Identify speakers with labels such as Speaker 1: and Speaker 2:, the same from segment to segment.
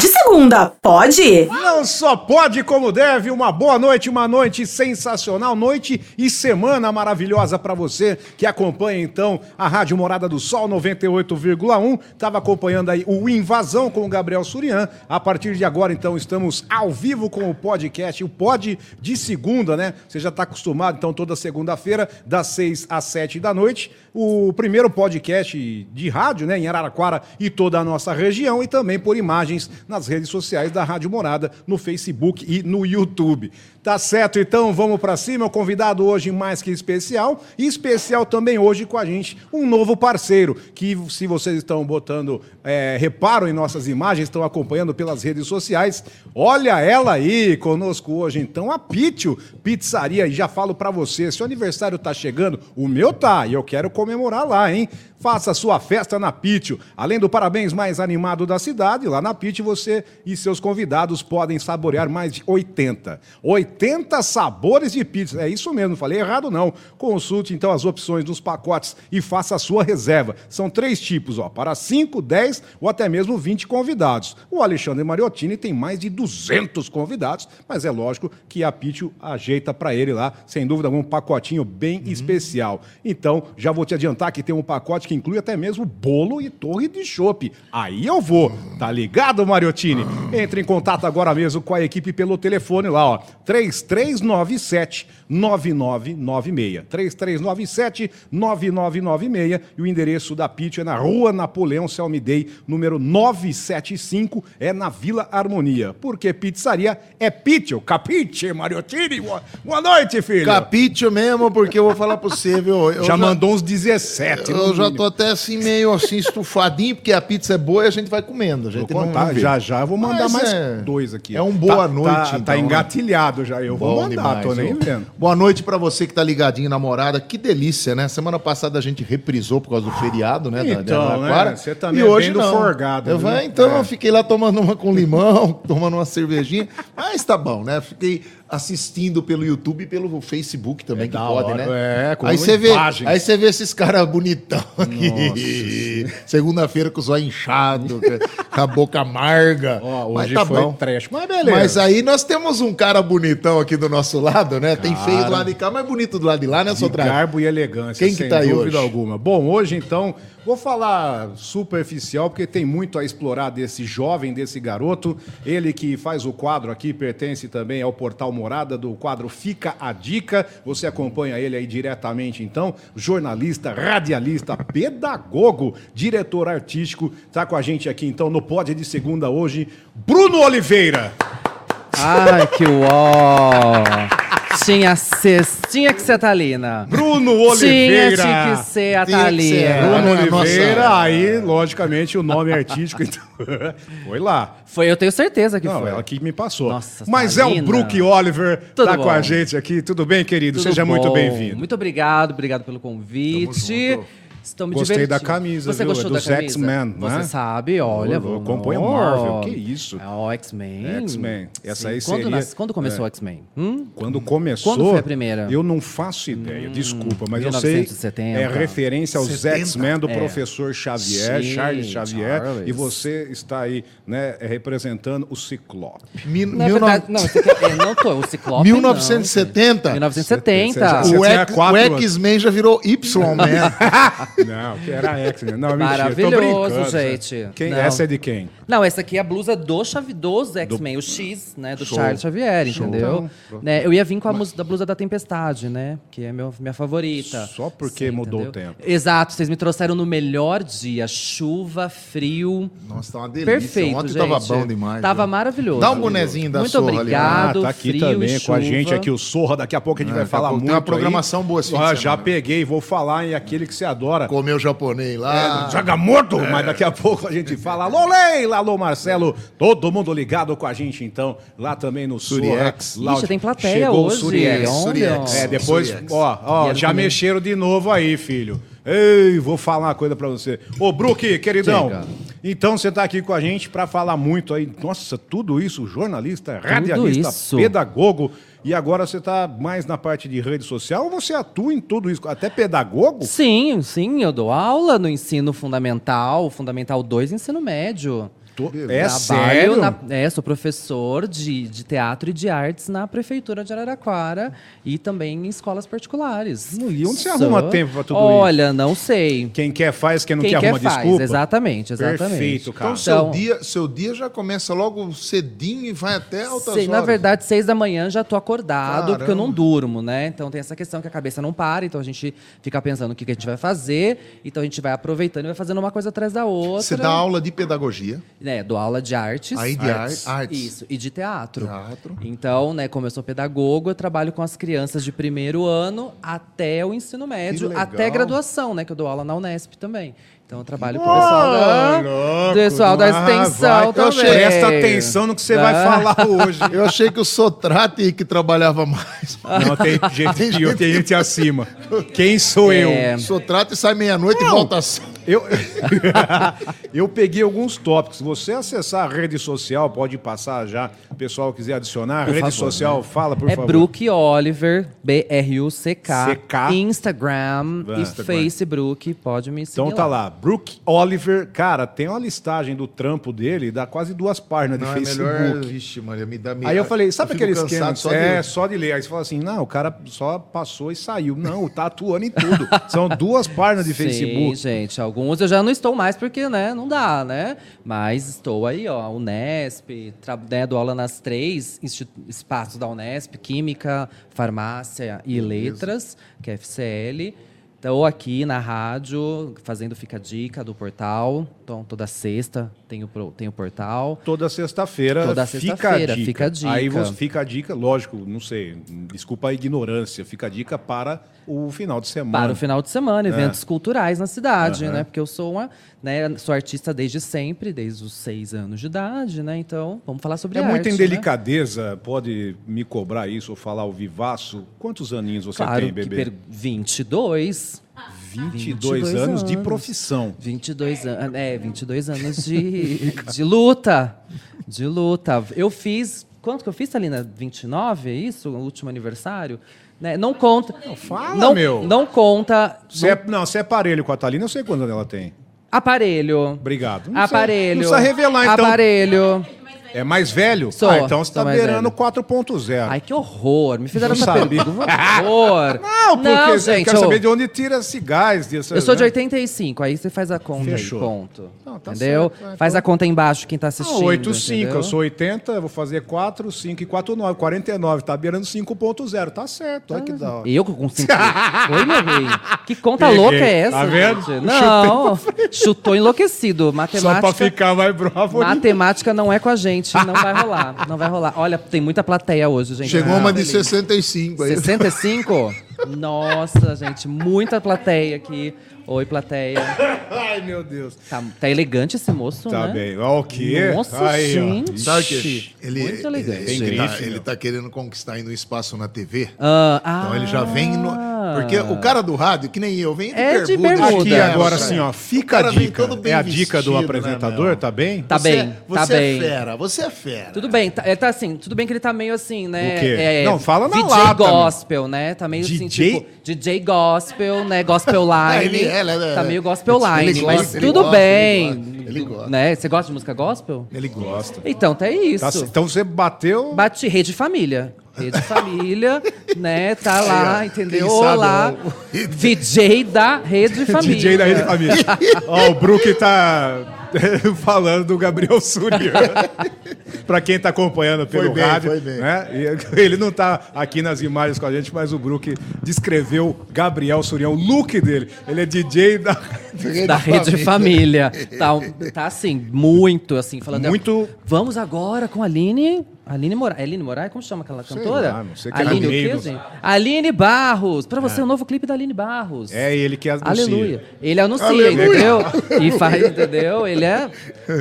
Speaker 1: segunda, pode?
Speaker 2: Não só pode como deve. Uma boa noite, uma noite sensacional, noite e semana maravilhosa para você que acompanha então a Rádio Morada do Sol 98,1. Tava acompanhando aí o Invasão com o Gabriel Surian. A partir de agora então estamos ao vivo com o podcast, o pod de segunda, né? Você já tá acostumado, então toda segunda-feira das 6 às 7 da noite, o primeiro podcast de rádio, né, em Araraquara e toda a nossa região e também por imagens nas redes sociais da Rádio Morada, no Facebook e no YouTube. Tá certo, então vamos para cima. O convidado hoje mais que especial, e especial também hoje com a gente, um novo parceiro, que se vocês estão botando é, reparo em nossas imagens, estão acompanhando pelas redes sociais, olha ela aí conosco hoje, então, a Pitio Pizzaria. E já falo para você, seu aniversário tá chegando, o meu tá, e eu quero comemorar lá, hein? Faça sua festa na Pitio. Além do parabéns mais animado da cidade, lá na Pitio você e seus convidados podem saborear mais de 80. 80 sabores de pizza. É isso mesmo, não falei errado não. Consulte então as opções dos pacotes e faça a sua reserva. São três tipos, ó, para 5, 10 ou até mesmo 20 convidados. O Alexandre Mariottini tem mais de 200 convidados, mas é lógico que a Pitio ajeita para ele lá, sem dúvida alguma, um pacotinho bem especial. Então, já vou te adiantar que tem um pacote que inclui até mesmo bolo e torre de chopp. Aí eu vou, tá ligado, Mariottini? Entre em contato agora mesmo com a equipe pelo telefone lá, ó, 3397 9996. 3397 9996 e o endereço da Pitio é na Rua Napoleão Selmidei, número 975, é na Vila Harmonia. Porque pizzaria é Pitio, capiche, Mariottini. Boa, boa noite, filho.
Speaker 3: Capítulo mesmo, porque eu vou falar pra você, viu? Eu
Speaker 2: já, mandou um uns 17. no
Speaker 3: Eu já
Speaker 2: mínimo.
Speaker 3: tô até assim, meio assim, estufadinho, porque a pizza é boa e a gente vai comendo. A gente
Speaker 2: Vou
Speaker 3: não-
Speaker 2: contar,
Speaker 3: não vê.
Speaker 2: tá, já já eu vou mandar
Speaker 3: um Mas
Speaker 2: mais
Speaker 3: é-
Speaker 2: dois aqui.
Speaker 3: é um
Speaker 2: Tá- tá-
Speaker 3: boa noite,
Speaker 2: Tá,
Speaker 3: então, né?
Speaker 2: engatilhado já, eu vou
Speaker 3: Bom
Speaker 2: mandar, tô
Speaker 3: demais,
Speaker 2: nem
Speaker 3: ô.
Speaker 2: vendo.
Speaker 3: Boa noite pra você que tá ligadinho na morada. Que delícia, né? Semana passada a gente reprisou por causa do feriado, né? da- da
Speaker 2: Então,
Speaker 3: Araraquara.
Speaker 2: né? Você também é bem do forgado,
Speaker 3: Eu,
Speaker 2: viu?
Speaker 3: vai, então
Speaker 2: É.
Speaker 3: eu fiquei lá tomando uma com limão, tomando uma cervejinha. Mas tá bom, né? Fiquei assistindo pelo YouTube e pelo Facebook também, que
Speaker 2: É da
Speaker 3: pode,
Speaker 2: hora,
Speaker 3: né?
Speaker 2: é, com
Speaker 3: aí você vê,
Speaker 2: imagens.
Speaker 3: aí você vê esses caras bonitão
Speaker 2: Nossa
Speaker 3: aqui. Segunda-feira com o zóio inchado, com a boca amarga.
Speaker 2: Ó,
Speaker 3: Mas
Speaker 2: hoje
Speaker 3: tá
Speaker 2: foi
Speaker 3: bom.
Speaker 2: trash, mas beleza.
Speaker 3: Mas aí nós temos um cara bonitão aqui do nosso lado, né? Tem
Speaker 2: Cara.
Speaker 3: feio do lado de cá, mas bonito do lado de lá, né,
Speaker 2: De
Speaker 3: Sotrado?
Speaker 2: garbo e elegância,
Speaker 3: Quem que
Speaker 2: sem
Speaker 3: tá aí
Speaker 2: dúvida
Speaker 3: hoje?
Speaker 2: alguma. Bom, hoje então, vou falar superficial, porque tem muito a explorar desse jovem, desse garoto. Ele que faz o quadro aqui, pertence também ao portal Morada, do quadro Fica a Dica. Você acompanha ele aí diretamente, então. Jornalista, radialista, pedagogo, diretor artístico. Tá com a gente aqui, então, no Pod de Segunda hoje, Bruno Oliveira.
Speaker 4: Ai, que uó! Tinha, cês, tinha que ser a Thalina.
Speaker 2: Bruno
Speaker 4: Tinha,
Speaker 2: Oliveira.
Speaker 4: tinha que é ser É, a
Speaker 3: Tinha que ser.
Speaker 4: Thalina.
Speaker 2: Bruno
Speaker 3: Ah, nossa.
Speaker 2: Oliveira, aí, logicamente, o nome artístico. Então, foi lá.
Speaker 4: Foi, eu tenho certeza que
Speaker 2: Não,
Speaker 4: foi.
Speaker 2: ela que me passou.
Speaker 4: Nossa,
Speaker 2: Mas é o
Speaker 4: Salina.
Speaker 2: Brook Oliver,
Speaker 4: Tudo
Speaker 2: tá com a
Speaker 4: bom?
Speaker 2: gente aqui. Tudo bem, querido?
Speaker 4: Tudo
Speaker 2: Seja
Speaker 4: bom?
Speaker 2: muito bem-vindo.
Speaker 4: Muito obrigado, obrigado pelo convite. Estou me
Speaker 2: Gostei
Speaker 4: divertindo.
Speaker 2: da camisa,
Speaker 4: Você
Speaker 2: viu? É
Speaker 4: gostou
Speaker 2: dos
Speaker 4: da camisa?
Speaker 2: X-Men, né?
Speaker 4: Você sabe, olha.
Speaker 2: Eu- eu
Speaker 4: vamos-
Speaker 2: acompanho Marvel, que isso?
Speaker 4: É o X-Men.
Speaker 2: X-Men. Essa aí
Speaker 4: Sim. quando,
Speaker 2: seria-
Speaker 4: nas- quando começou o X-Men? Hum?
Speaker 2: Quando começou.
Speaker 4: Quando foi a primeira? Hum,
Speaker 2: Eu não faço ideia, desculpa, mas eu
Speaker 4: 1970.
Speaker 2: sei. É referência aos
Speaker 3: 70.
Speaker 2: X-Men do
Speaker 4: É.
Speaker 2: professor Xavier,
Speaker 4: Sim,
Speaker 2: Charles Xavier.
Speaker 4: Charles.
Speaker 2: E você está aí, né, representando o Ciclope.
Speaker 3: Mi-
Speaker 4: Na
Speaker 3: mil no-
Speaker 4: verdade, não, você quer, é, não tô. O Ciclope
Speaker 3: 1970?
Speaker 4: Não, gente. 1970.
Speaker 2: Você
Speaker 3: O,
Speaker 2: tinha
Speaker 3: X-
Speaker 2: quatro
Speaker 3: o X-Men já virou Y, né?
Speaker 2: Não, que era X-Men. Não,
Speaker 4: Maravilhoso,
Speaker 2: mentira, tô brincando,
Speaker 4: gente.
Speaker 2: Quem,
Speaker 4: Não.
Speaker 2: essa é de quem?
Speaker 4: Não, essa aqui é a blusa do Chave dos X-Men, o X, né? Do
Speaker 2: Show.
Speaker 4: Charles Xavier,
Speaker 2: Show. Então,
Speaker 4: entendeu? Né, eu ia vir com a mus- da blusa da Tempestade, né? Que é meu, minha favorita.
Speaker 2: Só porque mudou o tempo.
Speaker 4: Exato, vocês me trouxeram no melhor dia. Chuva, frio.
Speaker 3: Nossa, tá uma delícia.
Speaker 4: Perfeito,
Speaker 3: Ontem
Speaker 4: gente.
Speaker 3: tava bom demais.
Speaker 4: Tava
Speaker 3: viu?
Speaker 4: maravilhoso.
Speaker 3: Dá um bonezinho da
Speaker 4: Muito
Speaker 3: Sorra ali, né?
Speaker 4: obrigado,
Speaker 2: tá aqui
Speaker 4: frio
Speaker 2: também
Speaker 4: e
Speaker 2: com a
Speaker 4: chuva.
Speaker 2: gente aqui, o Sorra. Daqui a pouco a gente
Speaker 3: É,
Speaker 2: vai
Speaker 3: daqui a
Speaker 2: falar
Speaker 3: pouco
Speaker 2: muito.
Speaker 3: tem uma programação
Speaker 2: aí.
Speaker 3: boa esse fim de
Speaker 2: Ah,
Speaker 3: semana,
Speaker 2: Já
Speaker 3: né?
Speaker 2: peguei, vou falar em aquele que você adora.
Speaker 3: Comeu japonês
Speaker 2: É,
Speaker 3: lá.
Speaker 2: Ah.
Speaker 3: Então,
Speaker 2: Joga morto,
Speaker 4: É.
Speaker 2: mas daqui a pouco a gente fala. Alô, Leila, alô, Marcelo. Todo mundo ligado com a gente, então, lá também no Suriex.
Speaker 4: Ixi,
Speaker 2: Lounge.
Speaker 4: tem plateia
Speaker 2: Chegou
Speaker 4: hoje.
Speaker 2: O Suriex.
Speaker 4: Olha.
Speaker 3: Suriex.
Speaker 2: É, depois,
Speaker 3: Suriex.
Speaker 2: ó, ó,
Speaker 4: Vieram
Speaker 2: já
Speaker 4: também.
Speaker 2: mexeram de novo aí, filho. Ei, vou falar uma coisa pra você. Ô, Brook, queridão.
Speaker 3: Chega.
Speaker 2: Então você tá aqui com a gente pra falar muito aí. Nossa, tudo isso, jornalista, radialista,
Speaker 4: isso.
Speaker 2: pedagogo. E agora você tá mais na parte de rede social ou você atua em tudo isso? Até pedagogo?
Speaker 4: Sim, sim, eu dou aula no ensino fundamental, fundamental 2, ensino médio.
Speaker 2: Tô-
Speaker 3: Beleza.
Speaker 2: É
Speaker 4: Trabalho
Speaker 2: sério?
Speaker 4: na- é, sou professor de, de teatro e de artes na prefeitura de Araraquara e também em escolas particulares.
Speaker 2: E onde você
Speaker 4: Sou-
Speaker 2: arruma tempo pra tudo isso?
Speaker 4: Olha, não sei.
Speaker 2: Quem quer faz, quem não
Speaker 4: Quem
Speaker 2: quer,
Speaker 4: quer
Speaker 2: arruma
Speaker 4: faz,
Speaker 2: desculpa.
Speaker 4: exatamente, exatamente.
Speaker 2: Perfeito, cara.
Speaker 3: Então, seu,
Speaker 4: Então-
Speaker 3: dia, seu dia já começa logo cedinho e vai
Speaker 2: É
Speaker 3: até altas
Speaker 4: Sei,
Speaker 3: horas.
Speaker 4: na verdade, seis da manhã já tô acordado, porque eu não
Speaker 3: Caramba.
Speaker 4: durmo, né? Então tem essa questão que a cabeça não para, então a gente fica pensando o que, que a gente vai fazer, então a gente vai aproveitando e vai fazendo uma coisa atrás da outra.
Speaker 3: Você dá aula de pedagogia,
Speaker 4: né, dou aula de artes.
Speaker 3: Aí de Artes. ar- artes.
Speaker 4: Isso, e de teatro.
Speaker 2: Tá.
Speaker 3: teatro.
Speaker 4: Então, né, como eu sou pedagogo, eu trabalho com as crianças de primeiro ano até o ensino médio,
Speaker 3: legal.
Speaker 4: até graduação, né, que eu dou aula na Unesp também. Então, eu trabalho com o
Speaker 2: Ô,
Speaker 4: pessoal da,
Speaker 2: Ah, louco,
Speaker 4: pessoal da
Speaker 2: ah,
Speaker 4: extensão
Speaker 2: vai.
Speaker 4: também.
Speaker 2: Presta atenção no que você vai
Speaker 4: Ah.
Speaker 2: falar hoje.
Speaker 3: Eu achei que o Sotrate que trabalhava mais.
Speaker 2: Não, tem gente pior, tem gente acima. Quem sou
Speaker 4: É.
Speaker 2: eu?
Speaker 3: Sotrate sai meia-noite e volta às
Speaker 2: Eu, eu peguei alguns tópicos. Você acessar a rede social, pode passar já. O pessoal quiser adicionar. rede
Speaker 4: favor,
Speaker 2: social, fala, por
Speaker 4: é
Speaker 2: favor.
Speaker 4: Brook Oliver, B-R-U-C-K,
Speaker 2: CK.
Speaker 4: Instagram e
Speaker 2: Instagram.
Speaker 4: Facebook. Pode me seguir
Speaker 2: Então tá lá, Brook Oliver, cara, tem uma listagem do trampo dele, dá quase duas páginas de
Speaker 3: Não, é
Speaker 2: Facebook.
Speaker 3: melhor. Vixe, Maria, me dá me-
Speaker 2: Aí eu falei, sabe
Speaker 3: fico
Speaker 2: aquele esquema?
Speaker 3: cansado Só
Speaker 2: é,
Speaker 3: de...
Speaker 2: só de ler. Aí você fala assim, não, o cara só passou e saiu. Não, tá atuando em tudo. São duas páginas de
Speaker 4: Sim,
Speaker 2: Facebook.
Speaker 4: gente. Alguns eu já não estou mais, porque, né, não dá, né? Mas estou aí, ó, Unesp, tra- né, dou aula nas três insti- espaços da Unesp, Química, Farmácia e Letras, que é FCL. Estou aqui na rádio, fazendo Fica a Dica do portal. Então, toda sexta tem o, pro- tem o portal.
Speaker 2: Toda sexta-feira
Speaker 4: Toda
Speaker 2: fica, a
Speaker 4: sexta-feira,
Speaker 2: dica.
Speaker 4: fica a dica.
Speaker 2: Aí você fica a dica, lógico, não sei, desculpa a ignorância, fica a dica para o final de semana.
Speaker 4: Para o final de semana, eventos culturais na cidade,
Speaker 2: É. Aham.
Speaker 4: né? Porque eu sou uma, né, sou artista desde sempre, desde os seis anos de idade, né? Então, vamos falar sobre
Speaker 2: É
Speaker 4: arte.
Speaker 2: muita
Speaker 4: né?
Speaker 2: indelicadeza, pode me cobrar isso ou falar o vivaço. Quantos aninhos você
Speaker 4: Claro
Speaker 2: tem,
Speaker 4: que
Speaker 2: bebê?
Speaker 4: per... 22.
Speaker 2: 22, anos de profissão.
Speaker 4: 22 anos, é, 22 anos de, de luta, de luta. Eu fiz, quanto que eu fiz, Thalina? 29, é isso? O último aniversário? Né? Não conta. Não,
Speaker 2: fala,
Speaker 4: não,
Speaker 2: meu.
Speaker 4: Não conta
Speaker 2: Você é, não, você é parelho com a Thalina, eu sei quantos anos ela tem.
Speaker 4: aparelho.
Speaker 2: Obrigado. Não precisa-
Speaker 4: Aparelho.
Speaker 2: não precisa revelar, então.
Speaker 4: Aparelho.
Speaker 2: É mais velho?
Speaker 4: Sou,
Speaker 2: ah, então você
Speaker 4: sou
Speaker 2: tá
Speaker 4: mais
Speaker 2: beirando
Speaker 4: velho.
Speaker 2: 4.0.
Speaker 4: Ai, que horror. Me fizeram
Speaker 2: Tá. Não
Speaker 4: essa
Speaker 2: sabe.
Speaker 4: pergunta. Que horror.
Speaker 2: Não, porque eu
Speaker 4: gente.
Speaker 2: quero
Speaker 4: eu,
Speaker 2: saber de onde tira esse gás. Dessa,
Speaker 4: eu sou de
Speaker 2: né?
Speaker 4: 85, aí você faz a conta
Speaker 2: Fechou.
Speaker 4: aí, ponto.
Speaker 2: Não, tá
Speaker 4: entendeu?
Speaker 2: certo, é,
Speaker 4: Faz
Speaker 2: então-
Speaker 4: a conta aí embaixo, quem tá assistindo.
Speaker 2: Ah, 8, 5,
Speaker 4: entendeu?
Speaker 2: eu sou 80, eu vou fazer 4, 5 e 4, 9, 49, tá beirando 5.0, tá certo, olha que da hora.
Speaker 4: Eu com 5. Oi, meu bem. Que conta
Speaker 2: Peguei.
Speaker 4: louca é essa?
Speaker 2: Tá vendo?
Speaker 4: gente? Não. Chutou enlouquecido.
Speaker 2: Só
Speaker 4: Matemática.
Speaker 2: pra ficar mais bravo. ainda.
Speaker 4: Matemática não é com a gente, não vai rolar. Não vai rolar. Olha, tem muita plateia hoje, gente. Ah,
Speaker 3: Chegou
Speaker 4: Tá
Speaker 3: uma de
Speaker 4: feliz.
Speaker 3: 65 aí.
Speaker 4: 65? Nossa, gente, muita plateia aqui. Oi, plateia.
Speaker 2: Ai, meu Deus.
Speaker 4: Tá, tá elegante esse moço,
Speaker 2: Tá
Speaker 4: né?
Speaker 2: bem, ó, o quê?
Speaker 4: Nossa,
Speaker 2: Aí, ó.
Speaker 4: gente.
Speaker 3: Sabe o que? é? Ele,
Speaker 4: Muito elegante.
Speaker 3: ele, ele, tá,
Speaker 2: Grife,
Speaker 3: ele
Speaker 2: meu.
Speaker 3: tá querendo conquistar ainda um espaço na TV.
Speaker 4: Ah,
Speaker 3: Então
Speaker 4: ah.
Speaker 3: ele já vem no. Porque o cara do rádio, que nem eu, vem de
Speaker 4: É de
Speaker 3: bermuda.
Speaker 4: bermuda.
Speaker 2: Aqui
Speaker 4: Muda.
Speaker 2: agora
Speaker 3: É,
Speaker 2: assim, ó,
Speaker 3: O
Speaker 2: fica
Speaker 3: cara
Speaker 2: a
Speaker 3: vem
Speaker 2: dica.
Speaker 3: todo bem
Speaker 2: É a dica
Speaker 3: vestido,
Speaker 2: do
Speaker 3: né,
Speaker 2: apresentador,
Speaker 3: meu?
Speaker 2: tá bem?
Speaker 4: Tá
Speaker 3: Você
Speaker 4: bem,
Speaker 3: é-
Speaker 4: tá
Speaker 3: você
Speaker 4: bem.
Speaker 3: é fera, você é fera.
Speaker 4: Tudo bem, tá, ele tá assim, tudo bem que ele tá meio assim, né?
Speaker 2: O quê?
Speaker 4: É,
Speaker 2: Não, fala na
Speaker 4: DJ
Speaker 2: lata, meu.
Speaker 4: gospel, né? Tá meio assim,
Speaker 2: DJ?
Speaker 4: tipo, DJ gospel, né? Gospel line.
Speaker 3: Ah, ele é, ele é.
Speaker 4: tá meio gospel
Speaker 3: Ele
Speaker 4: line,
Speaker 3: gosta,
Speaker 4: mas
Speaker 3: ele
Speaker 4: tudo
Speaker 3: gosta,
Speaker 4: bem.
Speaker 3: ele gosta, ele gosta.
Speaker 4: Né? Você gosta de música gospel?
Speaker 3: Ele gosta.
Speaker 4: Então, tá isso.
Speaker 2: Tá- então você bateu.
Speaker 4: Bate rede família. Rede família, né? Tá lá,
Speaker 3: Aí, ó, quem
Speaker 4: entendeu?
Speaker 3: sabe né?
Speaker 4: Olá.
Speaker 3: o-
Speaker 4: DJ da rede família.
Speaker 2: DJ da Rede Família. Ó, o Brook tá falando do Gabriel Suriano. Pra quem tá acompanhando pelo
Speaker 3: Foi bem,
Speaker 2: rádio,
Speaker 3: foi bem.
Speaker 2: né? E Ele não tá aqui nas imagens com a gente, mas o Brook descreveu Gabriel Suriano, o look dele. Ele é DJ da
Speaker 4: da Rede Família. Tá, um- tá assim, muito assim, falando.
Speaker 2: Muito-
Speaker 4: Vamos agora com a Aline. Aline Moraes. É Aline Moraes, como chama aquela cantora?
Speaker 2: lá, não sei que
Speaker 4: Aline, o
Speaker 2: Aline-
Speaker 4: quê, gente? Aline Barros. Pra você, é o novo clipe da Aline Barros.
Speaker 2: É ele que anuncia.
Speaker 4: Aleluia. Ele anuncia,
Speaker 3: Aleluia.
Speaker 4: entendeu? E faz, entendeu? Ele é.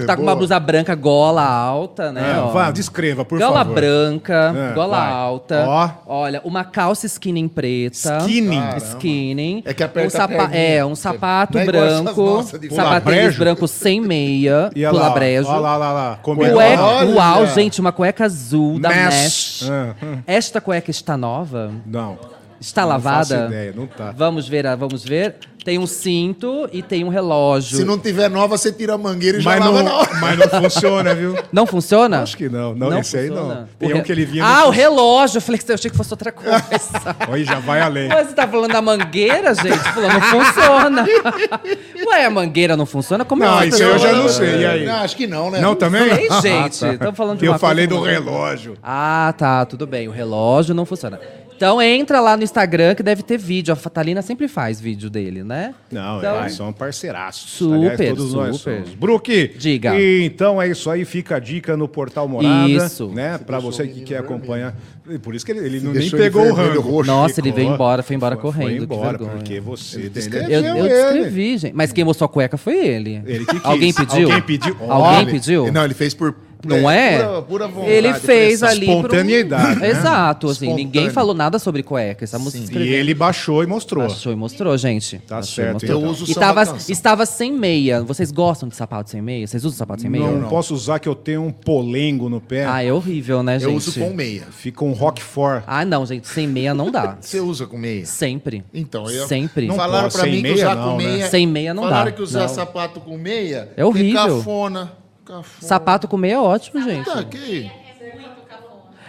Speaker 4: Tá com uma blusa branca, gola alta, né?
Speaker 2: Ah,
Speaker 4: ó.
Speaker 2: vá, descreva, por
Speaker 4: gola
Speaker 2: favor.
Speaker 4: branca,
Speaker 2: Ah,
Speaker 4: gola
Speaker 2: vai.
Speaker 4: alta.
Speaker 2: Ó.
Speaker 4: Olha, uma calça skinny preta.
Speaker 2: Skinny.
Speaker 4: Skinny.
Speaker 3: É que aperta
Speaker 4: um sapa-
Speaker 3: a perninha.
Speaker 4: É, um sapato
Speaker 3: Não é igual essas
Speaker 4: branco.
Speaker 3: nossas de-
Speaker 4: Um sapatênis
Speaker 2: Pulabrejo?
Speaker 4: branco sem meia.
Speaker 2: E olha lá,
Speaker 4: Pula
Speaker 2: ó.
Speaker 4: brejo.
Speaker 2: Olha lá, olha lá, lá. Combinou.
Speaker 4: Cueca,
Speaker 2: Olha.
Speaker 4: uau, gente, uma cueca azul da
Speaker 2: Mesh.
Speaker 4: Mesh.
Speaker 2: Ah, ah.
Speaker 4: Esta cueca está nova?
Speaker 2: Não.
Speaker 4: Está
Speaker 2: Não
Speaker 4: tá lavada?
Speaker 2: faço ideia, não tá.
Speaker 4: Vamos ver, ah, vamos ver. Tem um cinto e tem um relógio.
Speaker 3: Se não tiver nova, você tira a mangueira e já
Speaker 2: Mas
Speaker 3: lava
Speaker 2: não,
Speaker 3: na hora.
Speaker 2: mas não funciona, viu?
Speaker 4: Não funciona?
Speaker 2: Acho que não. Não, esse aí
Speaker 4: funciona.
Speaker 2: não. Tem
Speaker 4: O
Speaker 2: um
Speaker 4: re-
Speaker 2: que ele vinha.
Speaker 4: Ah,
Speaker 2: no-
Speaker 4: o relógio. Eu falei que eu achei que fosse outra coisa.
Speaker 2: Olha, já vai além.
Speaker 4: Mas você tá falando da mangueira, gente? Falou, não funciona. Ué, a mangueira não funciona? Como
Speaker 2: Não,
Speaker 4: é
Speaker 2: isso aí eu já não sei. E aí?
Speaker 3: Não, acho que não, né?
Speaker 2: Não também?
Speaker 4: Sei, gente.
Speaker 2: Ah, tá.
Speaker 4: Tamo falando de
Speaker 2: Eu
Speaker 4: uma
Speaker 2: falei
Speaker 4: coisa
Speaker 2: do
Speaker 4: que não-
Speaker 2: relógio.
Speaker 4: Ah, tá, tudo bem. O relógio não funciona. Então entra lá no Instagram que deve ter vídeo. A Fatalina sempre faz vídeo dele, né?
Speaker 2: Não,
Speaker 4: então,
Speaker 2: eles são parceiraços.
Speaker 4: Super,
Speaker 2: todos nós
Speaker 4: super.
Speaker 2: somos. Brook,
Speaker 4: Diga.
Speaker 2: e então é isso aí, fica a dica no Portal Morada.
Speaker 4: Isso.
Speaker 2: Né,
Speaker 3: Você
Speaker 2: pra
Speaker 3: deixou
Speaker 2: você
Speaker 3: o
Speaker 2: que
Speaker 3: menino
Speaker 2: quer
Speaker 3: vermelho.
Speaker 2: acompanhar. E Por isso que ele, ele não nem
Speaker 3: deixou ele
Speaker 2: pegou o
Speaker 3: vermelho,
Speaker 2: rango.
Speaker 3: roxo.
Speaker 4: Nossa, ele
Speaker 2: Ficou.
Speaker 4: veio embora, foi embora correndo.
Speaker 2: Foi
Speaker 4: que
Speaker 2: embora,
Speaker 4: vergonha.
Speaker 2: porque você
Speaker 4: Eu,
Speaker 2: descreveu
Speaker 4: eu
Speaker 2: ele.
Speaker 4: descrevi, gente. Mas quem mostrou a cueca foi ele.
Speaker 2: Ele que quis.
Speaker 4: Alguém pediu?
Speaker 2: Alguém pediu?
Speaker 4: Alguém
Speaker 2: Olha,
Speaker 4: pediu?
Speaker 3: Não, ele fez por.
Speaker 4: Não é?
Speaker 3: Pura, pura vontade.
Speaker 4: ele fez
Speaker 3: pressão.
Speaker 4: ali. por um-
Speaker 2: espontaneidade, né?
Speaker 4: Exato, assim. Ninguém
Speaker 3: Espontâneo.
Speaker 4: falou nada sobre cueca. Essa música
Speaker 2: E
Speaker 4: escreveu.
Speaker 2: ele baixou e mostrou.
Speaker 4: Achou e mostrou, gente.
Speaker 2: Tá
Speaker 4: Achou e
Speaker 2: certo,
Speaker 4: mostrou.
Speaker 2: então.
Speaker 3: Eu uso
Speaker 4: e
Speaker 3: samba
Speaker 4: tava,
Speaker 3: canção.
Speaker 4: estava sem meia. Vocês gostam de sapato sem meia? Vocês usam sapato sem meia?
Speaker 2: Não, posso usar que eu tenho um polengo no pé.
Speaker 4: Ah, é horrível, né, gente?
Speaker 3: Eu uso com meia.
Speaker 2: Fica um roquefort.
Speaker 4: Ah, não, gente. Sem meia não dá.
Speaker 3: Você usa com meia?
Speaker 4: Sempre.
Speaker 3: Então, eu.
Speaker 4: Sempre.
Speaker 2: Não
Speaker 3: falaram
Speaker 2: posso,
Speaker 3: pra
Speaker 2: sem
Speaker 3: mim que
Speaker 2: meia
Speaker 3: usar
Speaker 2: não,
Speaker 3: com
Speaker 2: né?
Speaker 3: meia.
Speaker 4: Sem meia não
Speaker 3: falaram
Speaker 4: dá,
Speaker 3: que usar
Speaker 4: não.
Speaker 3: sapato com meia.
Speaker 4: É horrível.
Speaker 3: É cafona. Cafona.
Speaker 4: Sapato com meia é ótimo, gente.
Speaker 3: Tá, que.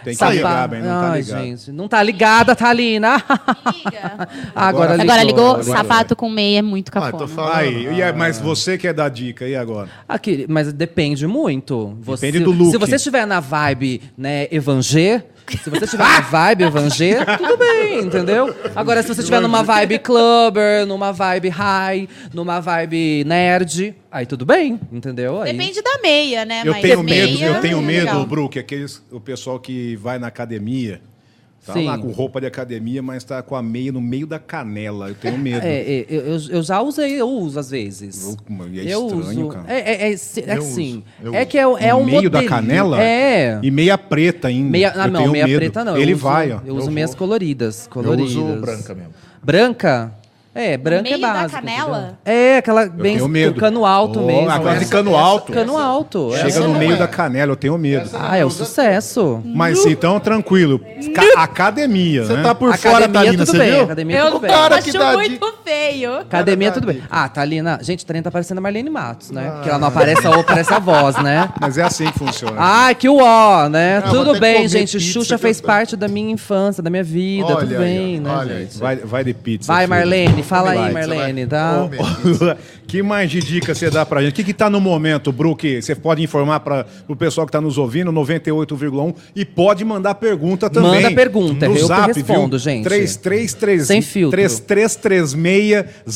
Speaker 2: Tem que
Speaker 4: Sapa-
Speaker 2: ligar, bem, não tá
Speaker 4: Ai,
Speaker 2: ligado.
Speaker 4: gente, não tá ligada, Thalina. Agora,
Speaker 2: Agora
Speaker 4: ligou.
Speaker 1: Agora ligou,
Speaker 2: Agora
Speaker 1: sapato com meia é muito
Speaker 3: Ah,
Speaker 1: cafona.
Speaker 3: tô falando.
Speaker 2: Aí, e é-
Speaker 3: ah.
Speaker 2: mas você quer dar dica, e agora?
Speaker 4: Aqui, mas depende muito. Você-
Speaker 2: Depende do look.
Speaker 4: Se você estiver na vibe, né, evangé, se você estiver na vibe evangé, tudo bem, entendeu? Agora, se você estiver numa vibe clubber, numa vibe high, numa vibe nerd, aí tudo bem, entendeu? Aí-
Speaker 1: Depende da meia,
Speaker 4: É,
Speaker 1: né?
Speaker 2: Eu
Speaker 1: Mas
Speaker 2: tenho
Speaker 1: meia
Speaker 2: medo, eu tenho
Speaker 1: é
Speaker 2: medo,
Speaker 1: legal.
Speaker 2: Brook, aqueles o pessoal que vai na academia, tá
Speaker 4: Sim.
Speaker 2: lá com roupa de academia, mas tá com a meia no meio da canela. Eu tenho medo.
Speaker 4: É, é, eu, eu- eu já usei, eu uso às vezes.
Speaker 2: Louco, mano, e é estranho, cara.
Speaker 4: É, é, é, se- é
Speaker 3: Eu
Speaker 4: assim.
Speaker 3: uso, eu
Speaker 4: é
Speaker 3: uso.
Speaker 4: que é, o- é
Speaker 2: no
Speaker 4: um
Speaker 2: meio da
Speaker 4: modelinho.
Speaker 2: canela?
Speaker 4: É.
Speaker 2: E meia preta ainda.
Speaker 4: Meia, ah,
Speaker 2: eu
Speaker 4: não,
Speaker 2: tenho
Speaker 4: meia
Speaker 2: medo.
Speaker 4: preta não. eu
Speaker 2: Ele
Speaker 4: uso-
Speaker 2: vai, ó.
Speaker 4: Eu uso meias coloridas,
Speaker 3: Eu
Speaker 4: coloridas.
Speaker 3: uso branca mesmo.
Speaker 4: Branca? É, branca
Speaker 1: meio
Speaker 4: é
Speaker 1: da
Speaker 4: básico.
Speaker 1: canela?
Speaker 4: entendeu? É, aquela bem
Speaker 2: tenho medo.
Speaker 4: com cano alto
Speaker 2: Oh,
Speaker 4: mesmo.
Speaker 2: agora de
Speaker 4: Essa-
Speaker 2: cano alto.
Speaker 4: Cano alto.
Speaker 3: essa-
Speaker 4: essa-
Speaker 2: Chega no
Speaker 3: não
Speaker 2: meio
Speaker 3: é.
Speaker 2: da canela, eu tenho medo.
Speaker 3: Essa-
Speaker 4: Ah, é um sucesso.
Speaker 2: Mas então, tranquilo. Ca- academia,
Speaker 3: Você
Speaker 2: né?
Speaker 3: tá por fora,
Speaker 4: Academia,
Speaker 3: Thalina,
Speaker 4: tudo
Speaker 3: você
Speaker 4: bem,
Speaker 3: viu?
Speaker 4: academia, tudo
Speaker 3: o
Speaker 4: bem.
Speaker 3: cara que
Speaker 1: acho
Speaker 3: dá
Speaker 1: muito
Speaker 3: dica.
Speaker 1: feio.
Speaker 4: Academia, tudo bem. Ah, Thalina. Gente, Thalina tá parecendo a Marlene Matos, né?
Speaker 3: Ah.
Speaker 4: Porque ela não aparece a ou aparece a voz, né?
Speaker 2: Mas é assim que funciona.
Speaker 3: Ah.
Speaker 4: Ai, que uó, né?
Speaker 3: vou
Speaker 4: tudo
Speaker 3: até
Speaker 4: bem,
Speaker 3: comer
Speaker 4: gente.
Speaker 3: pizza
Speaker 4: Xuxa
Speaker 3: que
Speaker 4: fez
Speaker 3: eu tô-
Speaker 4: parte da minha infância, da minha vida.
Speaker 3: Olha
Speaker 4: tudo
Speaker 3: aí,
Speaker 4: bem,
Speaker 3: ó,
Speaker 4: né,
Speaker 3: olha
Speaker 4: gente?
Speaker 2: Vai, vai de pizza.
Speaker 4: Vai,
Speaker 2: filho.
Speaker 4: Marlene. Fala aí,
Speaker 2: Vai,
Speaker 4: Marlene,
Speaker 3: vai.
Speaker 4: tá?
Speaker 3: Ô, meu.
Speaker 2: que mais de dica você dá pra gente? O que, que tá no momento, Brook? Você pode informar para o pessoal que tá nos ouvindo, 98,1, e pode mandar pergunta também.
Speaker 4: Manda pergunta, é
Speaker 2: no
Speaker 4: eu que
Speaker 2: zap, viu?
Speaker 4: respondo, gente.
Speaker 2: 3336
Speaker 4: Sem filtro.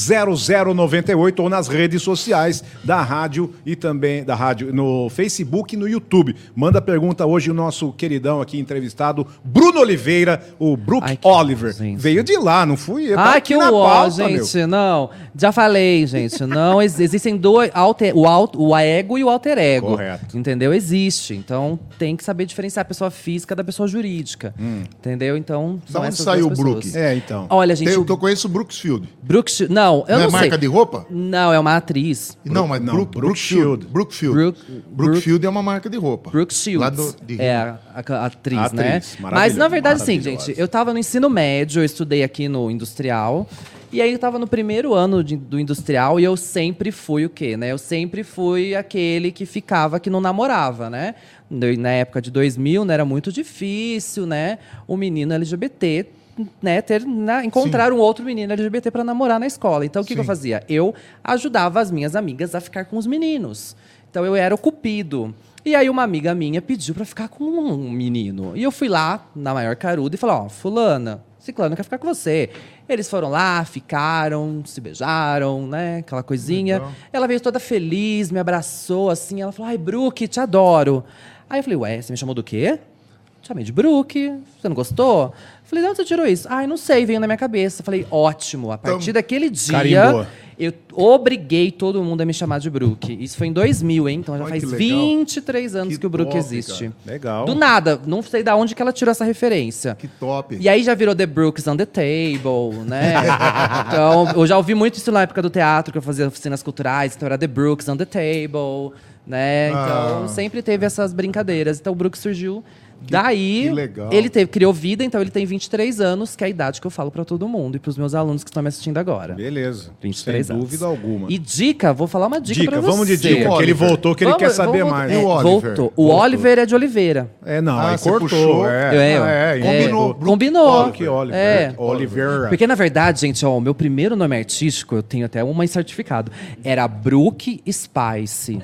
Speaker 2: 3336-0098 ou nas redes sociais da rádio e também da rádio no Facebook e no YouTube. Manda pergunta hoje o nosso queridão aqui entrevistado, Bruno Oliveira, o Brook
Speaker 4: Ai, que
Speaker 2: Oliver.
Speaker 4: gente.
Speaker 2: Veio de lá, não fui eu. tá
Speaker 4: Ah,
Speaker 2: aqui
Speaker 4: que
Speaker 2: na
Speaker 4: uó,
Speaker 2: pauta, meu.
Speaker 4: gente, não. Já falei, gente, não. ex- existem dois, alter, o, alto, o ego e o alter ego.
Speaker 2: Correto.
Speaker 4: Entendeu? Existe. Então, tem que saber diferenciar a pessoa física da pessoa jurídica. Entendeu? Então,
Speaker 3: Hum. Da
Speaker 4: são
Speaker 3: onde
Speaker 4: essas
Speaker 3: saiu
Speaker 4: duas
Speaker 3: o Brook?
Speaker 4: pessoas.
Speaker 2: É, então.
Speaker 4: Olha, gente,
Speaker 3: Tem-
Speaker 4: o
Speaker 3: Eu conheço o Brooksfield.
Speaker 4: Brooke... Não, eu
Speaker 3: não
Speaker 4: não,
Speaker 3: é
Speaker 4: sei.
Speaker 3: marca de roupa?
Speaker 4: Não, é uma atriz.
Speaker 3: não, mas
Speaker 2: não,
Speaker 3: Brook-
Speaker 2: Brooksfield.
Speaker 3: Brookfield. Brookfield.
Speaker 4: Brook-
Speaker 3: Brookfield é uma marca de roupa.
Speaker 4: Brooke Shields.
Speaker 3: Lá do- de-
Speaker 4: É, a, a atriz,
Speaker 2: Atriz,
Speaker 4: né? Mas,
Speaker 2: maravilhosa,
Speaker 4: na verdade, sim,
Speaker 2: maravilhosa.
Speaker 4: gente. Eu tava no ensino médio, eu estudei aqui no industrial. E aí eu tava no primeiro ano de- do industrial e eu sempre fui o quê, né? Eu sempre fui aquele que ficava, que não namorava, né? No- Na época de 2000, né, era muito difícil, né? O menino LGBT, né, ter, na- encontrar um outro menino LGBT pra namorar na escola. Então, o que, que eu fazia? Eu ajudava as minhas amigas a ficar com os meninos. Então, eu era o cupido. E aí uma amiga minha pediu pra ficar com um menino. E eu fui lá, na maior caruda, e falei, ó, fulana, ciclano quer ficar com você. Eles foram lá, ficaram, se beijaram, né? Aquela coisinha. Ela veio toda feliz, me abraçou, assim. Ela falou, ai, Brook, te adoro. Aí eu falei, ué, você me chamou do quê? Te chamei de Brook, você não gostou? Falei, de onde você tirou isso? Ai, não sei, veio na minha cabeça. Falei, ótimo, a
Speaker 3: Então,
Speaker 4: partir daquele dia...
Speaker 2: Carimbou.
Speaker 4: Eu obriguei todo mundo a me chamar de Brook. Isso foi em 2000, hein? Então já
Speaker 3: Olha
Speaker 4: faz
Speaker 3: que legal.
Speaker 4: 23 anos que,
Speaker 3: Que
Speaker 4: o Brook
Speaker 3: top,
Speaker 4: existe.
Speaker 2: Legal.
Speaker 4: Do nada, não sei da onde que ela tirou essa referência.
Speaker 3: Que top.
Speaker 4: E aí já virou The Brooks on the Table, né? então, eu já ouvi muito isso na época do teatro, que eu fazia oficinas culturais, então era The Brooks
Speaker 2: Ah.
Speaker 4: on the Table, né? Então, sempre teve essas brincadeiras. Então, o Brooks surgiu Daí,
Speaker 3: que legal.
Speaker 4: ele teve, criou vida, então ele tem 23 anos, que é a idade que eu falo pra todo mundo e pros meus alunos que estão me assistindo agora.
Speaker 2: Beleza.
Speaker 4: 23
Speaker 2: Sem
Speaker 4: anos.
Speaker 2: dúvida alguma.
Speaker 4: E dica, vou falar uma dica,
Speaker 2: Dica,
Speaker 4: pra você.
Speaker 2: vamos de dica, que ele voltou, que ele quer saber
Speaker 4: vamos-
Speaker 2: mais.
Speaker 4: É,
Speaker 3: E o Oliver?
Speaker 4: Voltou. O
Speaker 3: Voltou.
Speaker 4: Oliver é de Oliveira.
Speaker 2: É, não,
Speaker 3: Ah,
Speaker 2: aí
Speaker 3: você
Speaker 2: cortou.
Speaker 3: puxou.
Speaker 2: É,
Speaker 4: É,
Speaker 2: não, é,
Speaker 4: é.
Speaker 2: combinou.
Speaker 4: Combinou.
Speaker 2: Oliver, Oliver.
Speaker 4: É.
Speaker 2: Oliveira.
Speaker 4: Porque, na verdade, gente, ó, o meu primeiro nome artístico, eu tenho até uma em certificado, era Brooke Spice.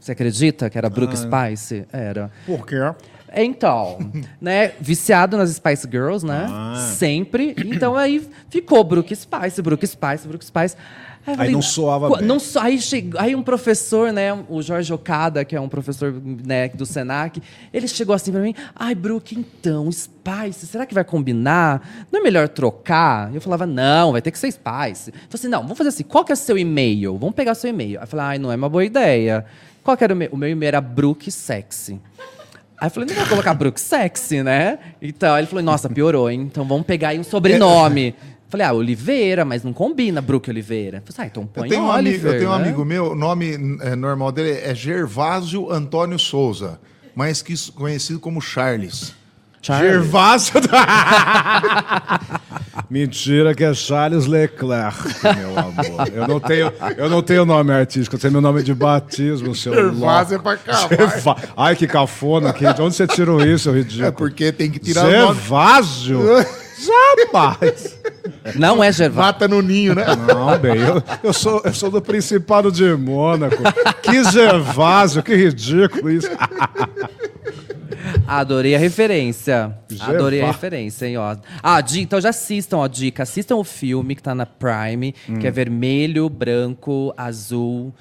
Speaker 4: Você acredita que era Brooke Spice? Era.
Speaker 2: Por quê?
Speaker 4: Então, né, viciado nas Spice Girls, né?
Speaker 2: Ah.
Speaker 4: Sempre. Então aí ficou Brooke Spice, Brooke Spice, Brooke Spice. eu
Speaker 2: Aí não soava
Speaker 4: "Qu-
Speaker 2: bem."
Speaker 4: Não so, aí, chegou, aí um professor, né, o Jorge Okada, que é um professor né, do Senac, ele chegou assim pra mim, ai, Brooke, então, Spice, será que vai combinar? Não é melhor trocar? Eu falava, não, vai ter que ser Spice. Falei assim, não, vamos fazer assim, qual que é seu e-mail? Vamos pegar seu e-mail. Aí eu falei, ai, não é uma boa ideia. Qual que era o meu? O meu e-mail era Brooke Sexy. Aí eu falei, não vou colocar Brooke Sexy, né? Então, aí ele falou, nossa, piorou, hein? Então vamos pegar aí um sobrenome. Falei, ah, Oliveira, mas não combina Brooke Oliveira. Falei, ah, então põe
Speaker 3: Eu tenho, um
Speaker 4: Oliver,
Speaker 3: amigo, eu tenho um
Speaker 4: né?
Speaker 3: amigo meu, o nome é, normal dele é Gervásio Antônio Souza, mas que s- conhecido como Charles.
Speaker 4: Charles.
Speaker 2: Gervásio. Mentira que é Charles Leclerc, meu amor. Eu não tenho, eu não tenho nome artístico, eu tenho meu nome de batismo, seu
Speaker 3: Gervásio é
Speaker 2: louco.
Speaker 3: pra cá,
Speaker 2: Gerva- Ai, que cafona. Que... De onde você tirou isso, seu ridículo?
Speaker 3: É porque tem que tirar o nome.
Speaker 2: Gervásio? Jamais.
Speaker 4: Não é Gervásio.
Speaker 3: Mata no ninho, né?
Speaker 2: Não, bem, eu, eu sou, eu sou do Principado de Mônaco. Que Gervásio, que ridículo isso. Ah,
Speaker 4: Adorei a referência.
Speaker 2: Gervá-
Speaker 4: Adorei a referência, hein, ó. Ah, di- então já assistam, ó, dica. Assistam o filme que tá na Prime, que
Speaker 3: Hum.
Speaker 4: é vermelho, branco, azul,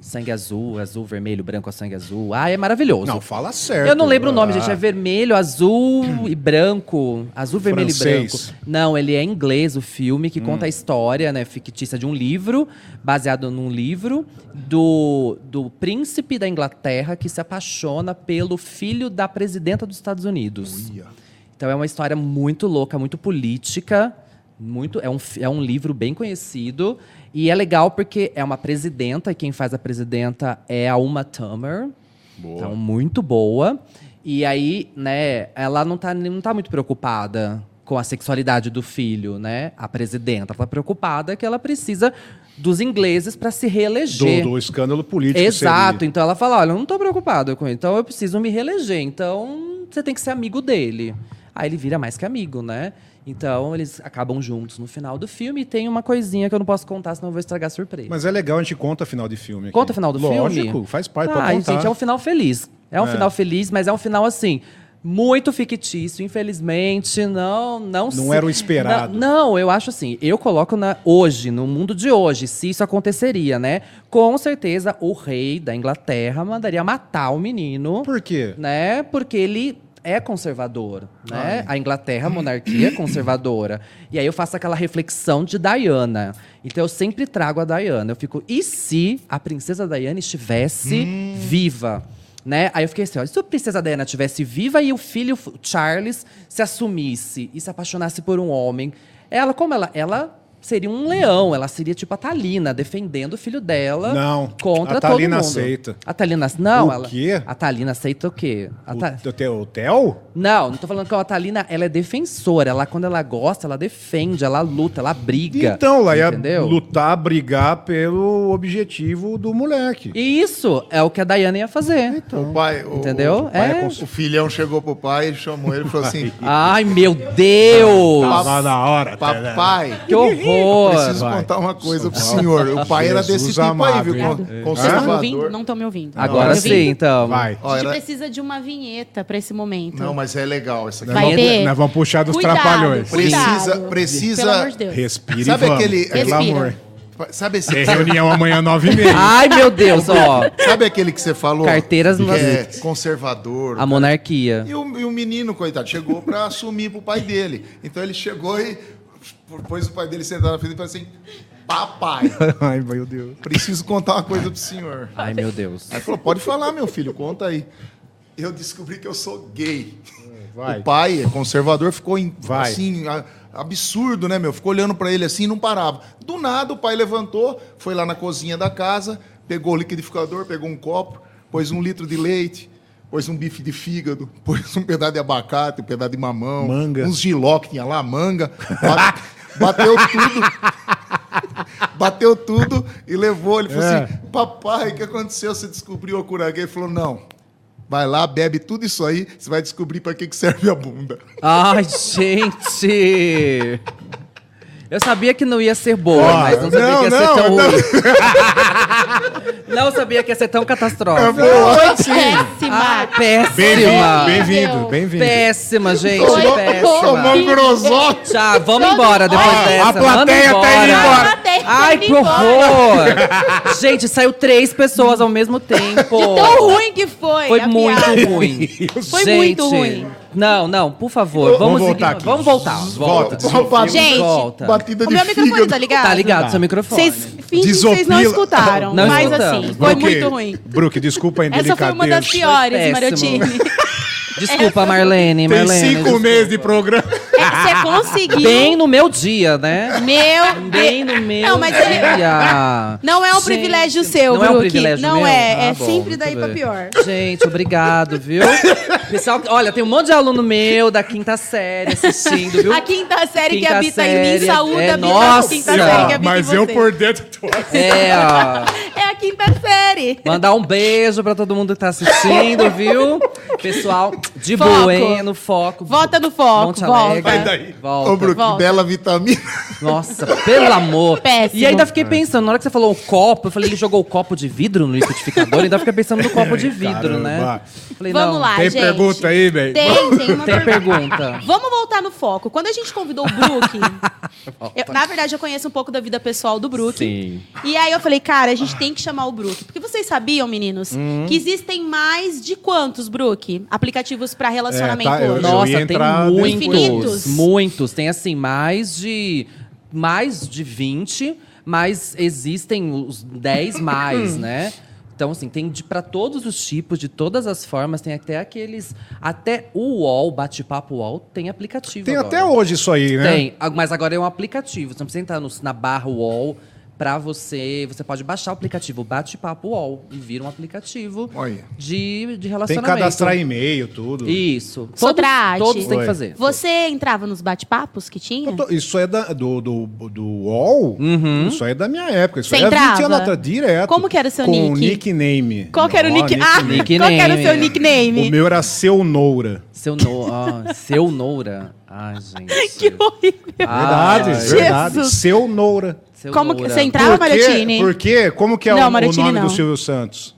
Speaker 4: sangue azul, azul, vermelho, branco, sangue azul. Ah, é maravilhoso.
Speaker 2: Não, fala certo.
Speaker 4: Eu não lembro o nome,
Speaker 3: né?
Speaker 4: gente. É
Speaker 2: Ah. Hum.
Speaker 4: vermelho, azul e branco. Azul, vermelho
Speaker 2: Francês. Hum.
Speaker 4: e branco. Não, ele é inglês, o filme, que conta a história, né, fictícia de um livro, baseado num livro, do, do príncipe da Inglaterra que se apaixona pelo filho da presidenta dos Estados Unidos. Então é uma história muito louca, muito política. Muito, é, um, fi- é um livro bem conhecido. E é legal porque é uma presidenta, e quem faz a presidenta é a Uma Thurman. Então, muito boa. E aí, né, ela não tá, não tá muito preocupada com a sexualidade do filho, né? A presidenta tá preocupada que ela precisa dos ingleses para se
Speaker 2: Do,
Speaker 4: reeleger.
Speaker 2: do escândalo político.
Speaker 4: Exato.
Speaker 2: seria.
Speaker 4: Então ela fala: olha, eu não tô preocupada com ele, então eu preciso me reeleger. Então você tem que ser amigo dele. Aí ele vira mais que amigo, né? Então eles acabam juntos no final do filme e tem uma coisinha que eu não posso contar, senão eu vou estragar a surpresa.
Speaker 2: Mas é legal, a gente conta final de filme. aqui.
Speaker 4: Conta o final do
Speaker 2: Lógico,
Speaker 4: filme.
Speaker 2: faz parte,
Speaker 4: ah,
Speaker 2: pode contar.
Speaker 4: gente, é um final feliz. É um
Speaker 2: É.
Speaker 4: final feliz, mas é um final assim. Muito fictício, infelizmente, não, não
Speaker 2: Não era o esperado.
Speaker 4: Não, não, eu acho assim, eu coloco na hoje, no mundo de hoje, se isso aconteceria, né? Com certeza o rei da Inglaterra mandaria matar o menino
Speaker 2: Por quê?
Speaker 4: né? Porque ele é conservador, né? A Inglaterra, a monarquia é conservadora. E aí eu faço aquela reflexão de Diana. Então eu sempre trago a Diana. Eu fico, e se a princesa Diana estivesse
Speaker 2: Hum.
Speaker 4: viva? Né? Aí eu fiquei assim, ó, e se a princesa Diana estivesse viva e o filho o Charles se assumisse e se apaixonasse por um homem? Ela, como ela, ela seria um leão, ela seria tipo a Talina defendendo o filho dela
Speaker 2: Não,
Speaker 4: contra
Speaker 2: a
Speaker 4: todo mundo.
Speaker 2: Thalina aceita.
Speaker 4: A Thalina, não,
Speaker 2: O
Speaker 4: ela.
Speaker 2: quê?
Speaker 4: A Thalina aceita o quê? A
Speaker 2: O,
Speaker 4: Tha-
Speaker 2: o teu o Theo?
Speaker 4: Não, não tô falando que a Thalina, ela é defensora. Ela, quando ela gosta, ela defende, ela luta, ela briga.
Speaker 2: Então, lá ia
Speaker 4: entendeu?
Speaker 2: lutar, brigar pelo objetivo do moleque.
Speaker 4: E isso é o que a Dayana ia fazer.
Speaker 3: O pai, o,
Speaker 4: Entendeu?
Speaker 3: O, pai
Speaker 4: É.
Speaker 3: cons- o filhão chegou pro pai, chamou ele e falou assim: "Ah,
Speaker 4: Ai, meu Deus!
Speaker 2: Tava Tá na hora. tá
Speaker 3: Papai,
Speaker 4: Que horror!
Speaker 3: preciso
Speaker 2: vai.
Speaker 3: contar uma coisa pro senhor. O pai era
Speaker 2: Jesus
Speaker 3: desse tipo
Speaker 2: amado,
Speaker 3: aí, viu?
Speaker 2: hein?
Speaker 3: Con-
Speaker 2: É.
Speaker 1: Vocês estão me ouvindo?
Speaker 3: Conservador.
Speaker 1: Não estão me ouvindo.
Speaker 4: Ah, Agora
Speaker 1: Tão me
Speaker 4: sim,
Speaker 1: ouvindo?
Speaker 4: então.
Speaker 2: Vai.
Speaker 1: A
Speaker 3: Ó,
Speaker 1: gente
Speaker 3: era-
Speaker 1: precisa de uma vinheta pra esse momento.
Speaker 3: Não, mas é legal essa aqui.
Speaker 1: Vai
Speaker 2: vamos,
Speaker 1: ter.
Speaker 2: nós vamos puxar dos
Speaker 1: Cuidado,
Speaker 2: trapalhões.
Speaker 1: cuidado.
Speaker 3: Precisa- precisa-
Speaker 1: Pelo amor de Deus.
Speaker 2: Respire
Speaker 3: Sabe
Speaker 2: e vamos.
Speaker 3: aquele-
Speaker 2: Pelo
Speaker 1: Respira.
Speaker 2: amor.
Speaker 3: Sabe esse.
Speaker 2: Tem reunião amanhã, nove e meia.
Speaker 4: Ai, meu Deus, ó.
Speaker 3: Sabe aquele que você falou?
Speaker 4: Carteiras
Speaker 3: que
Speaker 4: nas
Speaker 3: é
Speaker 4: letras.
Speaker 3: conservador.
Speaker 4: A monarquia.
Speaker 3: E o, e o menino, coitado, chegou pra assumir pro pai dele. Então ele chegou e pôs o pai dele sentado na frente e falou assim: Papai,
Speaker 2: Ai, meu Deus.
Speaker 3: preciso contar uma coisa pro senhor.
Speaker 4: Ai, meu Deus.
Speaker 3: Aí falou: Pode falar, meu filho, conta aí. Eu descobri que eu sou gay.
Speaker 2: Vai.
Speaker 3: O pai, é conservador, ficou em-
Speaker 2: Vai.
Speaker 3: assim, a- absurdo, né, meu? Ficou olhando pra ele assim e não parava. Do nada, o pai levantou, foi lá na cozinha da casa, pegou o liquidificador, pegou um copo, pôs um litro de leite, pôs um bife de fígado, pôs um pedaço de abacate, um pedaço de mamão,
Speaker 2: Manga.
Speaker 3: uns giló que tinha lá, manga. Bate- Bateu tudo. Bateu tudo e levou. Ele falou
Speaker 2: É.
Speaker 3: assim: Papai, o que aconteceu? Você descobriu a curaguê? Ele falou: Não. Vai lá, bebe tudo isso aí, você vai descobrir para que, que serve a bunda.
Speaker 4: Ai, gente! Eu sabia que não ia ser boa,
Speaker 2: Ó,
Speaker 4: mas não sabia
Speaker 2: não,
Speaker 4: que ia
Speaker 2: não,
Speaker 4: ser tão. não sabia que ia ser tão catastrófica. Ah,
Speaker 1: Péssima.
Speaker 2: Bem-vindo,
Speaker 4: péssima!
Speaker 2: bem-vindo,
Speaker 1: Meu
Speaker 2: bem-vindo.
Speaker 4: Péssima, gente,
Speaker 1: Foi
Speaker 4: péssima.
Speaker 1: horrível.
Speaker 3: Tomou grosote.
Speaker 4: Tchau, vamos embora depois
Speaker 2: Ah, a
Speaker 4: dessa.
Speaker 2: plateia
Speaker 4: vamos
Speaker 2: tá indo embora.
Speaker 1: A plateia tá
Speaker 4: Ai,
Speaker 1: indo
Speaker 4: que horror! gente, saiu três pessoas ao mesmo tempo.
Speaker 1: De tão ruim que foi.
Speaker 4: Foi
Speaker 1: a
Speaker 4: muito
Speaker 1: piada.
Speaker 4: ruim.
Speaker 1: Foi
Speaker 4: Gente,
Speaker 1: muito ruim.
Speaker 4: Não, não, por favor, vamos,
Speaker 2: voltar
Speaker 4: igno-
Speaker 2: aqui.
Speaker 4: Vamos voltar. Volta.
Speaker 3: Volta.
Speaker 1: Gente,
Speaker 4: volta.
Speaker 3: Batida
Speaker 1: O
Speaker 3: de
Speaker 1: meu microfone
Speaker 3: fígado.
Speaker 1: tá ligado?
Speaker 4: Tá ligado seu microfone.
Speaker 1: Vocês fingem que vocês
Speaker 2: Desopila.
Speaker 1: não escutaram.
Speaker 4: Não
Speaker 1: mas
Speaker 4: escutamos.
Speaker 1: assim, foi
Speaker 2: Brook,
Speaker 1: muito ruim.
Speaker 2: Brook, desculpa a
Speaker 1: Essa foi uma das
Speaker 2: indelicadeza.
Speaker 1: piores,
Speaker 4: Foi péssimo.
Speaker 1: Mariotini.
Speaker 4: Desculpa, Marlene,
Speaker 2: Tem
Speaker 4: Marlene.
Speaker 2: cinco
Speaker 4: desculpa.
Speaker 2: meses de programa.
Speaker 1: É que você conseguiu.
Speaker 4: Bem no meu dia, né?
Speaker 1: Meu.
Speaker 4: Bem no meu
Speaker 1: Não, mas ele-
Speaker 4: dia.
Speaker 1: Não é um
Speaker 4: Gente,
Speaker 1: privilégio seu,
Speaker 4: não
Speaker 1: Brook.
Speaker 4: é um privilégio
Speaker 1: Não
Speaker 4: meu?
Speaker 1: é.
Speaker 4: Ah,
Speaker 1: é
Speaker 4: bom,
Speaker 1: sempre
Speaker 4: muito
Speaker 1: daí pra
Speaker 4: bem.
Speaker 1: pior.
Speaker 4: Gente, obrigado, viu? Pessoal, olha, tem um monte de aluno meu da quinta série assistindo, viu?
Speaker 1: A quinta série que
Speaker 4: Quinta
Speaker 1: habita em
Speaker 4: série,
Speaker 1: mim, saúde
Speaker 4: é,
Speaker 1: habita
Speaker 4: nossa.
Speaker 1: a quinta série que habita
Speaker 2: Assim, Mas
Speaker 1: em
Speaker 2: eu
Speaker 1: você.
Speaker 2: por dentro tô assim.
Speaker 4: É, ó.
Speaker 1: É a quinta série.
Speaker 4: Mandar um beijo pra todo mundo que tá assistindo, viu? Pessoal, de
Speaker 1: Foco.
Speaker 4: boa, hein? No foco.
Speaker 1: Volta no foco,
Speaker 4: Monte
Speaker 1: volta.
Speaker 4: Alegre.
Speaker 2: Vai daí.
Speaker 4: Volta.
Speaker 3: Ô, Brook,
Speaker 1: Volta.
Speaker 3: bela vitamina.
Speaker 4: Nossa, pelo amor.
Speaker 1: Péssimo.
Speaker 4: E ainda fiquei pensando, na hora que você falou o copo, eu falei, ele jogou o copo de vidro no liquidificador, ainda fiquei pensando no copo de vidro, né?
Speaker 2: Caramba.
Speaker 4: Falei,
Speaker 1: Vamos
Speaker 4: não,
Speaker 1: lá,
Speaker 2: Tem
Speaker 1: gente.
Speaker 2: pergunta aí, bem?
Speaker 1: Tem, tem uma
Speaker 4: Tem
Speaker 1: pergunta.
Speaker 4: pergunta.
Speaker 1: Vamos voltar no foco. Quando a gente convidou o Brook, eu- na verdade eu conheço um pouco da vida pessoal do Brook.
Speaker 4: Sim.
Speaker 1: E aí eu falei, cara, a gente tem que chamar o Brook. Porque vocês sabiam, meninos,
Speaker 2: Hum.
Speaker 1: que existem mais de quantos, Brook? Aplicativos pra relacionamento
Speaker 2: É, tá, eu-
Speaker 1: hoje.
Speaker 2: eu- ia
Speaker 4: Nossa, tem
Speaker 2: entrar
Speaker 4: muitos.
Speaker 1: dentro Infinitos?
Speaker 4: Muitos. Tem assim, mais de. Mais de 20, mas existem os 10 mais, né? Então, assim, tem de para todos os tipos, de todas as formas, tem até aqueles. Até o UOL, bate-papo UOL, tem aplicativo.
Speaker 2: Tem
Speaker 4: agora.
Speaker 2: até hoje isso aí, né?
Speaker 4: Tem, a- mas agora é um aplicativo. Você não precisa entrar no- na barra UOL pra você. Você pode baixar o aplicativo Bate-Papo UOL e vira um aplicativo
Speaker 3: Olha.
Speaker 4: de, de
Speaker 2: Tem que
Speaker 4: relacionamento.
Speaker 2: cadastrar e-mail, tudo.
Speaker 4: Isso.
Speaker 1: Sotrate.
Speaker 4: Todos, todos têm
Speaker 2: Oi.
Speaker 4: que fazer.
Speaker 1: Você entrava nos bate-papos que
Speaker 2: Eu
Speaker 1: tinha?
Speaker 2: tô- isso é da- do, do, do UOL?
Speaker 4: Uhum.
Speaker 2: Isso aí é da minha época. Isso
Speaker 1: Você
Speaker 2: aí é 20 anos
Speaker 1: entrava?
Speaker 2: atrás, direto.
Speaker 1: Como que era o seu
Speaker 2: com Com
Speaker 1: nick?
Speaker 2: nickname.
Speaker 1: Qual que era o
Speaker 2: Ó,
Speaker 1: nick... Ah,
Speaker 4: nickname.
Speaker 1: qual que era o seu
Speaker 2: O
Speaker 1: nickname?
Speaker 2: meu era Seu Noura.
Speaker 4: Seu, no... ah, seu Noura. Ai, gente.
Speaker 1: Que horrível.
Speaker 4: Ah,
Speaker 2: Verdade,
Speaker 1: Jesus.
Speaker 2: verdade. Seu Noura.
Speaker 4: Seu
Speaker 1: Como que
Speaker 4: Noura.
Speaker 1: você entrava,
Speaker 2: Por quê?
Speaker 1: Mariotini?
Speaker 2: Por quê? Como que é
Speaker 1: Não,
Speaker 2: o, o
Speaker 1: Marotini,
Speaker 2: nome
Speaker 1: não.
Speaker 2: do Silvio Santos?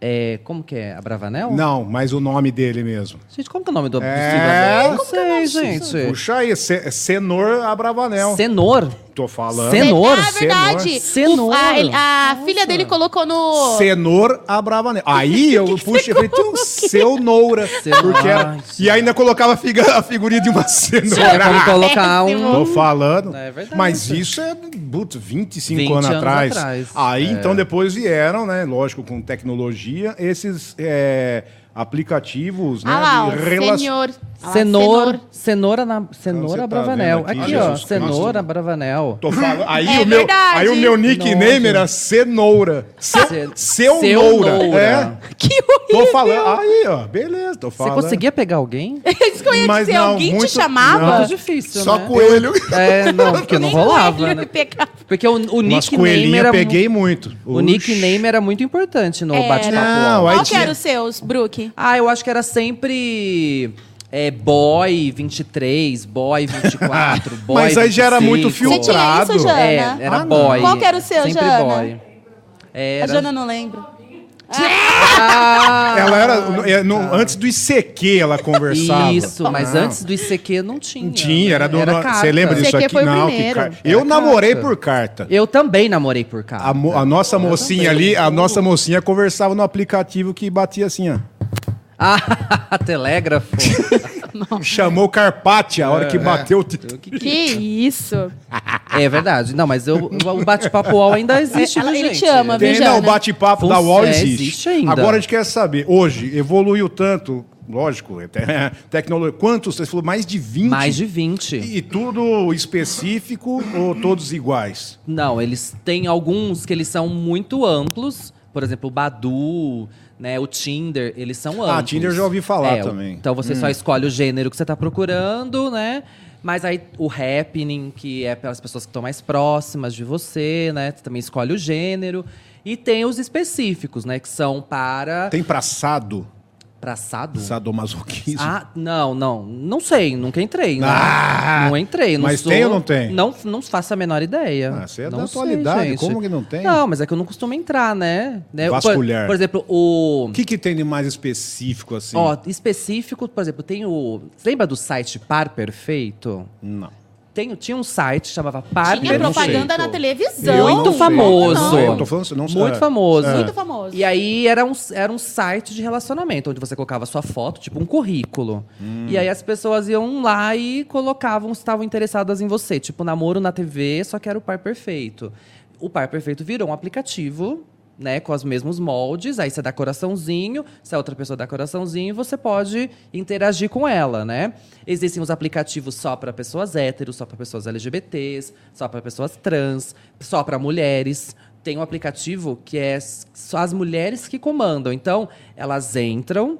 Speaker 4: É, como que é? A Bravanel?
Speaker 2: Não, mas o nome dele mesmo.
Speaker 4: Gente, como que é o nome do
Speaker 2: É,
Speaker 4: do cidadão? Não sei, gente.
Speaker 2: Puxa aí, ce- é Senor Abravanel.
Speaker 4: Cenor?
Speaker 2: Tô falando.
Speaker 4: Ceno- Cenoura.
Speaker 1: Ah, verdade.
Speaker 4: Cenoura.
Speaker 1: O- a ele- a
Speaker 4: Nossa.
Speaker 1: filha dele colocou no...
Speaker 2: Senor Abravanel. Aí eu puxei e falei, tem um Seu Noura.
Speaker 4: Cenoura.
Speaker 2: Porque era-
Speaker 4: Ai,
Speaker 2: e ainda colocava a, figa- a figurinha de uma
Speaker 4: Tinha como
Speaker 2: cenoura.
Speaker 4: colocar um.
Speaker 2: Tô falando.
Speaker 4: É verdade.
Speaker 2: Mas isso é putz, 25
Speaker 4: 20
Speaker 2: anos,
Speaker 4: anos
Speaker 2: atrás.
Speaker 4: atrás.
Speaker 2: Aí
Speaker 4: É.
Speaker 2: então depois vieram, né? Lógico, com tecnologia, esses é, aplicativos né,
Speaker 1: Ah lá,
Speaker 2: de
Speaker 1: o
Speaker 2: relac-
Speaker 1: senhor. Ah lá,
Speaker 4: Cenoura, cenoura, na,
Speaker 2: Então, você
Speaker 4: cenoura
Speaker 2: tá
Speaker 4: Bravanel.
Speaker 2: vendo
Speaker 4: Aqui,
Speaker 2: aqui,
Speaker 4: ó,
Speaker 2: Jesus
Speaker 4: cenoura
Speaker 2: Cristo.
Speaker 4: Bravanel.
Speaker 2: Tô falando. Aí,
Speaker 1: É
Speaker 2: o meu,
Speaker 1: verdade.
Speaker 2: aí o meu nickname
Speaker 4: Nossa.
Speaker 2: era Cenoura. Seu,
Speaker 4: Ce-
Speaker 2: seu,
Speaker 4: Seu
Speaker 2: Noura.
Speaker 4: Noura.
Speaker 2: É.
Speaker 1: Que
Speaker 2: Tô
Speaker 1: horrível.
Speaker 2: falando. Aí, ó, beleza, tô
Speaker 4: Você
Speaker 2: falando.
Speaker 4: conseguia pegar alguém?
Speaker 1: Eles conheciam
Speaker 2: Mas
Speaker 1: dizer,
Speaker 2: não,
Speaker 1: alguém
Speaker 2: muito-
Speaker 1: te chamava?
Speaker 2: Ah,
Speaker 4: Muito difícil,
Speaker 3: Só
Speaker 4: né?
Speaker 3: coelho.
Speaker 4: É, não, porque não
Speaker 1: Nem
Speaker 4: rolava,
Speaker 1: coelho
Speaker 4: né?
Speaker 1: pegava.
Speaker 4: Porque o, o
Speaker 2: Umas
Speaker 4: nickname
Speaker 2: coelhinhas
Speaker 4: era...
Speaker 2: eu
Speaker 4: mu-
Speaker 2: peguei muito.
Speaker 4: O nickname era muito importante no
Speaker 1: Era.
Speaker 4: bate-papo.
Speaker 2: Não,
Speaker 4: UOL.
Speaker 2: aí
Speaker 1: Qual que
Speaker 2: tinha-
Speaker 1: era os seus, Brook?
Speaker 4: Ah, eu acho que era sempre... É, boy 23, boy 24, boy
Speaker 2: Mas aí já era muito
Speaker 4: 25.
Speaker 1: Você tinha isso,
Speaker 2: filtrado.
Speaker 1: Jana?
Speaker 4: É, era
Speaker 2: Ah, não.
Speaker 4: boy.
Speaker 1: Qual que era o seu,
Speaker 4: sempre
Speaker 1: Jana?
Speaker 4: boy.
Speaker 1: A
Speaker 4: Era...
Speaker 1: Jana não lembra.
Speaker 4: Ah!
Speaker 2: Ela era. é, no- antes do ICQ ela conversava.
Speaker 4: Isso, mas
Speaker 2: Ah.
Speaker 4: antes do ICQ não tinha.
Speaker 2: Não tinha, era do.
Speaker 4: carta.
Speaker 2: Você lembra disso
Speaker 1: ICQ
Speaker 2: aqui?
Speaker 1: foi o
Speaker 2: Não, que
Speaker 1: primeiro.
Speaker 2: car... Eu
Speaker 4: Era
Speaker 2: namorei
Speaker 4: carta.
Speaker 2: por carta.
Speaker 4: Eu também namorei por carta.
Speaker 2: A, mo- a nossa mocinha ali, a nossa mocinha conversava no aplicativo que batia assim, ó.
Speaker 4: Ah, telégrafo.
Speaker 2: Chamou Carpátia a hora que bateu. o
Speaker 1: Que isso?
Speaker 4: é verdade. Não, mas eu, o bate-papo UOL ainda existe,
Speaker 1: Ela-
Speaker 4: viu,
Speaker 1: ele
Speaker 4: gente?
Speaker 1: te ama, viu?
Speaker 2: Tem,
Speaker 1: Jana?
Speaker 2: não, o bate-papo da
Speaker 4: Função-
Speaker 2: UOL
Speaker 4: é,
Speaker 2: existe.
Speaker 4: existe ainda.
Speaker 2: Agora a gente quer saber, hoje, evoluiu tanto, lógico, é te- tecnologia, quantos? Você falou mais de 20?
Speaker 4: Mais de 20.
Speaker 2: E, e tudo específico ou todos iguais?
Speaker 4: Não, eles têm alguns que eles são muito amplos. Por exemplo, o Badu. né? O Tinder, eles são amplos.
Speaker 2: Ah, Tinder eu já ouvi falar
Speaker 4: o-
Speaker 2: também. Hum.
Speaker 4: Então você só escolhe o gênero que você tá procurando, né? Mas aí o happening, que é pelas pessoas que estão mais próximas de você, né? Você também escolhe o gênero. E tem os específicos, né? Que são para...
Speaker 2: Tem pra sado?
Speaker 4: Traçado?
Speaker 2: Sadomasoquismo.
Speaker 4: Ah, não, não. Não sei, nunca entrei. né?
Speaker 2: Ah!
Speaker 4: não entrei. Não
Speaker 2: Mas
Speaker 4: sou-
Speaker 2: tem ou não tem?
Speaker 4: Não, não faço a menor ideia.
Speaker 2: Ah, você é
Speaker 4: não
Speaker 2: da
Speaker 4: sei,
Speaker 2: atualidade,
Speaker 4: gente.
Speaker 2: como que não tem?
Speaker 4: Não, mas é que eu não costumo entrar, né? né? Por-
Speaker 2: Vasculhar.
Speaker 4: Por, exemplo, o...
Speaker 2: O que, que tem de mais específico assim?
Speaker 4: Ó, específico, por exemplo, tem o... Você lembra do site Par Perfeito?
Speaker 2: Não.
Speaker 4: Tem, tinha um site, chamava Par
Speaker 1: Tinha
Speaker 4: Perfeito.
Speaker 1: propaganda na televisão.
Speaker 2: Eu não
Speaker 4: Muito
Speaker 2: sei.
Speaker 4: famoso.
Speaker 2: Eu tô falando, não sei. É.
Speaker 4: Muito famoso.
Speaker 1: Muito famoso.
Speaker 4: E aí era um, era um site de relacionamento, onde você colocava sua foto, tipo um currículo.
Speaker 2: Hum.
Speaker 4: E aí as pessoas iam lá e colocavam, se estavam interessadas em você. Tipo, namoro na TV, só que era o par perfeito. O par perfeito virou um aplicativo, né? Com os mesmos moldes. Aí você dá coraçãozinho, se a outra pessoa dá coraçãozinho, você pode interagir com ela, né? Existem os aplicativos só para pessoas héteros, só para pessoas LGBTs, só para pessoas trans, só para mulheres tem um aplicativo que é s- só as mulheres que comandam. Então, elas entram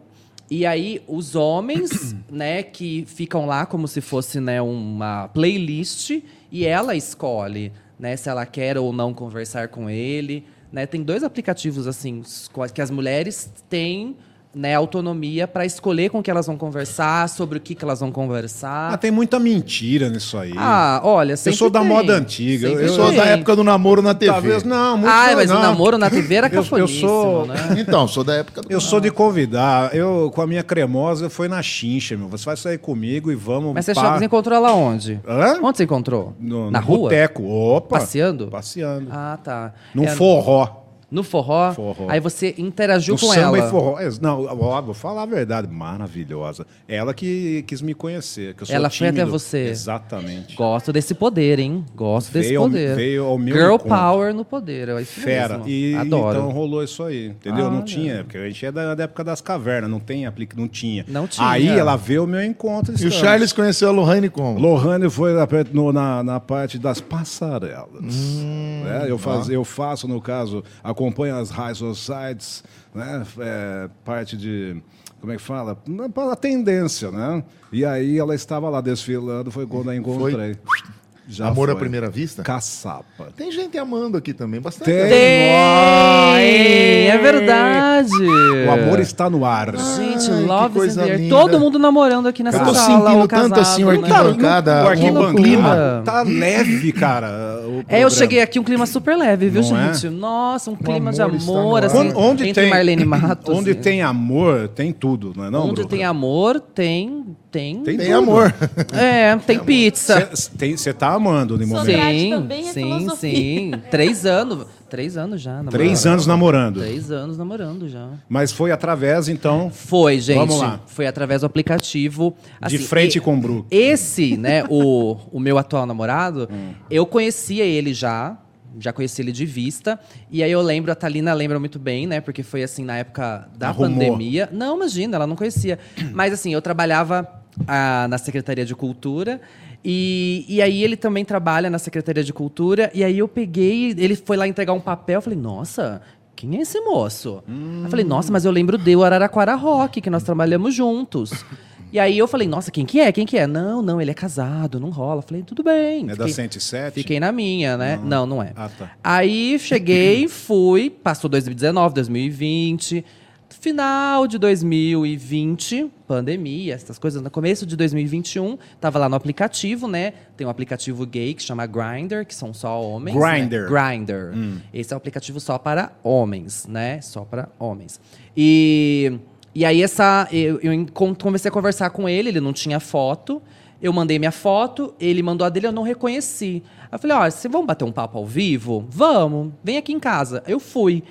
Speaker 4: e aí os homens, né, que ficam lá como se fosse, né, uma playlist e ela escolhe, né, se ela quer ou não conversar com ele, né? Tem dois aplicativos assim s- co- que as mulheres têm né, autonomia para escolher com que elas vão conversar, sobre o que, que elas vão
Speaker 2: Ah,
Speaker 4: conversar.
Speaker 2: tem muita mentira nisso aí.
Speaker 4: Ah, olha,
Speaker 2: eu
Speaker 4: sempre
Speaker 2: sou da
Speaker 4: tem.
Speaker 2: moda antiga.
Speaker 4: Sempre
Speaker 2: eu
Speaker 3: Eu sou
Speaker 4: tem.
Speaker 3: da época do namoro na TV.
Speaker 2: Talvez não, muito
Speaker 4: Ai,
Speaker 2: não,
Speaker 4: mas
Speaker 2: não.
Speaker 4: o namoro na TV era
Speaker 2: Eu- eu
Speaker 4: cafoníssimo,
Speaker 2: sou-
Speaker 4: né?
Speaker 3: Então, sou da época do
Speaker 2: Eu sou de convidar. Eu, com a minha cremosa, foi na chincha, meu. Você vai sair comigo e vamos.
Speaker 4: Mas você,
Speaker 2: um pá.
Speaker 4: achou, você encontrou ela onde?
Speaker 2: Hã?
Speaker 4: Onde você encontrou?
Speaker 2: No,
Speaker 4: Na
Speaker 2: no
Speaker 4: rua?
Speaker 2: boteco. Opa.
Speaker 4: Passeando?
Speaker 2: Passeando.
Speaker 4: Ah, tá.
Speaker 2: Num
Speaker 4: É,
Speaker 2: forró.
Speaker 4: No forró?
Speaker 2: Forró.
Speaker 4: Aí você interagiu
Speaker 2: No
Speaker 4: com
Speaker 2: samba
Speaker 4: ela.
Speaker 2: e forró. É, Não, ó, vou falar a verdade. Maravilhosa. Ela que quis me conhecer. Que eu sou
Speaker 4: Ela foi
Speaker 2: tímido.
Speaker 4: até você.
Speaker 2: Exatamente.
Speaker 4: Gosto desse poder, hein? Gosto desse
Speaker 2: Veio ao-
Speaker 4: poder.
Speaker 2: veio ao meu
Speaker 4: Girl
Speaker 2: encontro.
Speaker 4: power no poder. É isso
Speaker 2: Fera.
Speaker 4: mesmo.
Speaker 2: E
Speaker 4: Adoro.
Speaker 2: então rolou isso aí, entendeu?
Speaker 4: Ah,
Speaker 2: não
Speaker 4: é.
Speaker 2: tinha, porque a gente é da, da época das cavernas, não tem aplica, não tinha.
Speaker 4: Não tinha.
Speaker 2: Aí ela vê o meu encontro.
Speaker 3: E o
Speaker 2: estamos.
Speaker 3: Charles conheceu a Lohane como?
Speaker 2: Lohane foi na, pe- no- na- na parte das passarelas.
Speaker 3: Hum,
Speaker 2: né? eu, faz- eu faço, no caso, acompanho as high societies, né? É, parte de. Como é que fala? Na- Para a tendência, né? E aí ela estava lá desfilando, foi quando a encontrei. Já
Speaker 3: Amor à
Speaker 2: foi.
Speaker 3: primeira vista?
Speaker 2: Caçapa.
Speaker 3: Tem gente amando aqui também, bastante.
Speaker 2: Tem.
Speaker 4: Tem! É verdade!
Speaker 3: É.
Speaker 2: O amor está no ar.
Speaker 3: Ah,
Speaker 4: Gente,
Speaker 3: Ai, que
Speaker 4: love is
Speaker 3: coisa
Speaker 4: in the air.
Speaker 3: linda.
Speaker 4: Todo mundo namorando aqui nessa
Speaker 3: Eu tô
Speaker 4: sala.
Speaker 3: sentindo
Speaker 4: ou
Speaker 3: tanto
Speaker 4: casado,
Speaker 3: assim, o
Speaker 4: né?
Speaker 3: arquibancada. arquibancada,
Speaker 2: o
Speaker 3: um
Speaker 2: arquibancada
Speaker 4: clima.
Speaker 2: tá leve, cara. o
Speaker 4: É, eu
Speaker 2: programa.
Speaker 4: cheguei aqui um clima super leve, viu,
Speaker 2: Não é?
Speaker 4: gente? Nossa, um clima de
Speaker 3: amor está
Speaker 4: amor,
Speaker 3: no ar.
Speaker 4: assim,
Speaker 2: Quando- onde
Speaker 4: entre
Speaker 2: tem
Speaker 4: Marlene Matos.
Speaker 2: Onde
Speaker 4: e-
Speaker 2: tem amor, tem tudo, não é não,
Speaker 4: onde
Speaker 2: Bruno?
Speaker 4: tem amor, tem. Tem.
Speaker 2: Tem-
Speaker 3: Tem
Speaker 2: tudo.
Speaker 3: amor.
Speaker 4: É, tem pizza.
Speaker 2: Você tá amando no momento.
Speaker 1: Sobrado.
Speaker 4: Sim,
Speaker 1: também é
Speaker 4: sim,
Speaker 1: filosofia.
Speaker 4: sim. Três anos. Três anos já. namorando.
Speaker 2: Três anos namorando.
Speaker 4: Três anos namorando já.
Speaker 2: Mas foi através, então,
Speaker 4: Foi, gente.
Speaker 2: Vamos lá.
Speaker 4: Foi através do aplicativo. Assim,
Speaker 2: de frente
Speaker 4: e-
Speaker 2: com o Bru.
Speaker 4: Esse, né, o, o meu atual namorado,
Speaker 2: Hum.
Speaker 4: eu conhecia ele já. Já conheci ele de vista. E aí eu lembro, a Thalina lembra muito bem, né? Porque foi assim, na época da
Speaker 2: Arrumou.
Speaker 4: pandemia. Não, imagina, ela não conhecia. Mas assim, eu trabalhava ah, na Secretaria de Cultura. E, e aí ele também trabalha na Secretaria de Cultura. E aí eu peguei, ele foi lá entregar um papel. Eu falei, nossa, quem é esse moço? Eu
Speaker 2: Hum.
Speaker 4: falei, nossa, mas eu lembro de o Araraquara Rock, que nós trabalhamos juntos. E aí eu falei, nossa, quem que é? Quem que é? Não, não, ele é casado, não rola. Eu falei, tudo bem.
Speaker 2: É da
Speaker 4: Fiquei,
Speaker 2: 107?
Speaker 4: fiquei na minha, né? Não, não é.
Speaker 2: Ah, tá.
Speaker 4: Aí cheguei, fui, passou 2019, 2020, final de 2020, pandemia, essas coisas, no começo de 2021, tava lá no aplicativo, né? Tem um aplicativo gay que chama Grindr, que são só homens.
Speaker 2: Grindr.
Speaker 4: Né? Grindr. Esse é um aplicativo só para homens, né? Só para homens. E, e aí essa eu, eu encon- comecei a conversar com ele, ele não tinha foto. Eu mandei minha foto, ele mandou a dele, eu não reconheci. Aí eu falei, ó, vocês vão bater um papo ao vivo? Vamos, vem aqui em casa. Eu fui.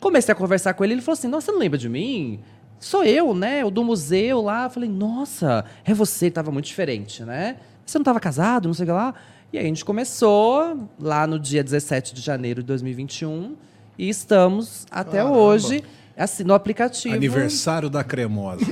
Speaker 4: Comecei a conversar com ele, ele falou assim, nossa, você não lembra de mim? Sou eu, né? O do museu lá. Eu falei, nossa, é você. Ele Tava muito diferente, né? Você não tava casado, não sei o que lá. E aí a gente começou lá no dia 17 de janeiro de 2021 e estamos até
Speaker 3: Caramba.
Speaker 4: hoje assim no aplicativo.
Speaker 2: Aniversário da cremosa.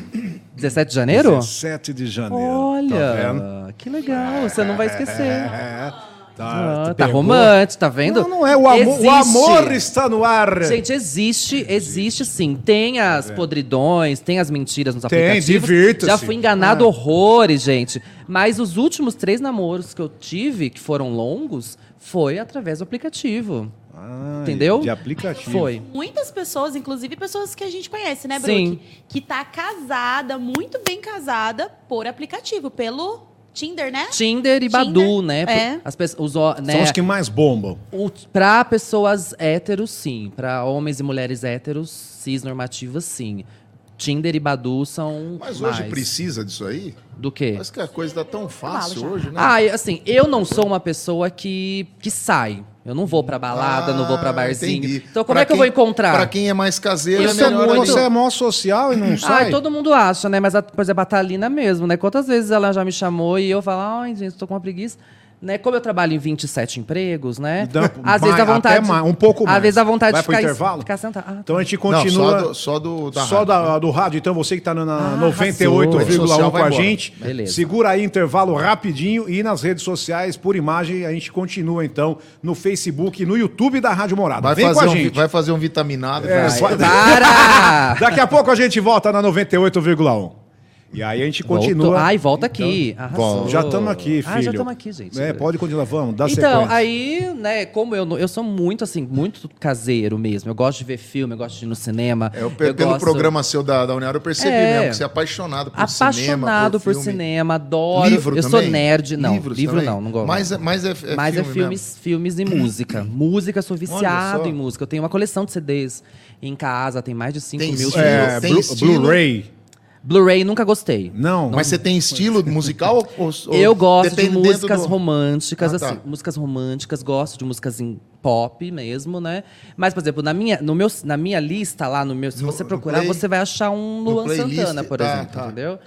Speaker 4: 17 de janeiro?
Speaker 2: 17 de janeiro.
Speaker 4: Olha,
Speaker 2: Tá vendo?
Speaker 4: que legal. Você não vai esquecer.
Speaker 2: É.
Speaker 4: Ah, tá
Speaker 2: pegou.
Speaker 4: romântico, tá vendo?
Speaker 2: Não, não é. O amor, o
Speaker 4: Existe.
Speaker 2: amor está no ar.
Speaker 4: Gente, existe, existe sim. Tem as podridões, tem as mentiras nos
Speaker 2: Tá Tem,
Speaker 4: aplicativos.
Speaker 2: divirta-se. Ah.
Speaker 4: Já fui enganado horrores, gente. Mas os últimos três namoros que eu tive, que foram longos, foi através do aplicativo.
Speaker 2: Ah,
Speaker 4: Entendeu?
Speaker 2: De aplicativo.
Speaker 4: Foi.
Speaker 1: Muitas pessoas, inclusive pessoas que a gente conhece, né, Brook?
Speaker 4: Sim.
Speaker 1: Que tá casada, muito bem casada, por aplicativo, pelo Tinder, né?
Speaker 4: Tinder e Badu, né?
Speaker 1: é.
Speaker 4: As pessoas, os, ho-
Speaker 2: São
Speaker 4: né?
Speaker 2: os que mais bombam.
Speaker 4: O- Pra pessoas héteros, sim. Pra homens e mulheres héteros, cis normativas, sim. Tinder e Badu são
Speaker 3: Mas hoje
Speaker 4: mais.
Speaker 3: precisa disso aí?
Speaker 4: do quê?
Speaker 3: Parece que a coisa tá tão fácil
Speaker 1: Fala já.
Speaker 3: hoje, né?
Speaker 4: Ah, e assim, eu não sou uma pessoa que, que sai. Eu não vou pra balada, não vou pra
Speaker 3: Ah,
Speaker 4: barzinho.
Speaker 3: entendi.
Speaker 4: Então como
Speaker 3: Pra
Speaker 4: é que eu vou
Speaker 3: quem- Pra
Speaker 4: encontrar?
Speaker 3: quem é mais caseiro, é
Speaker 2: Você, é
Speaker 3: melhor
Speaker 2: mó-
Speaker 3: ele-
Speaker 2: você é mó social e não
Speaker 4: Ah,
Speaker 2: sai?
Speaker 4: todo mundo acha, né? Mas, a, por exemplo, a Thalina mesmo, né? Quantas vezes ela já me chamou e eu falo, ai, gente, tô com uma preguiça. Né? Como eu trabalho em 27 empregos, né?
Speaker 2: Dá mais,
Speaker 4: às vezes dá
Speaker 2: Então, até
Speaker 4: vontade.
Speaker 2: mais, um pouco
Speaker 4: Às
Speaker 2: mais.
Speaker 4: vezes dá vontade
Speaker 2: Vai
Speaker 4: de
Speaker 2: pro
Speaker 4: ficar,
Speaker 2: intervalo?
Speaker 4: ficar sentado. Ah,
Speaker 2: Então a gente
Speaker 3: Não,
Speaker 2: continua...
Speaker 3: só do, só do da
Speaker 2: Só
Speaker 3: rádio.
Speaker 2: da- do rádio, então você que está na, na
Speaker 4: Ah,
Speaker 3: arrasou.
Speaker 2: 98,1 com a
Speaker 3: Social vai
Speaker 2: gente,
Speaker 4: embora. Beleza.
Speaker 2: segura aí intervalo rapidinho e nas redes sociais, por imagem, a gente continua então no Facebook e no YouTube da Rádio Morada.
Speaker 3: Vai
Speaker 2: Vem
Speaker 3: fazer,
Speaker 2: com a
Speaker 3: um, vi-
Speaker 2: gente.
Speaker 3: vai fazer um vitaminado.
Speaker 2: É,
Speaker 3: pra-
Speaker 2: só-
Speaker 4: Para!
Speaker 2: Daqui a pouco a gente volta na 98,1. E aí a gente continua. Então,
Speaker 4: Voltou. Ai, volta aqui. Arrasou.
Speaker 2: Bom, já estamos aqui, filho.
Speaker 4: Ah, já estamos aqui, gente.
Speaker 2: É, pode continuar, vamos, dá
Speaker 4: então,
Speaker 2: sequência.
Speaker 4: aí, né, como eu, não- eu sou muito, assim, muito caseiro mesmo. Eu gosto de ver filme, eu gosto de ir no cinema.
Speaker 3: É, eu pe- pelo
Speaker 4: gosto-
Speaker 3: programa seu da, da União, eu percebi
Speaker 4: É.
Speaker 3: mesmo que você é apaixonado por cinema.
Speaker 4: Apaixonado por
Speaker 3: filme.
Speaker 4: cinema, adoro.
Speaker 3: Livro
Speaker 4: eu
Speaker 3: também?
Speaker 4: sou nerd, não.
Speaker 3: Livros
Speaker 4: livro
Speaker 3: também?
Speaker 4: não, não gosto.
Speaker 3: Mas, é- mas é, é
Speaker 4: Mas
Speaker 3: filme
Speaker 4: é
Speaker 3: mesmo.
Speaker 4: filmes, filmes e música. música, eu sou
Speaker 3: Olha
Speaker 4: viciado
Speaker 3: só.
Speaker 4: em música. Eu tenho uma coleção de CDs em casa, tem mais de 5
Speaker 3: Tem
Speaker 4: mil
Speaker 3: estilo?
Speaker 2: É,
Speaker 4: CDs.
Speaker 3: tem
Speaker 2: Blu-
Speaker 3: estilo?
Speaker 2: Blu-ray.
Speaker 4: Blu-ray, nunca gostei.
Speaker 2: Não,
Speaker 3: Mas você tem estilo musical? ou- ou-
Speaker 4: Eu gosto de
Speaker 3: depende
Speaker 4: músicas
Speaker 3: dentro do-
Speaker 4: românticas,
Speaker 3: Ah, tá.
Speaker 4: assim, músicas românticas, gosto de músicas em pop mesmo, né? Mas, por exemplo, na minha, no meu, na minha lista lá, no meu, se
Speaker 3: No-
Speaker 4: você
Speaker 3: no
Speaker 4: procurar,
Speaker 3: play-
Speaker 4: você vai achar um
Speaker 3: no
Speaker 4: Luan
Speaker 3: playlist,
Speaker 4: Santana, por
Speaker 3: tá,
Speaker 4: exemplo,
Speaker 3: tá.
Speaker 4: entendeu?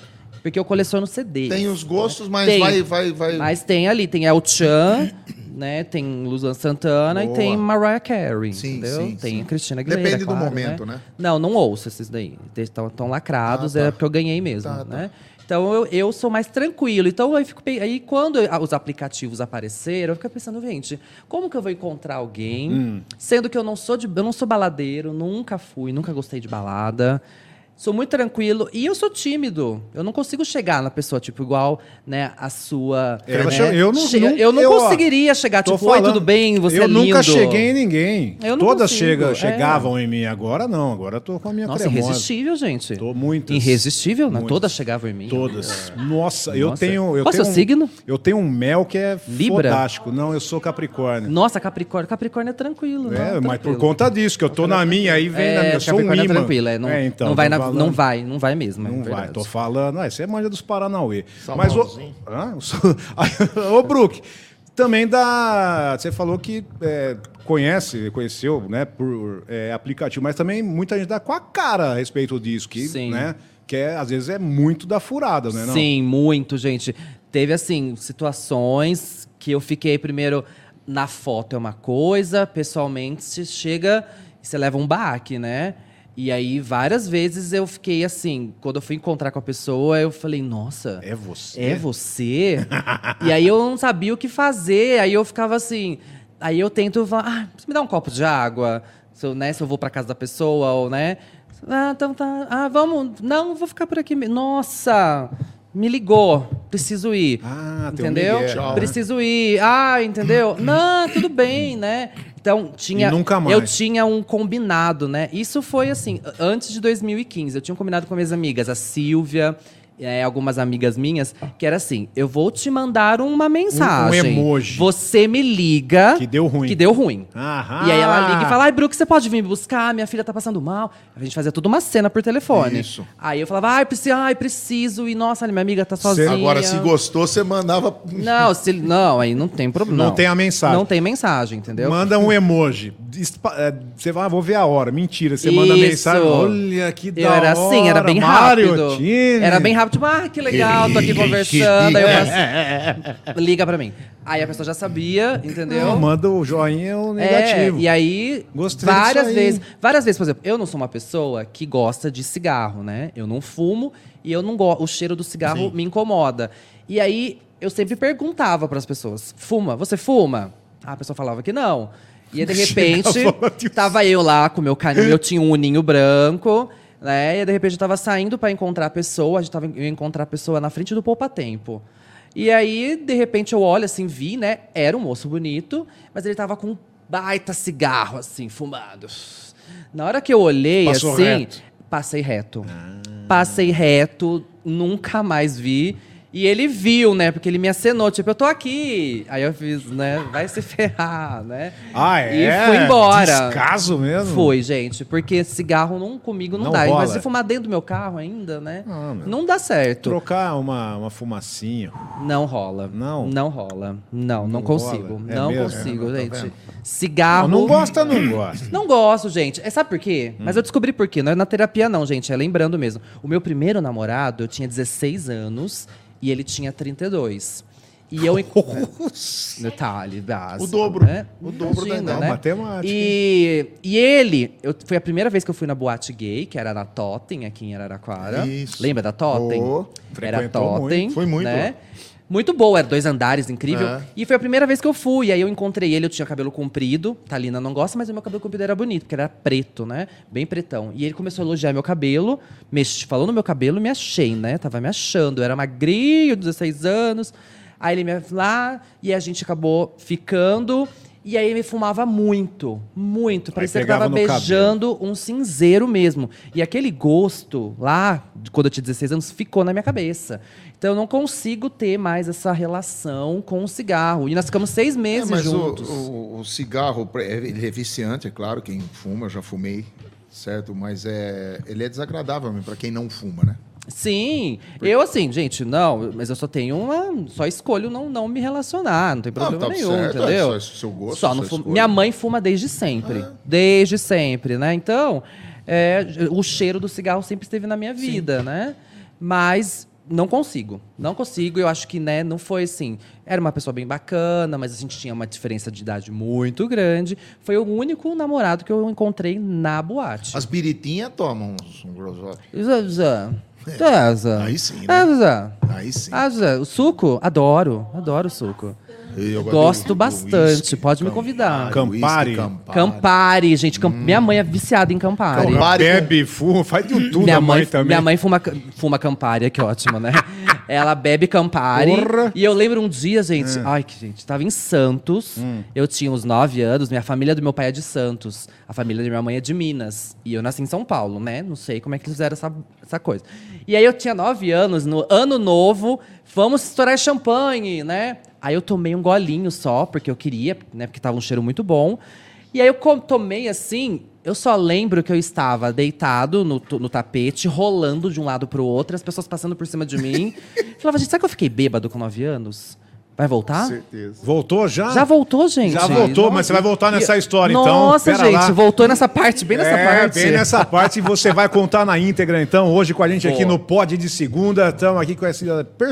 Speaker 4: Porque eu coleciono CD.
Speaker 3: Tem os gostos, mas
Speaker 4: Tem.
Speaker 3: vai, vai, vai.
Speaker 4: Mas tem ali, tem El Chan, né? Tem Luan Santana
Speaker 3: Boa.
Speaker 4: e tem Mariah Carey,
Speaker 3: Sim,
Speaker 4: entendeu?
Speaker 3: sim,
Speaker 4: tem
Speaker 3: sim.
Speaker 4: a Cristina Aguilera,
Speaker 3: Depende do
Speaker 4: claro,
Speaker 3: momento, né?
Speaker 4: Não, não ouço esses daí. Estão tão lacrados,
Speaker 3: Ah, tá.
Speaker 4: é porque eu ganhei mesmo,
Speaker 3: Tá, tá.
Speaker 4: né? Então eu, eu sou mais tranquilo. Então eu fico pe- aí quando eu- os aplicativos apareceram, eu fico pensando, gente, como que eu vou encontrar alguém,
Speaker 3: Hum.
Speaker 4: sendo que eu não sou de, eu não sou baladeiro, nunca fui, nunca gostei de balada. Sou muito tranquilo e eu sou tímido. Eu não consigo chegar na pessoa tipo igual, né, a sua,
Speaker 2: Ela
Speaker 4: né?
Speaker 2: chega- É, eu não-
Speaker 4: Che-
Speaker 2: não-
Speaker 4: eu não
Speaker 2: eu, ó,
Speaker 4: conseguiria chegar
Speaker 2: Tô
Speaker 4: tipo, oi, tudo bem, você
Speaker 2: eu
Speaker 4: é lindo.
Speaker 2: nunca cheguei em ninguém.
Speaker 4: Eu não
Speaker 2: Todas
Speaker 4: consigo,
Speaker 2: chega-
Speaker 4: é.
Speaker 2: chegavam em mim, agora não, agora eu tô com a minha
Speaker 4: Nossa,
Speaker 2: cremosa.
Speaker 4: irresistível, gente.
Speaker 2: Tô muitas.
Speaker 4: Irresistível, né?
Speaker 2: Muitas.
Speaker 4: Todas chegavam em mim. É.
Speaker 2: Todas. Nossa, eu
Speaker 4: Nossa.
Speaker 2: tenho. Eu
Speaker 4: Qual é
Speaker 2: tenho
Speaker 4: seu
Speaker 2: um-
Speaker 4: signo?
Speaker 2: Eu tenho um mel que é
Speaker 4: Libra?
Speaker 2: fodástico. Não, eu sou Capricórnio.
Speaker 4: Nossa, Capricórnio, Capricórnio é tranquilo,
Speaker 2: é,
Speaker 4: né?
Speaker 2: mas por
Speaker 4: Tranquilo.
Speaker 2: conta disso, que eu tô na minha, aí vem na minha.
Speaker 4: É,
Speaker 2: Eu sou um
Speaker 4: Capricórnio é
Speaker 2: imã.
Speaker 4: tranquilo, é, não,
Speaker 2: então,
Speaker 4: não, vai
Speaker 2: tô
Speaker 4: na-
Speaker 2: falando-
Speaker 4: não vai, não vai mesmo. é
Speaker 2: Não vai,
Speaker 4: verdade.
Speaker 2: tô falando. Ah, isso é manja dos Paranauê. Mas o.
Speaker 3: Salmãozinho.
Speaker 2: Hã? O so- Ô, Brook, também da. Você falou que é, conhece, conheceu, né, por é, aplicativo, mas também muita gente dá com a cara a respeito disso, que,
Speaker 4: Sim.
Speaker 2: né? Que é, às vezes é muito da furada, né? Não?
Speaker 4: Sim, muito, gente. Teve, assim, situações que eu fiquei primeiro na foto é uma coisa, pessoalmente você chega e você leva um baque, né? E aí, várias vezes eu fiquei assim, quando eu fui encontrar com a pessoa, eu falei, nossa.
Speaker 2: É você.
Speaker 4: É você? e aí eu não sabia o que fazer, aí eu ficava assim. Aí eu tento falar, ah, você me dá um copo de água? Se eu, né, se eu vou pra casa da pessoa, ou né? Ah, então tá. Ah, vamos. Não, vou ficar por aqui. mesmo. Nossa! Me ligou, preciso ir.
Speaker 2: Ah, tem um
Speaker 4: entendeu?
Speaker 2: migué, né?
Speaker 4: preciso ir. Ah, entendeu? não, tudo bem, né? Então, tinha
Speaker 2: E nunca mais.
Speaker 4: eu tinha um combinado, né? Isso foi assim, antes de 2015. Eu tinha um combinado com minhas amigas, a Silvia, eh, algumas amigas minhas, que era assim: eu vou te mandar uma mensagem.
Speaker 2: Um, emoji.
Speaker 4: Você me liga.
Speaker 2: Que deu ruim. Ah.
Speaker 4: Que deu ruim.
Speaker 2: Aham.
Speaker 4: E aí ela liga e fala: Ai, Brook, você pode vir me buscar? Minha filha tá passando mal. A gente fazia toda uma cena por telefone.
Speaker 3: Isso.
Speaker 4: Aí eu falava: Ai, preciso, ai, preciso. E nossa, minha amiga tá
Speaker 2: Cê-
Speaker 4: sozinha.
Speaker 3: Agora, se gostou, você mandava.
Speaker 4: Não, se, não, aí não tem problema.
Speaker 2: Não tem a mensagem.
Speaker 4: Não tem mensagem, entendeu?
Speaker 2: Manda um emoji. Espa- é, Você vai, ah, vou ver a hora. Mentira, você manda
Speaker 4: Isso.
Speaker 2: mensagem. Olha que da
Speaker 4: Eu era assim, era
Speaker 2: hora,
Speaker 4: bem
Speaker 2: Mario
Speaker 4: rápido.
Speaker 2: Tini.
Speaker 4: Era bem WhatsApp, tipo, ah, que legal, tô aqui conversando. Aí eu faço,
Speaker 2: É,
Speaker 4: liga pra mim. Aí a pessoa já sabia, entendeu?
Speaker 2: Não, manda o joinha ou negativo.
Speaker 4: Então, É, e aí,
Speaker 2: Gostei
Speaker 4: várias
Speaker 2: disso aí.
Speaker 4: vezes. Várias vezes, por exemplo, eu não sou uma pessoa que gosta de cigarro, né? Eu não fumo e eu não gosto. O cheiro do cigarro me incomoda. E aí, eu sempre perguntava pras pessoas: fuma? Você fuma? Ah, a pessoa falava que não. E aí, de repente,
Speaker 2: Chegava, Deus.
Speaker 4: tava eu lá com meu canil, eu tinha um uninho branco. Né? E aí, de repente eu tava saindo pra encontrar a pessoa, a gente tava eu ia encontrar a pessoa na frente do Poupa Tempo. E aí, de repente, eu olho assim, vi, né? Era um moço bonito, mas ele tava com um baita cigarro, assim, fumado. Na hora que eu olhei,
Speaker 2: Passou
Speaker 4: assim,
Speaker 2: reto. Ah.
Speaker 4: passei reto. Passei reto, nunca mais vi. E ele viu, né? Porque ele me acenou, tipo, eu tô aqui. Aí eu fiz, né? Vai se ferrar, né?
Speaker 2: Ah, é?
Speaker 4: E fui embora.
Speaker 2: Descaso mesmo?
Speaker 4: Foi, gente, porque cigarro não, comigo não,
Speaker 2: Não
Speaker 4: dá.
Speaker 2: rola.
Speaker 4: Mas se fumar dentro do meu carro ainda, né?
Speaker 2: Ah, meu.
Speaker 4: não dá certo.
Speaker 2: Trocar uma, uma fumacinha.
Speaker 4: Não rola.
Speaker 2: Não?
Speaker 4: Não rola. Não, não,
Speaker 2: Não
Speaker 4: consigo.
Speaker 2: rola. É
Speaker 4: não
Speaker 2: mesmo?
Speaker 4: consigo,
Speaker 2: É, tá
Speaker 4: gente.
Speaker 2: vendo?
Speaker 4: Cigarro.
Speaker 2: não Hum. gosta, não gosta.
Speaker 4: Não gosto, gente. É, sabe por quê? Mas eu descobri por quê. Não é na terapia, não, gente. É lembrando mesmo. O meu primeiro namorado, eu tinha 16 anos e ele tinha 32. E eu. Detalhe, básico.
Speaker 3: O dobro.
Speaker 4: né?
Speaker 3: O dobro da
Speaker 4: Imagina,
Speaker 3: idade.
Speaker 2: Não,
Speaker 4: né?
Speaker 2: matemática. hein?
Speaker 4: E, e ele, eu, foi a primeira vez que eu fui na boate gay, que era na Totem, aqui em Araraquara.
Speaker 3: Isso.
Speaker 4: Lembra da Totem?
Speaker 3: Boa.
Speaker 4: Era
Speaker 2: Frequentou
Speaker 4: Totem.
Speaker 2: muito,
Speaker 3: foi muito.
Speaker 4: Né? Muito boa, era dois andares, incrível.
Speaker 3: É.
Speaker 4: E foi a primeira vez que eu fui. Aí eu encontrei ele, eu tinha cabelo comprido. Talina não gosta, mas o meu cabelo comprido era bonito, porque era preto, né? Bem pretão. E ele começou a elogiar meu cabelo, mex- falou no meu cabelo, me achei, né? Tava me achando. Eu era magrinho, 16 anos. Aí ele me lá, e a gente acabou ficando. E aí ele fumava muito, muito. Parecia que
Speaker 2: pegava
Speaker 4: tava
Speaker 2: no cabelo.
Speaker 4: beijando virando um cinzeiro mesmo. E aquele gosto lá, de quando eu tinha 16 anos, ficou na minha cabeça. Então eu não consigo ter mais essa relação com o cigarro. E nós ficamos seis
Speaker 3: É,
Speaker 4: meses
Speaker 3: mas o-
Speaker 4: juntos.
Speaker 3: O, o cigarro, pra- é- ele é viciante, é claro, quem fuma, eu já fumei, certo? Mas é, ele é desagradável mesmo para quem não fuma, né?
Speaker 4: Sim, eu assim, gente, não, mas eu só tenho uma. Só escolho não, não me relacionar, não tem problema
Speaker 3: tá
Speaker 4: nenhum,
Speaker 3: certo, é
Speaker 4: entendeu?
Speaker 3: só seu gosto,
Speaker 4: Só não
Speaker 3: sua
Speaker 4: fumo-
Speaker 3: escolha.
Speaker 4: Minha mãe fuma desde sempre.
Speaker 3: Ah.
Speaker 4: Desde sempre, né? Então, é, o cheiro do cigarro sempre esteve na minha vida, né? Mas não consigo. Não consigo. Eu acho que, né, não foi assim. Era uma pessoa bem bacana, mas a gente tinha uma diferença de idade muito grande. Foi o único namorado que eu encontrei na boate.
Speaker 3: As biritinhas tomam uns, um grosso-
Speaker 4: Zã, zã. Zã, zã.
Speaker 3: É, Aí sim,
Speaker 4: Ah,
Speaker 3: né?
Speaker 4: zã.
Speaker 3: Aí sim.
Speaker 4: Ah, Zé, o suco? Adoro, adoro o suco.
Speaker 3: Eu
Speaker 4: Gosto
Speaker 3: do- do
Speaker 4: bastante,
Speaker 3: whisky,
Speaker 4: pode me
Speaker 3: Campari,
Speaker 4: convidar.
Speaker 2: Campari.
Speaker 3: whisky, Campari. Hum.
Speaker 4: Campari, gente. Camp- Minha mãe é viciada em Campari.
Speaker 3: Campari.
Speaker 2: Ela Bebe, fuma, faz de tudo
Speaker 4: Minha
Speaker 2: a mãe,
Speaker 4: mãe,
Speaker 2: também.
Speaker 4: minha mãe fuma, ca- fuma Campari, que ótimo, né? Ela bebe Campari.
Speaker 2: Porra. É.
Speaker 4: E eu lembro um dia, gente, ai que gente, tava em Santos.
Speaker 2: Hum.
Speaker 4: Eu tinha uns 9 anos, minha família do meu pai é de Santos, a família da minha mãe é de Minas. E eu nasci em São Paulo, né? Não sei como é que eles fizeram essa, essa coisa. E aí eu tinha 9 anos, no ano novo, vamos estourar champanhe, né? Aí eu tomei um golinho só, porque eu queria, né? Porque tava um cheiro muito bom. E aí eu co- tomei assim, eu só lembro que eu estava deitado no, tu- no tapete, rolando de um lado pro outro, as pessoas passando por cima de mim. Falava, gente, será que eu fiquei bêbado com 9 anos? Vai voltar?
Speaker 3: Certeza.
Speaker 2: Voltou já?
Speaker 4: Já voltou, gente?
Speaker 2: Já voltou, mas você vai voltar nessa história,
Speaker 4: Nossa,
Speaker 2: então.
Speaker 4: Nossa,
Speaker 2: Pera
Speaker 4: gente,
Speaker 2: lá.
Speaker 4: voltou nessa parte, bem nessa
Speaker 2: é,
Speaker 4: parte.
Speaker 2: bem nessa parte. E você vai contar na íntegra, então, hoje com a gente aqui no
Speaker 4: Boa.
Speaker 2: Pod de Segunda. Estamos aqui com essa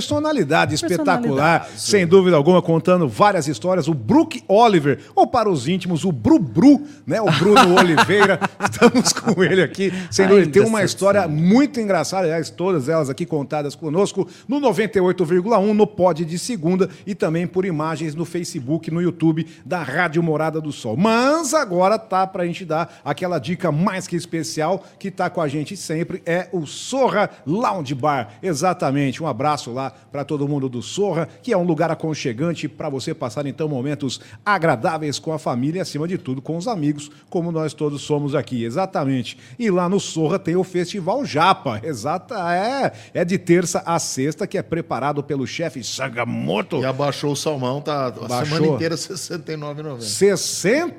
Speaker 2: personalidade, espetacular,
Speaker 4: Personalidade.
Speaker 2: sem dúvida alguma, contando várias histórias. O Brook Oliver, ou para os íntimos, o Bru Bru, né? O Bruno Oliveira. Estamos com ele aqui. Sem dúvida, ele tem
Speaker 4: Ainda
Speaker 2: uma
Speaker 4: assim,
Speaker 2: história
Speaker 4: sim.
Speaker 2: muito engraçada, aliás, todas elas aqui contadas conosco no 98,1, no Pod de Segunda e também por imagens no Facebook, no YouTube da Rádio Morada do Sol. Mas agora tá pra gente dar aquela dica mais que especial que tá com a gente sempre, é o Sorra Lounge Bar. Exatamente, um abraço lá pra todo mundo do Sorra, que é um lugar aconchegante pra você passar então momentos agradáveis com a família e acima de tudo com os amigos, como nós todos somos aqui. Exatamente. E lá no Sorra tem o Festival Japa. Exata, é. É de terça a sexta, que é preparado pelo chefe Sagamoto.
Speaker 3: E a baixou o salmão, tá a
Speaker 2: Baixou.
Speaker 3: semana inteira R$ 69,90.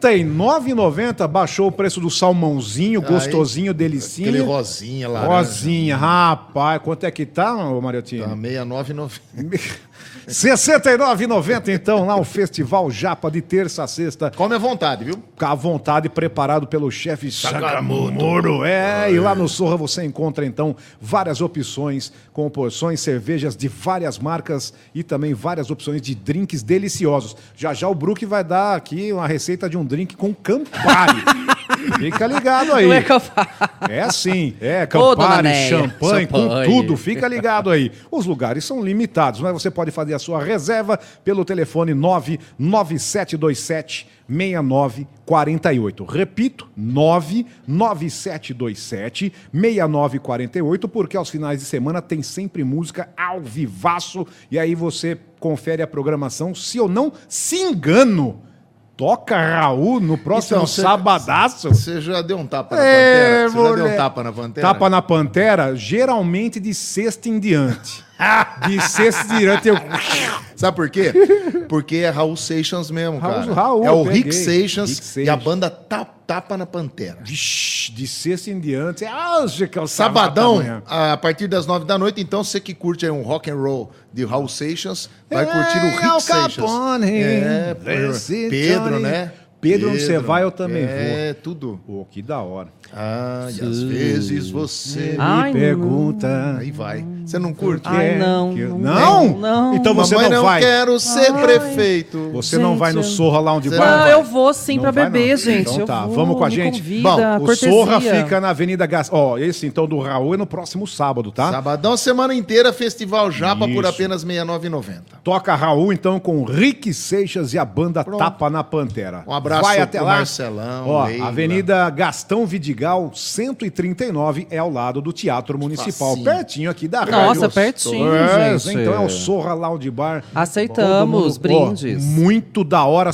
Speaker 2: 69,90 baixou o preço do salmãozinho,
Speaker 3: Aí,
Speaker 2: gostosinho,
Speaker 3: Aquele
Speaker 2: delicinho.
Speaker 3: rosinha lá. né?
Speaker 2: Rosinha, rapaz, quanto é que tá, ô Mariotinho?
Speaker 3: Tá 69,90.
Speaker 2: 69,90 então, lá o Festival Japa de terça a sexta.
Speaker 3: Come à vontade, viu?
Speaker 2: Com a vontade preparado pelo chefe Sakamoto. É, e lá no Sorra você encontra então várias opções com porções, cervejas de várias marcas e também várias opções de drinks deliciosos. Já já o Brook vai dar aqui uma receita de um drink com Campari. Fica ligado aí.
Speaker 4: Não é capaz.
Speaker 2: É sim, é
Speaker 4: Ô, dona
Speaker 2: Campari,
Speaker 4: Neia.
Speaker 2: champanhe, com
Speaker 4: Champanhe.
Speaker 2: tudo. Fica ligado aí. Os lugares são limitados, mas você pode fazer a sua reserva pelo telefone 99727 6948. Repito, 99727 6948, porque aos finais de semana tem sempre música ao vivaço e aí você confere a programação, se eu não se engano. Toca Raul no próximo
Speaker 3: Então, cê-
Speaker 2: sabadaço.
Speaker 3: Você já deu um tapa na
Speaker 2: É,
Speaker 3: pantera? Você já deu
Speaker 2: moleque.
Speaker 3: um tapa na pantera?
Speaker 2: Tapa na pantera, geralmente de sexta em diante. De sexta em diante eu.
Speaker 3: Sabe por quê? Porque é Raul Seixas mesmo,
Speaker 2: Raul-
Speaker 3: cara.
Speaker 2: Raul,
Speaker 3: é o
Speaker 2: peguei.
Speaker 3: Rick Seixas,
Speaker 2: Rick
Speaker 3: e a
Speaker 2: Seixas.
Speaker 3: banda Ta- Tapa na Pantera.
Speaker 2: Vixe, de sexta em diante. Ah, que é o
Speaker 3: Sabadão,
Speaker 2: sábado amanhã.
Speaker 3: a partir das nove da noite. Então, você que curte aí um rock and roll de Raul Seixas, vai
Speaker 2: É,
Speaker 3: curtir o Rick
Speaker 2: Al
Speaker 3: Seixas.
Speaker 2: Capone.
Speaker 3: É,
Speaker 2: Esse
Speaker 3: Pedro,
Speaker 2: Johnny.
Speaker 3: né?
Speaker 2: Pedro, onde você vai, eu também
Speaker 3: É, tudo.
Speaker 2: Pô, que da hora.
Speaker 3: Ah, e às vezes você...
Speaker 4: Ai,
Speaker 2: Me pergunta.
Speaker 3: Aí vai. Você não curte?
Speaker 4: Ai,
Speaker 2: É,
Speaker 4: não,
Speaker 2: que-
Speaker 4: não,
Speaker 2: Não?
Speaker 4: não.
Speaker 2: Então você
Speaker 3: Mamãe,
Speaker 2: não vai.
Speaker 3: quero ser prefeito.
Speaker 2: Você não
Speaker 4: Gente,
Speaker 2: vai no
Speaker 4: eu-
Speaker 2: Sorra lá onde
Speaker 3: Não,
Speaker 2: vai?
Speaker 4: Não,
Speaker 2: vai?
Speaker 4: eu vou sim
Speaker 2: Não
Speaker 4: pra
Speaker 2: vai,
Speaker 4: beber,
Speaker 2: não.
Speaker 4: gente.
Speaker 2: Então
Speaker 4: eu
Speaker 2: tá,
Speaker 4: vou,
Speaker 2: vamos com a
Speaker 4: me
Speaker 2: gente.
Speaker 4: Convida,
Speaker 3: Bom,
Speaker 2: O
Speaker 4: cortesia.
Speaker 2: Sorra fica na Avenida Gas. Ó, esse então do Raul é no próximo sábado, tá?
Speaker 3: Sabadão, semana inteira, Festival Japa por
Speaker 2: Isso.
Speaker 3: apenas R$ 69,90.
Speaker 2: Toca Raul, então, com Rick Seixas e a banda Tapa na Pantera.
Speaker 3: Um abraço
Speaker 2: Vai até
Speaker 3: pro
Speaker 2: lá.
Speaker 3: Marcelão,
Speaker 2: Ó,
Speaker 3: Leila.
Speaker 2: Avenida Gastão Vidigal, 139, é ao lado do Teatro
Speaker 3: Tipo
Speaker 2: Municipal.
Speaker 3: Facinho.
Speaker 2: Pertinho aqui da rádio.
Speaker 4: Nossa, pertinho,
Speaker 2: É,
Speaker 4: gente.
Speaker 2: Então é o Sorra Loud Bar.
Speaker 4: Aceitamos,
Speaker 2: Todo mundo- ó,
Speaker 4: brindes.
Speaker 2: muito da hora,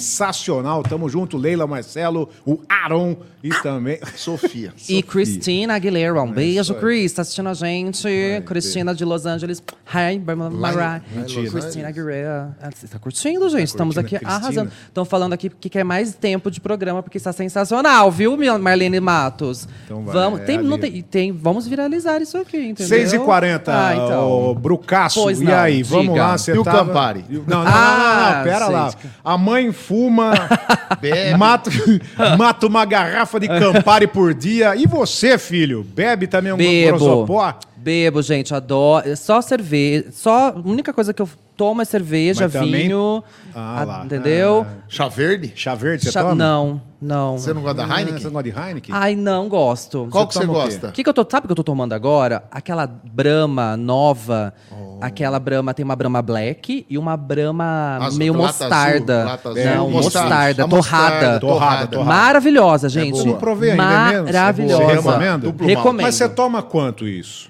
Speaker 2: sensacional. Tamo junto, Leila, Marcelo, o Aaron e também...
Speaker 3: Sofia.
Speaker 4: E Cristina Aguilera,
Speaker 2: É
Speaker 4: um beijo, Cris, tá assistindo a gente. Cristina de Los Angeles. Hi, Mariah.
Speaker 3: Mentira.
Speaker 4: Cristina Aguilera. Ah, Você tá curtindo, gente? Estamos aqui
Speaker 2: Cristina.
Speaker 4: arrasando. Estão falando aqui que quer mais tempo de programa, porque está sensacional, viu, minha Marlene Matos?
Speaker 2: Então vai,
Speaker 4: vamos,
Speaker 2: é
Speaker 4: tem, não
Speaker 2: ali.
Speaker 4: tem, e tem- vamos viralizar isso aqui, entendeu?
Speaker 2: 6h40,
Speaker 4: Ah, então.
Speaker 2: ô, Brucaço.
Speaker 4: Pois
Speaker 2: e
Speaker 4: não,
Speaker 2: aí,
Speaker 4: diga.
Speaker 2: vamos lá, você
Speaker 3: E o
Speaker 2: tava-
Speaker 3: Campari?
Speaker 2: Não, não, não, não,
Speaker 4: Ah,
Speaker 2: não, pera
Speaker 4: sei.
Speaker 2: lá. A mãe fuma,
Speaker 3: Bebe.
Speaker 2: mata, mata uma garrafa de Campari por dia. E você, filho, bebe também um
Speaker 4: Bebo.
Speaker 2: prosopó?
Speaker 4: Bebo, gente, adoro. É Só cerveja. Só. A única coisa que eu tomo é cerveja,
Speaker 2: Mas também-
Speaker 4: vinho.
Speaker 2: Ah,
Speaker 4: a-
Speaker 2: lá. Ah.
Speaker 4: Entendeu?
Speaker 3: Chá verde?
Speaker 2: Chá verde, você
Speaker 4: Chá-
Speaker 2: toma?
Speaker 4: Não, não.
Speaker 3: Você não gosta da
Speaker 2: Ah, Você
Speaker 3: Heineken?
Speaker 2: gosta de Heineken?
Speaker 4: Ai, não gosto.
Speaker 3: Qual que você
Speaker 2: toma o quê?
Speaker 3: gosta?
Speaker 4: O que, que eu tô. Sabe o que eu tô tomando agora? Aquela brama nova. Aquela brama. Tem uma brama black e uma brama
Speaker 3: Azul,
Speaker 4: meio
Speaker 3: lata
Speaker 4: mostarda.
Speaker 3: azul, lata azul.
Speaker 4: Não,
Speaker 3: É,
Speaker 4: mostarda,
Speaker 3: mostarda,
Speaker 4: torrada.
Speaker 3: mostarda, torrada.
Speaker 2: Torrada.
Speaker 4: Maravilhosa, gente.
Speaker 3: boa. Não
Speaker 2: provei ainda, é mesmo?
Speaker 4: Maravilhosa.
Speaker 2: Você recomenda?
Speaker 3: Duplo malte.
Speaker 4: Recomendo.
Speaker 2: Mas você toma quanto isso?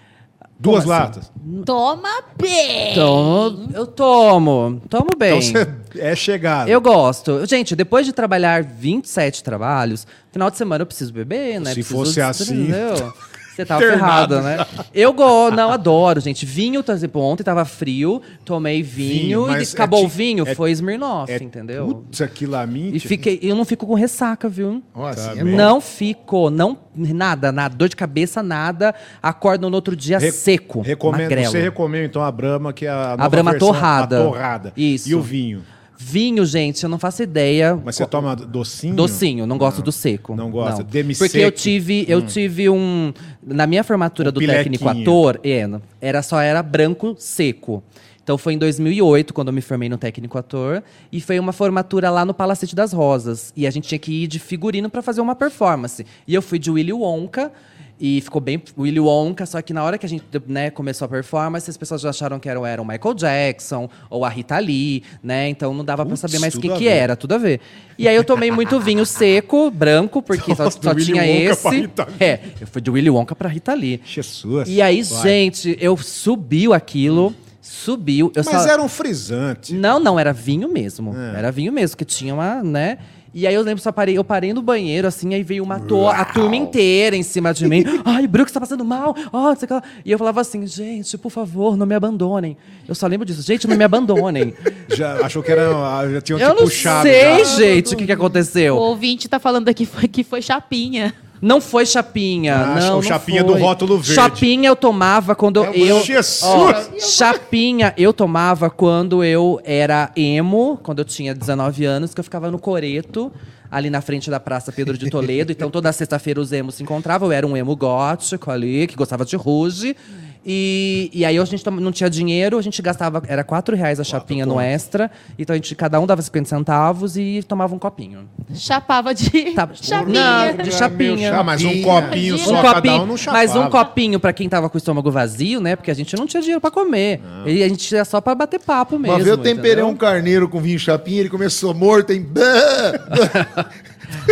Speaker 2: Duas
Speaker 4: Como assim?
Speaker 2: latas.
Speaker 1: Toma bem!
Speaker 4: Então, eu tomo. Tomo bem.
Speaker 2: Então você é chegado.
Speaker 4: Eu gosto. Gente, depois de trabalhar 27 trabalhos, final de semana eu preciso beber, né?
Speaker 2: Se
Speaker 4: Preciso-
Speaker 2: fosse assim.
Speaker 4: Entendeu? Você tava
Speaker 2: Internado
Speaker 4: ferrada, né? Eu gosto, não, adoro, gente. Vinho, por exemplo, ontem tava frio, tomei vinho,
Speaker 2: Vinho,
Speaker 4: e
Speaker 2: mas
Speaker 4: acabou
Speaker 2: é ti-
Speaker 4: o vinho,
Speaker 2: é-
Speaker 4: foi Smirnoff,
Speaker 2: é,
Speaker 4: entendeu?
Speaker 2: Putz, que laminha.
Speaker 4: E fiquei, eu não fico com ressaca, viu?
Speaker 3: Ó, assim,
Speaker 2: Tá
Speaker 3: é
Speaker 2: bem.
Speaker 3: bom.
Speaker 4: Não fico, não, nada, nada, dor de cabeça, nada. Acordo no outro dia
Speaker 2: Re-
Speaker 4: seco,
Speaker 2: Recomendo,
Speaker 4: magrelo.
Speaker 2: Você recomenda, então, a Brahma, que é a nova
Speaker 4: A Brahma
Speaker 2: versão,
Speaker 4: torrada.
Speaker 2: A torrada.
Speaker 4: Isso.
Speaker 2: E o vinho.
Speaker 4: Vinho, gente, eu não faço ideia.
Speaker 2: Mas você toma docinho? Ah.
Speaker 4: Docinho, não gosto do seco.
Speaker 2: Não gosta. Demi
Speaker 4: Porque eu
Speaker 2: seco. Hum. Um
Speaker 4: tive, eu tive um. Na minha formatura do
Speaker 2: pilequinho.
Speaker 4: técnico ator, é, era só era branco seco. Então foi em 2008 quando eu me formei no técnico ator e foi uma formatura lá no Palacete das Rosas e a gente tinha que ir de figurino pra fazer uma performance. E eu fui de Willy Wonka e ficou bem Willy Wonka, só que na hora que a gente né, começou a performance, as pessoas já acharam que era, era o Michael Jackson ou a Rita Lee, né? Então não dava pra
Speaker 2: Putz,
Speaker 4: saber mais o que,
Speaker 2: tudo a
Speaker 4: que
Speaker 2: ver.
Speaker 4: era, tudo a ver. E aí eu tomei muito vinho seco, branco, porque só,
Speaker 2: Nossa, do
Speaker 4: só
Speaker 2: Willy
Speaker 4: tinha
Speaker 2: Wonka pra
Speaker 4: esse.
Speaker 2: Rita Lee.
Speaker 4: É, eu fui de Willy Wonka pra Rita Lee.
Speaker 2: Jesus.
Speaker 4: E aí,
Speaker 2: Vai. Hum.
Speaker 4: gente, eu subiu aquilo, subiu. Eu
Speaker 2: Mas
Speaker 4: só...
Speaker 2: era É. um frisante.
Speaker 4: Não, não, era vinho mesmo. Era vinho mesmo, que tinha uma, né? E aí eu lembro, só parei, eu parei no banheiro, assim, aí veio uma to a turma inteira em cima de mim. Ai, Brooks tá passando mal, ó, não sei o que lá. E eu falava assim, gente, por favor, não me abandonem. Eu só lembro disso, gente, não me abandonem.
Speaker 2: Já achou que era. ah, Já tinham
Speaker 4: eu
Speaker 2: te
Speaker 4: não
Speaker 2: puxado.
Speaker 4: sei,
Speaker 2: já.
Speaker 4: gente, o que, que
Speaker 1: O
Speaker 4: aconteceu.
Speaker 1: ouvinte tá falando aqui foi- que foi chapinha.
Speaker 4: Não foi chapinha,
Speaker 2: Ah,
Speaker 4: não,
Speaker 2: o
Speaker 4: não
Speaker 2: chapinha
Speaker 4: foi.
Speaker 2: do rótulo verde.
Speaker 4: Chapinha eu tomava quando
Speaker 2: É,
Speaker 4: eu...
Speaker 2: Jesus!
Speaker 4: Ó, chapinha eu tomava quando eu era emo, quando eu tinha 19 anos, que eu ficava no Coreto, ali na frente da Praça Pedro de Toledo. Então toda sexta-feira os emos se encontravam. Eu era um emo gótico ali, que gostava de ruge. E, e aí a gente tom- não tinha dinheiro, a gente gastava, era 4 reais a chapinha no extra. Então a gente, cada um dava 50 centavos e tomava um copinho.
Speaker 1: Chapava de
Speaker 4: Tá-
Speaker 1: chapinha.
Speaker 4: Não, de chapinha.
Speaker 2: Ah, mas um copinho
Speaker 1: Um
Speaker 2: só cada um não chapava.
Speaker 4: mas um copinho pra quem tava com o estômago vazio, né? Porque a gente não tinha dinheiro pra comer. E a gente tinha só pra bater papo mesmo.
Speaker 3: Uma vez eu temperei
Speaker 4: entendeu?
Speaker 3: um carneiro com vinho chapinha, ele começou morto, hein?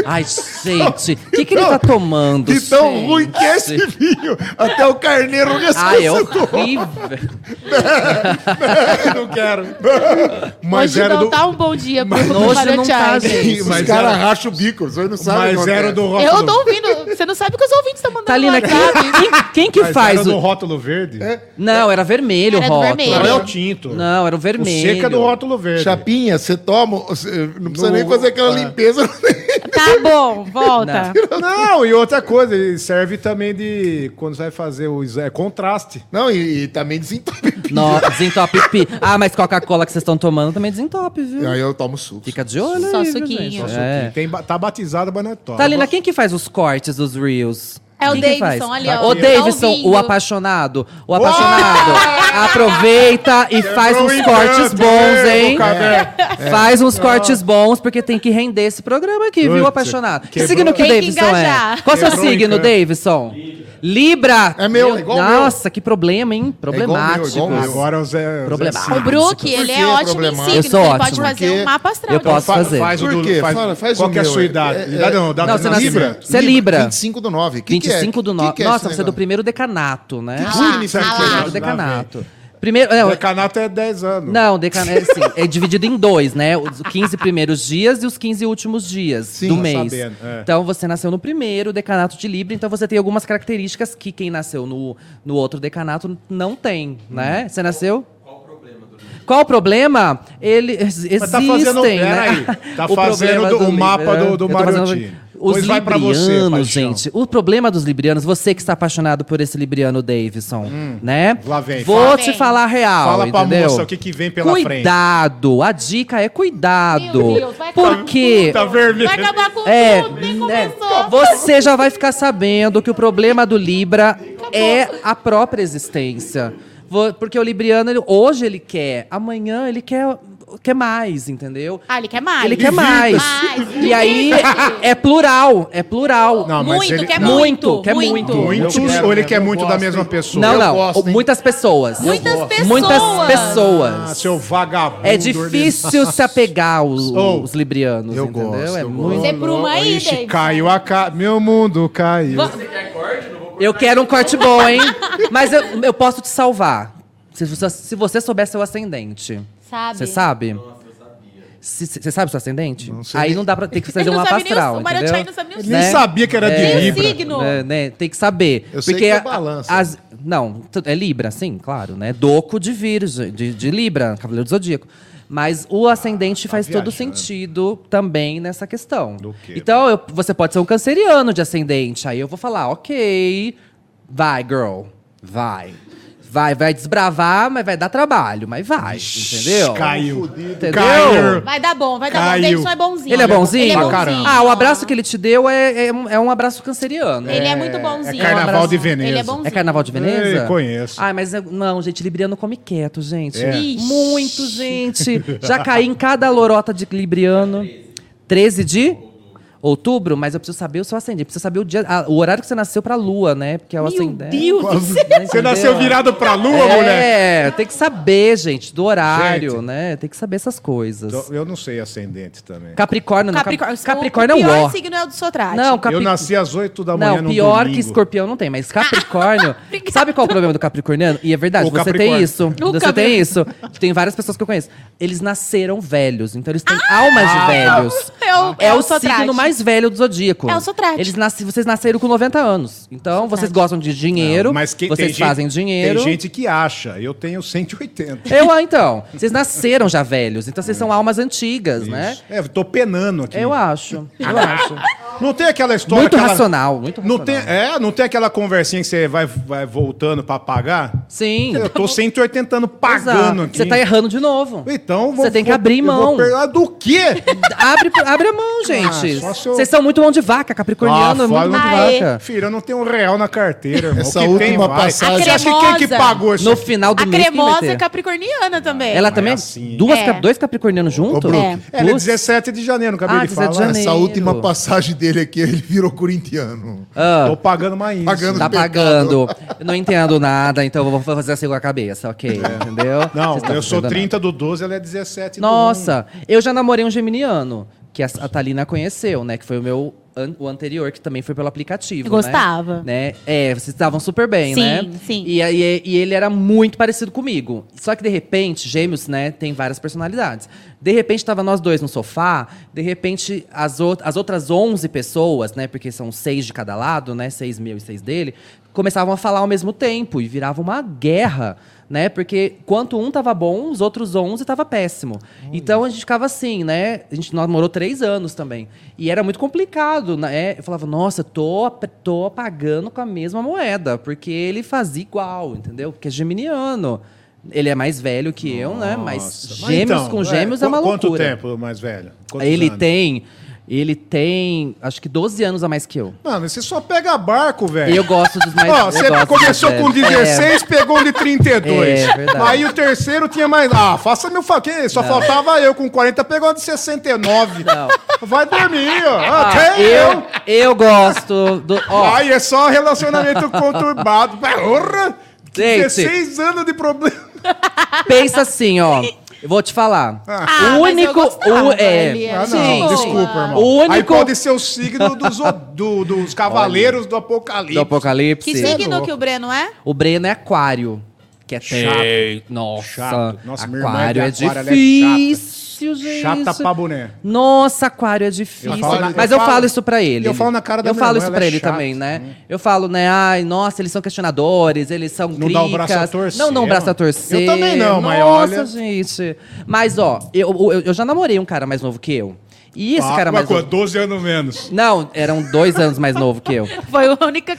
Speaker 4: Ai, gente, o que, que ele tá tomando?
Speaker 3: Que tão
Speaker 4: gente?
Speaker 3: ruim que é esse vinho! Até o carneiro
Speaker 4: Ai, é
Speaker 3: ressuscitou!
Speaker 4: horrível.
Speaker 2: não quero.
Speaker 1: Mas
Speaker 2: Mas
Speaker 1: Hoje
Speaker 2: era
Speaker 1: não
Speaker 2: do.
Speaker 1: tá um bom dia pro
Speaker 4: Mas hoje
Speaker 1: Maria
Speaker 4: não tá, gente.
Speaker 1: Thiago.
Speaker 3: é Os
Speaker 2: Mas
Speaker 3: caras
Speaker 2: era-
Speaker 3: racham o bico, você não sabe. é?
Speaker 2: Mas era do rótulo
Speaker 1: Eu tô ouvindo. Você não sabe o que os ouvintes estão mandando
Speaker 4: Tá ali
Speaker 1: no
Speaker 4: na
Speaker 1: WhatsApp.
Speaker 4: quem, quem que
Speaker 2: mas
Speaker 4: faz
Speaker 2: Era do
Speaker 4: o...
Speaker 2: rótulo verde.
Speaker 4: É? Não, era vermelho
Speaker 1: Era
Speaker 4: o
Speaker 1: do
Speaker 4: rótulo.
Speaker 1: vermelho.
Speaker 2: Não é
Speaker 1: Era-
Speaker 2: o tinto.
Speaker 4: Não, era o
Speaker 2: O
Speaker 4: vermelho.
Speaker 2: seco é do rótulo verde.
Speaker 3: Chapinha, você toma, você- não precisa
Speaker 2: No-
Speaker 3: nem fazer aquela
Speaker 2: é.
Speaker 3: limpeza.
Speaker 1: Tá bom, volta.
Speaker 2: Não, e outra coisa, ele serve também de. Quando você vai fazer o exame. É contraste.
Speaker 3: Não, e, tá e também desentope.
Speaker 4: Nossa, desentope pi. Ah, mas Coca-Cola que vocês estão tomando também é desentope, viu?
Speaker 3: Aí eu tomo suco.
Speaker 4: Fica de olho
Speaker 1: Só
Speaker 4: aí, viu,
Speaker 1: suquinho.
Speaker 4: gente?
Speaker 1: Só
Speaker 4: É.
Speaker 2: E Tem, ba- tá batizado, mas não é top.
Speaker 4: Tá, Lina, quem que faz os cortes dos Reels?
Speaker 1: É o
Speaker 4: Quem que
Speaker 1: Davidson,
Speaker 4: faz?
Speaker 1: ali, ó.
Speaker 4: O
Speaker 1: Tá
Speaker 4: Davidson,
Speaker 1: ouvindo.
Speaker 4: o apaixonado. O apaixonado. Aproveita e faz
Speaker 2: um
Speaker 4: uns cortes
Speaker 2: encanto,
Speaker 4: bons,
Speaker 2: né,
Speaker 4: hein? É.
Speaker 2: Bocaberto?
Speaker 3: É.
Speaker 4: Faz uns cortes bons, porque tem que render esse programa aqui, viu,
Speaker 2: Putz,
Speaker 4: apaixonado? Que
Speaker 2: quebrou-
Speaker 4: signo que o
Speaker 1: Tem que
Speaker 4: Davidson é?
Speaker 1: engajar.
Speaker 4: Qual é o seu
Speaker 2: Quebrou o
Speaker 4: signo,
Speaker 2: encanto.
Speaker 4: Davidson? Libra!
Speaker 3: É meu, é igual o meu. É
Speaker 4: Nossa, que problema, hein?
Speaker 2: É
Speaker 3: igual o meu,
Speaker 4: Problemático.
Speaker 3: igual o meu.
Speaker 2: Agora é o Zé.
Speaker 4: Problemático.
Speaker 2: Zé
Speaker 1: O
Speaker 2: Cid.
Speaker 1: Brook, ele
Speaker 3: que
Speaker 1: é ótimo em
Speaker 3: problemático?
Speaker 1: signos.
Speaker 4: Eu sou
Speaker 1: ele
Speaker 4: ótimo.
Speaker 1: pode fazer
Speaker 3: Porque
Speaker 1: um mapa astral.
Speaker 4: eu posso
Speaker 1: disso.
Speaker 2: Fa-
Speaker 4: fazer.
Speaker 2: Faz o
Speaker 3: Por
Speaker 2: do,
Speaker 3: quê?
Speaker 2: Faz,
Speaker 3: Fala, faz
Speaker 2: qual
Speaker 3: o
Speaker 2: que é a
Speaker 3: meu.
Speaker 2: sua idade?
Speaker 3: É- é-
Speaker 2: idade não,
Speaker 4: Não,
Speaker 2: data
Speaker 4: você
Speaker 2: não,
Speaker 4: nasceu-
Speaker 2: Libra.
Speaker 4: Você é Libra.
Speaker 3: 25 do 9. Que
Speaker 4: 25
Speaker 3: que é?
Speaker 4: do
Speaker 3: Que
Speaker 4: nove.
Speaker 3: que é esse
Speaker 4: Nossa, você é do
Speaker 3: negócio?
Speaker 4: primeiro decanato, né?
Speaker 1: Ah,
Speaker 2: Ui, isso é aqui,
Speaker 1: ah
Speaker 2: lá,
Speaker 1: lá.
Speaker 4: Primeiro
Speaker 2: lá
Speaker 4: decanato. Primeiro, é,
Speaker 2: vem. Decanato é 10 anos.
Speaker 4: Não, decana, é, assim, é dividido em dois, né? Os 15 primeiros dias e os 15 últimos dias
Speaker 3: Sim,
Speaker 4: do
Speaker 3: tô
Speaker 4: mês.
Speaker 2: sabendo, é.
Speaker 4: Então você nasceu no primeiro decanato de Libra, então você tem algumas características que quem nasceu no, no outro decanato não tem,
Speaker 2: Hum.
Speaker 4: né? Você nasceu? Qual o problema? Ele ex- existem,
Speaker 2: Mas tá fazendo-
Speaker 4: né?
Speaker 2: peraí, tá fazendo
Speaker 4: problema
Speaker 2: do- o
Speaker 4: Libra,
Speaker 2: mapa do- do
Speaker 4: eu tô fazendo-
Speaker 2: Mariotti.
Speaker 4: Os
Speaker 2: Pois vai pra você,
Speaker 4: librianos,
Speaker 2: paixão.
Speaker 4: gente. O problema dos librianos, você que está apaixonado por esse libriano Davidson, né?
Speaker 2: Hum. lá vem,
Speaker 4: Vou
Speaker 1: fala.
Speaker 4: te falar a real,
Speaker 2: Fala pra
Speaker 4: Ah, entendeu?
Speaker 2: moça o que, que vem pela frente.
Speaker 4: cuidado. A dica é cuidado.
Speaker 1: Meu Deus, vai acabar
Speaker 4: porque
Speaker 2: Tá vermelho.
Speaker 1: Vai acabar com
Speaker 4: é,
Speaker 1: tudo, nem
Speaker 4: né,
Speaker 1: começou.
Speaker 4: você já vai ficar sabendo que o problema do Libra é a própria existência. Vo- Porque o libriano, ele- hoje ele quer, amanhã ele quer, quer mais, entendeu?
Speaker 1: Ah, ele quer mais.
Speaker 4: Ele quer mais.
Speaker 1: Mais.
Speaker 4: E aí é plural, é plural.
Speaker 2: Não, mas
Speaker 1: muito,
Speaker 2: ele-
Speaker 1: quer
Speaker 4: Não.
Speaker 1: muito.
Speaker 4: Muito, quer muito.
Speaker 2: Muitos
Speaker 3: Eu quero,
Speaker 2: ou ele
Speaker 3: eu
Speaker 2: quer muito
Speaker 3: gosto,
Speaker 2: da mesma
Speaker 3: hein?
Speaker 2: pessoa?
Speaker 4: Não,
Speaker 3: Eu
Speaker 4: não.
Speaker 3: gosto, hein?
Speaker 4: muitas pessoas.
Speaker 1: Muitas pessoas.
Speaker 4: Muitas pessoas.
Speaker 2: Ah, seu vagabundo.
Speaker 4: É difícil se apegar aos,
Speaker 2: Oh,
Speaker 4: os librianos,
Speaker 3: eu
Speaker 4: entendeu?
Speaker 3: gosto,
Speaker 4: é
Speaker 3: eu
Speaker 4: muito...
Speaker 1: Você bruma aí,
Speaker 2: Ixi,
Speaker 1: Davidson.
Speaker 2: caiu a ca... Meu mundo caiu.
Speaker 1: Va-
Speaker 4: Eu quero um corte bom, hein? Mas eu, eu posso te salvar. Se você, se você souber seu ascendente.
Speaker 1: Sabe.
Speaker 4: Você sabe? Se- se- Você sabe seu ascendente?
Speaker 3: sei.
Speaker 4: Aí não dá pra ter que fazer
Speaker 1: não
Speaker 4: um mapa
Speaker 1: sabe nem o-
Speaker 4: astral,
Speaker 1: o Marathiaí
Speaker 4: entendeu?
Speaker 1: não sabe nem o
Speaker 2: Ele nem
Speaker 4: Né?
Speaker 2: sabia que era de
Speaker 4: É.
Speaker 1: Nem o
Speaker 2: Libra.
Speaker 1: signo.
Speaker 4: É, né? Tem que saber.
Speaker 3: Eu sei
Speaker 4: Porque
Speaker 3: que é
Speaker 4: a-
Speaker 3: balança.
Speaker 4: as- não, tu- é Libra, sim, claro, né? Doco de Virgem, de, de Libra, Cavaleiro do Zodíaco. Mas o ascendente faz todo
Speaker 2: viajando.
Speaker 4: sentido também nessa questão.
Speaker 2: Do quê?
Speaker 4: Então, eu- você pode ser um canceriano de ascendente. Aí eu vou falar, ok, vai, girl, vai. Vai, vai desbravar, mas vai dar trabalho, mas vai, entendeu?
Speaker 2: Caiu.
Speaker 4: Entendeu?
Speaker 2: Caiu.
Speaker 1: Vai dar bom, vai dar
Speaker 2: Caiu.
Speaker 1: bom. Davidson é bonzinho.
Speaker 4: Ele é bonzinho?
Speaker 1: Ele é
Speaker 4: Pra
Speaker 1: bonzinho.
Speaker 2: caramba.
Speaker 4: Ah, o abraço que ele te deu é, é um- é um abraço canceriano.
Speaker 1: Ele é muito
Speaker 2: É
Speaker 1: bonzinho.
Speaker 2: carnaval de Veneza.
Speaker 1: Ele é bonzinho.
Speaker 4: É Carnaval de Veneza?
Speaker 2: Ei, conheço.
Speaker 4: Ai, mas eu- não, gente, Libriano come quieto, gente.
Speaker 2: É.
Speaker 1: Ixi.
Speaker 4: Muito, gente. Já caí em cada lorota de Libriano. 13 de outubro, mas eu preciso saber o seu ascendente. Preciso saber o dia, ah, o horário que você nasceu pra lua, né? Porque é o
Speaker 1: Meu
Speaker 4: ascendente.
Speaker 1: Deus do
Speaker 4: Quase.
Speaker 1: céu.
Speaker 2: Você nasceu virado pra lua,
Speaker 4: é,
Speaker 2: moleque?
Speaker 4: tem que saber, gente, do horário,
Speaker 2: Gente.
Speaker 4: né? Tem que saber essas coisas.
Speaker 2: Então, Eu não sei ascendente também.
Speaker 4: Capricórnio, não.
Speaker 1: Capricórnio,
Speaker 4: Cap- Capricórnio é
Speaker 1: o
Speaker 4: o
Speaker 1: pior
Speaker 4: ó.
Speaker 1: signo é o do Sotrate.
Speaker 4: Não,
Speaker 2: Eu
Speaker 4: Capri...
Speaker 2: nasci às 8 da manhã
Speaker 4: não,
Speaker 2: no
Speaker 4: pior
Speaker 2: domingo.
Speaker 4: que escorpião não tem, mas Capricórnio. sabe qual é o problema do Capricorniano? E é verdade,
Speaker 2: O
Speaker 4: você tem
Speaker 2: Capricórnio.
Speaker 4: isso.
Speaker 1: O
Speaker 4: você
Speaker 1: Capri-
Speaker 4: tem isso. Tem várias pessoas que eu conheço. Eles nasceram velhos, então eles têm almas
Speaker 2: Ah!
Speaker 4: de velhos.
Speaker 1: Ah! É o,
Speaker 4: É, o
Speaker 1: Sotrate.
Speaker 4: signo mais velho do zodíaco.
Speaker 1: É o Sotrate.
Speaker 4: Eles nasce, vocês nasceram com 90 anos. Então, vocês gostam de dinheiro,
Speaker 2: Não, mas que- tem
Speaker 4: vocês
Speaker 2: gente-
Speaker 4: fazem dinheiro.
Speaker 2: Tem gente que acha. Eu tenho 180.
Speaker 4: Eu, ah, então. Vocês nasceram já velhos, então vocês são almas antigas, né?
Speaker 2: Isso. É, tô penando aqui.
Speaker 4: Eu acho. Eu acho.
Speaker 2: Não tem aquela história.
Speaker 4: muito
Speaker 2: aquela-
Speaker 4: racional, muito racional.
Speaker 2: Não tem, é, não tem aquela conversinha que você vai, vai voltando pra pagar?
Speaker 4: Sim.
Speaker 2: Eu tô 180 anos
Speaker 4: Exato.
Speaker 2: pagando aqui.
Speaker 4: Você tá errando de novo.
Speaker 2: Então,
Speaker 4: Você tem que abrir
Speaker 2: eu
Speaker 4: mão.
Speaker 2: Vou perdoar do quê?
Speaker 4: Abre, abre a mão, gente.
Speaker 2: Ah, só se eu-
Speaker 4: Vocês são muito mão de vaca, capricorniano,
Speaker 2: Ah,
Speaker 4: é muito
Speaker 2: fala-
Speaker 4: mão de
Speaker 1: Aê.
Speaker 4: vaca.
Speaker 2: Filho, eu não tenho um real na carteira, irmão.
Speaker 3: Essa
Speaker 2: O que tem,
Speaker 3: última
Speaker 2: vai.
Speaker 3: passagem-
Speaker 2: Você acha que quem é que
Speaker 1: Cremosa.
Speaker 2: pagou isso?
Speaker 4: No final do
Speaker 1: A
Speaker 4: mês, quem vai
Speaker 1: cremosa
Speaker 4: ter?
Speaker 1: é capricorniana também.
Speaker 4: Ela também?
Speaker 2: assim.
Speaker 4: Duas,
Speaker 1: É.
Speaker 4: cap- Dois capricornianos juntos?
Speaker 3: Bruno,
Speaker 1: É.
Speaker 2: Ela é
Speaker 4: Putz.
Speaker 2: 17 de janeiro, não acabei
Speaker 4: Ah,
Speaker 2: de
Speaker 4: 17 de
Speaker 2: falar.
Speaker 4: janeiro.
Speaker 3: Essa última passagem dele aqui, ele virou corintiano.
Speaker 4: Ah,
Speaker 2: Tô pagando mais.
Speaker 3: Pagando.
Speaker 4: tá pagando. Eu não entendo nada, então eu vou fazer assim com a cabeça, ok? Entendeu?
Speaker 2: É. Não,
Speaker 4: Vocês tão
Speaker 2: eu sou
Speaker 4: entendendo
Speaker 2: 30 do 12, ela é 17 do 1.
Speaker 4: tá Nossa, eu já namorei um geminiano, que a, a Thalina conheceu, né? Que foi o meu an- o anterior, que também foi pelo aplicativo.
Speaker 1: Eu gostava.
Speaker 4: Né? né? É, vocês estavam super bem,
Speaker 1: Sim,
Speaker 4: né?
Speaker 1: sim.
Speaker 4: E, aí- e ele era muito parecido comigo. Só que de repente, gêmeos, né, tem várias personalidades. De repente, tava nós dois no sofá, de repente, as, out- as outras 11 pessoas, né? Porque são seis de cada lado, né? Seis meu e seis dele, começavam a falar ao mesmo tempo e virava uma guerra né? Porque quanto um tava bom, os outros 11 tava péssimo. Então a gente ficava assim, né? A gente namorou três anos também. E era muito complicado, né? Eu falava, nossa, tô, ap- tô pagando com a mesma moeda, porque ele fazia igual, entendeu? Porque é geminiano. Ele é mais velho que eu, né? Mas
Speaker 2: Nossa.
Speaker 4: gêmeos
Speaker 2: Então,
Speaker 4: com gêmeos é, uma
Speaker 2: qu-
Speaker 4: loucura.
Speaker 2: Quanto tempo mais velho? Quantos
Speaker 4: ele
Speaker 2: anos?
Speaker 4: tem. Ele tem. Acho que 12 anos a mais que eu.
Speaker 2: Mano, você só pega barco, velho.
Speaker 4: E eu gosto dos mais
Speaker 2: É. Ó,
Speaker 4: eu
Speaker 2: você
Speaker 4: gosto dos
Speaker 2: começou
Speaker 4: mais
Speaker 2: com
Speaker 4: velhos. É.
Speaker 2: 16, pegou um de 32.
Speaker 4: É, verdade.
Speaker 2: Aí o terceiro tinha mais. Ah, faça meu faquinha. Só faltava eu com 40, pegou um de 69.
Speaker 4: Não.
Speaker 2: Vai dormir, ó. Ah,
Speaker 4: Ah,
Speaker 2: quem eu?
Speaker 4: eu, eu gosto do. Ó,
Speaker 2: Ai, é só relacionamento conturbado. Porra!
Speaker 4: Gente.
Speaker 2: 16 anos de problema.
Speaker 4: pensa assim, ó. Eu vou te falar.
Speaker 1: Ah,
Speaker 4: o
Speaker 1: mas eu
Speaker 4: único.
Speaker 1: gostava,
Speaker 4: o, é,
Speaker 1: ele era
Speaker 2: Ah, não,
Speaker 1: Sim.
Speaker 4: gente,
Speaker 2: desculpa, irmão.
Speaker 4: O
Speaker 2: Aí
Speaker 4: único
Speaker 2: pode ser o signo dos, o- do- dos cavaleiros do apocalipse.
Speaker 4: do Apocalipse.
Speaker 1: Que signo que o Breno é?
Speaker 4: O Breno é aquário. Que é chato. Nossa.
Speaker 2: Chato. Nossa, minha irmã é
Speaker 4: aquário
Speaker 2: de
Speaker 4: é
Speaker 2: aquário, ela é
Speaker 4: difícil, gente.
Speaker 2: Chata pra boné.
Speaker 4: Nossa, aquário é difícil.
Speaker 2: Eu falo-
Speaker 4: mas
Speaker 2: eu
Speaker 4: eu,
Speaker 2: falo-
Speaker 4: falo, isso pra ele.
Speaker 2: eu falo na cara da
Speaker 4: Eu
Speaker 2: minha
Speaker 4: falo
Speaker 2: irmã,
Speaker 4: isso
Speaker 2: ela
Speaker 4: pra
Speaker 2: é
Speaker 4: ele
Speaker 2: chata,
Speaker 4: também, né? Eu falo, né? Ai, nossa, eles são questionadores, eles são
Speaker 2: Não dá o braço a
Speaker 4: cricas,
Speaker 2: torcer,
Speaker 4: Não dão o braço a
Speaker 2: mano.
Speaker 4: torcer.
Speaker 2: Eu também não, mas
Speaker 4: Nossa,
Speaker 2: olha-
Speaker 4: gente. Mas, ó, eu, eu, eu já namorei um cara mais novo que eu. E esse
Speaker 2: Ah,
Speaker 4: cara
Speaker 2: mas
Speaker 4: mais
Speaker 2: com
Speaker 4: novo...
Speaker 2: 12 anos menos.
Speaker 4: Não, eram dois anos mais novo que eu.
Speaker 1: Foi a única, a única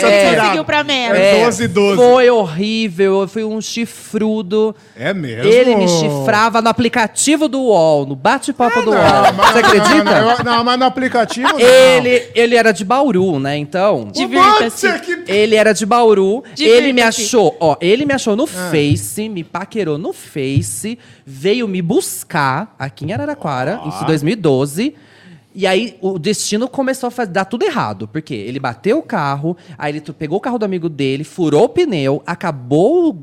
Speaker 2: essa
Speaker 1: que
Speaker 2: é-
Speaker 1: ele conseguiu pra menos.
Speaker 2: É 12, 12.
Speaker 4: Foi horrível, eu fui um chifrudo.
Speaker 2: É mesmo?
Speaker 4: Ele me chifrava no aplicativo do UOL, no bate-papo do UOL. Você acredita?
Speaker 2: Ah, Não, não, eu- não, mas no aplicativo não.
Speaker 4: Ele, ele era de Bauru, né? Então.
Speaker 2: O
Speaker 1: Divirta-se.
Speaker 2: Butzer que...
Speaker 4: Ele era de Bauru.
Speaker 1: Divirta-se.
Speaker 4: Ele me achou, ó, ele me achou no
Speaker 2: Ah.
Speaker 4: Face, me paquerou no Face, veio me buscar aqui em Araraquara, isso em 2012. E aí o destino começou a faz- dar tudo errado, porque ele bateu o carro, aí ele tu- pegou o carro do amigo dele, furou o pneu, acabou o-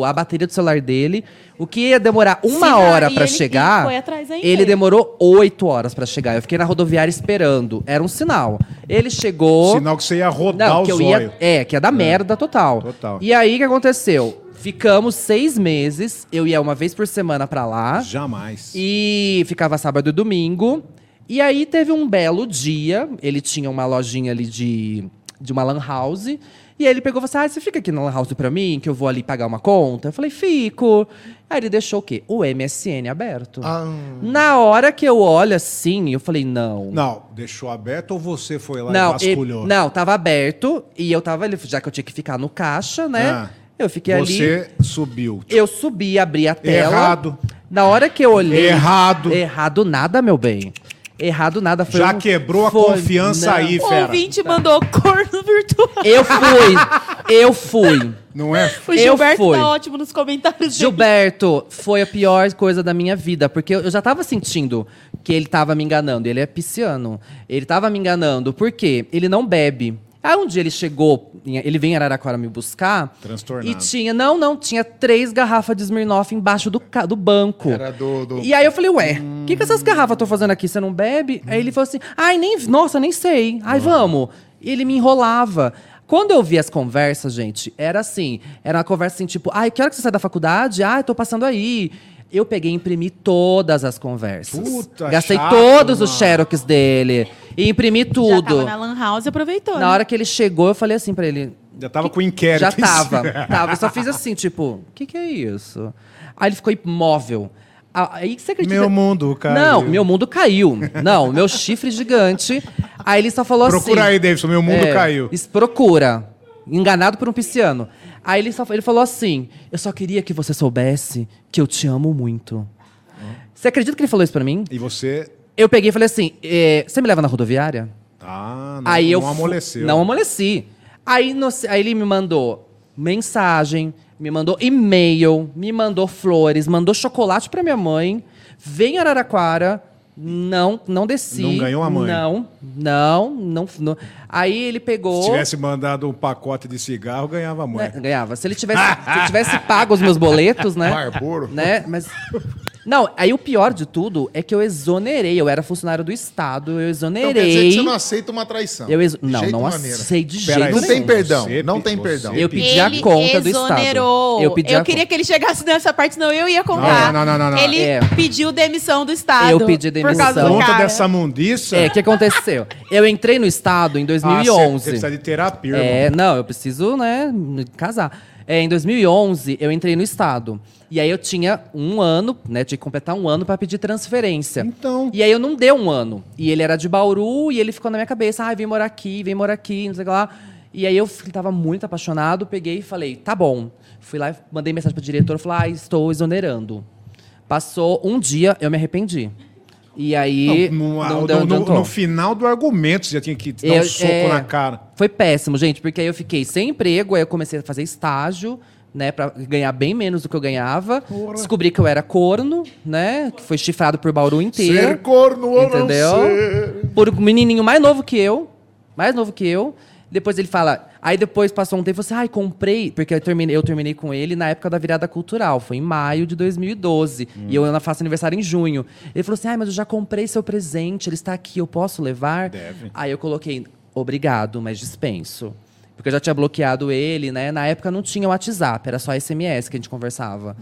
Speaker 4: o- a bateria do celular dele, o que ia demorar uma
Speaker 1: Sim, ah,
Speaker 4: hora
Speaker 1: e
Speaker 4: pra
Speaker 1: ele- e
Speaker 4: chegar.
Speaker 1: foi atrás ainda.
Speaker 4: Ele demorou oito horas pra chegar. Eu fiquei na rodoviária esperando. Era um sinal. Ele chegou.
Speaker 2: Sinal que você ia rodar
Speaker 4: Não,
Speaker 2: os
Speaker 4: que eu
Speaker 2: olhos.
Speaker 4: ia. É, que ia dar merda total.
Speaker 2: Total.
Speaker 4: E aí o que aconteceu? Ficamos seis meses, eu ia uma vez por semana pra lá.
Speaker 2: Jamais.
Speaker 4: E ficava sábado e domingo. E aí teve um belo dia, ele tinha uma lojinha ali de, de uma lan house. E aí ele pegou e falou assim, ah, você fica aqui na lan house pra mim, que eu vou ali pagar uma conta? Eu falei, fico. Aí ele deixou o quê? O MSN aberto. Na hora que eu olho assim, eu falei, não.
Speaker 2: Não, deixou aberto ou você foi lá e
Speaker 4: Não, e-
Speaker 2: vasculhou?
Speaker 4: não, tava aberto e eu tava ali, já que eu tinha que ficar no caixa, né?
Speaker 2: Ah.
Speaker 4: eu fiquei ali.
Speaker 2: Você subiu.
Speaker 4: Eu subi, abri a tela.
Speaker 2: Errado.
Speaker 4: Na hora que eu olhei.
Speaker 2: Errado.
Speaker 4: Errado nada, meu bem. Errado nada. Foi
Speaker 2: Já
Speaker 4: um-
Speaker 2: quebrou a
Speaker 4: foi-
Speaker 2: confiança
Speaker 4: não.
Speaker 2: aí,
Speaker 1: O
Speaker 2: fera.
Speaker 1: ouvinte mandou corno virtual.
Speaker 4: Eu fui. Eu fui.
Speaker 2: Não é?
Speaker 1: O
Speaker 4: Eu
Speaker 1: Gilberto
Speaker 4: fui.
Speaker 1: tá ótimo nos comentários dele.
Speaker 4: Gilberto, foi a pior coisa da minha vida, porque eu já tava sentindo que ele tava me enganando. Ele é pisciano. Ele tava me enganando, porque ele não bebe. Aí um dia ele chegou, em- ele veio em Araraquara me buscar.
Speaker 2: Transtornado.
Speaker 4: E tinha, não, não, tinha três garrafas de Smirnoff embaixo do, ca- do banco.
Speaker 3: Era do- do-
Speaker 4: E aí eu falei, ué, o que, que essas garrafas estão fazendo aqui? Você não bebe? Aí ele falou assim, ai, nem, nossa, nem sei. Ai, vamos. E ele me enrolava. Quando eu vi as conversas, gente, era assim, era uma conversa assim, tipo, ai, que hora que você sai da faculdade? Ai, tô passando aí. Eu peguei e imprimi todas as conversas.
Speaker 2: Puta,
Speaker 4: Gastei
Speaker 2: chato,
Speaker 4: todos os
Speaker 2: mano.
Speaker 4: xerox dele. E imprimi
Speaker 1: Já tava
Speaker 4: tudo.
Speaker 1: na Lan House e aproveitou.
Speaker 4: Na
Speaker 1: né?
Speaker 4: hora que ele chegou, eu falei assim pra ele,
Speaker 2: Já tava com inquérito. é.
Speaker 4: já
Speaker 2: em
Speaker 4: tava,
Speaker 2: cima.
Speaker 4: tava. Eu só fiz assim, tipo, o que, que é isso? Aí ele ficou imóvel. Ah, Aí você acredita.
Speaker 2: Meu mundo, cara.
Speaker 4: Não, meu mundo caiu. Não, meu chifre gigante. Aí ele só falou
Speaker 2: Procura
Speaker 4: assim.
Speaker 2: aí, Davidson, meu mundo
Speaker 4: é,
Speaker 2: caiu.
Speaker 4: es- Procura. Enganado por um pisciano. Aí ele, só, ele falou assim: Eu só queria que você soubesse que eu te amo muito. Você acredita que ele falou isso pra mim?
Speaker 2: E você.
Speaker 4: Eu peguei e falei assim: "É, Você me leva na rodoviária?
Speaker 2: Ah, não,
Speaker 4: Aí eu
Speaker 2: não
Speaker 4: fu-
Speaker 2: amoleceu.
Speaker 4: Não amoleci. Aí, no- aí ele me mandou mensagem, me mandou e-mail, me mandou flores, mandou chocolate pra minha mãe. Vem Araraquara. Não, não desci.
Speaker 2: Não ganhou a mãe.
Speaker 4: Não, não, não. não. Aí ele pegou.
Speaker 2: Se tivesse mandado um pacote de cigarro, ganhava a
Speaker 4: né,
Speaker 2: mãe.
Speaker 4: ganhava. Se ele tivesse, se ele tivesse pago os meus boletos, né?
Speaker 3: Marlboro.
Speaker 4: né? Mas. Não, aí o pior de tudo é que eu exonerei. Eu era funcionário do Estado, eu exonerei.
Speaker 3: Então quer dizer que você não aceita uma traição.
Speaker 4: Eu ex...
Speaker 3: De
Speaker 4: Não,
Speaker 3: jeito
Speaker 4: não
Speaker 3: maneiro.
Speaker 4: sei de
Speaker 2: Pera aí,
Speaker 4: jeito
Speaker 3: Não
Speaker 4: nenhum.
Speaker 3: tem perdão,
Speaker 2: Você
Speaker 3: não
Speaker 2: pe-
Speaker 3: tem
Speaker 2: você
Speaker 3: perdão.
Speaker 2: pe-
Speaker 4: Eu pedi a conta do Estado.
Speaker 1: exonerou.
Speaker 4: Eu pedi a
Speaker 1: queria
Speaker 4: conta.
Speaker 1: que ele chegasse nessa parte, não. Eu ia contar.
Speaker 2: Não, não, não, não, não.
Speaker 1: Ele
Speaker 4: É.
Speaker 1: pediu demissão do Estado.
Speaker 4: Eu pedi
Speaker 1: Por causa
Speaker 4: demissão.
Speaker 1: do
Speaker 2: Conta
Speaker 1: cara.
Speaker 2: dessa mundiça.
Speaker 4: É, o que aconteceu? Eu entrei no Estado em
Speaker 2: Ah, você- Você
Speaker 4: 2011.
Speaker 2: precisa de terapia,
Speaker 4: é,
Speaker 2: irmão.
Speaker 4: não, eu preciso, né, me casar. É, em 2011, eu entrei no Estado. E aí eu tinha um ano, né, tinha que completar um ano pra pedir transferência.
Speaker 2: Então.
Speaker 4: E aí eu não dei um ano. E ele era de Bauru e ele ficou na minha cabeça, ai, vem morar aqui, vem morar aqui, não sei o que lá. E aí eu f- tava muito apaixonado, peguei e falei, tá bom. Fui lá e mandei mensagem pro diretor, falei, ah, estou exonerando. Passou um dia, eu me arrependi. E aí.
Speaker 2: no,
Speaker 4: não
Speaker 2: no-
Speaker 4: deu-
Speaker 2: no-
Speaker 4: adiantou.
Speaker 2: no final do argumento, você já tinha que dar um
Speaker 4: Eu-
Speaker 2: soco
Speaker 4: é.
Speaker 2: na cara.
Speaker 4: Foi péssimo, gente, porque aí eu fiquei sem emprego, aí eu comecei a fazer estágio, né, pra ganhar bem menos do que eu ganhava. Descobri que eu era corno, né, que foi chifrado por Bauru inteiro.
Speaker 3: Ser corno ou
Speaker 4: Entendeu?
Speaker 3: não ser.
Speaker 4: Por um menininho mais novo que eu, mais novo que eu. Depois ele fala. Aí depois passou um tempo e assim, ai, comprei. Porque eu terminei, eu terminei com ele na época da virada cultural. Foi em maio de 2012. E eu ainda faço aniversário em junho. Ele falou assim: ai, mas eu já comprei seu presente, ele está aqui, eu posso levar?
Speaker 2: Deve.
Speaker 4: Aí eu coloquei, obrigado, mas dispenso. Porque eu já tinha bloqueado ele, né? Na época não tinha WhatsApp, era só SMS que a gente conversava.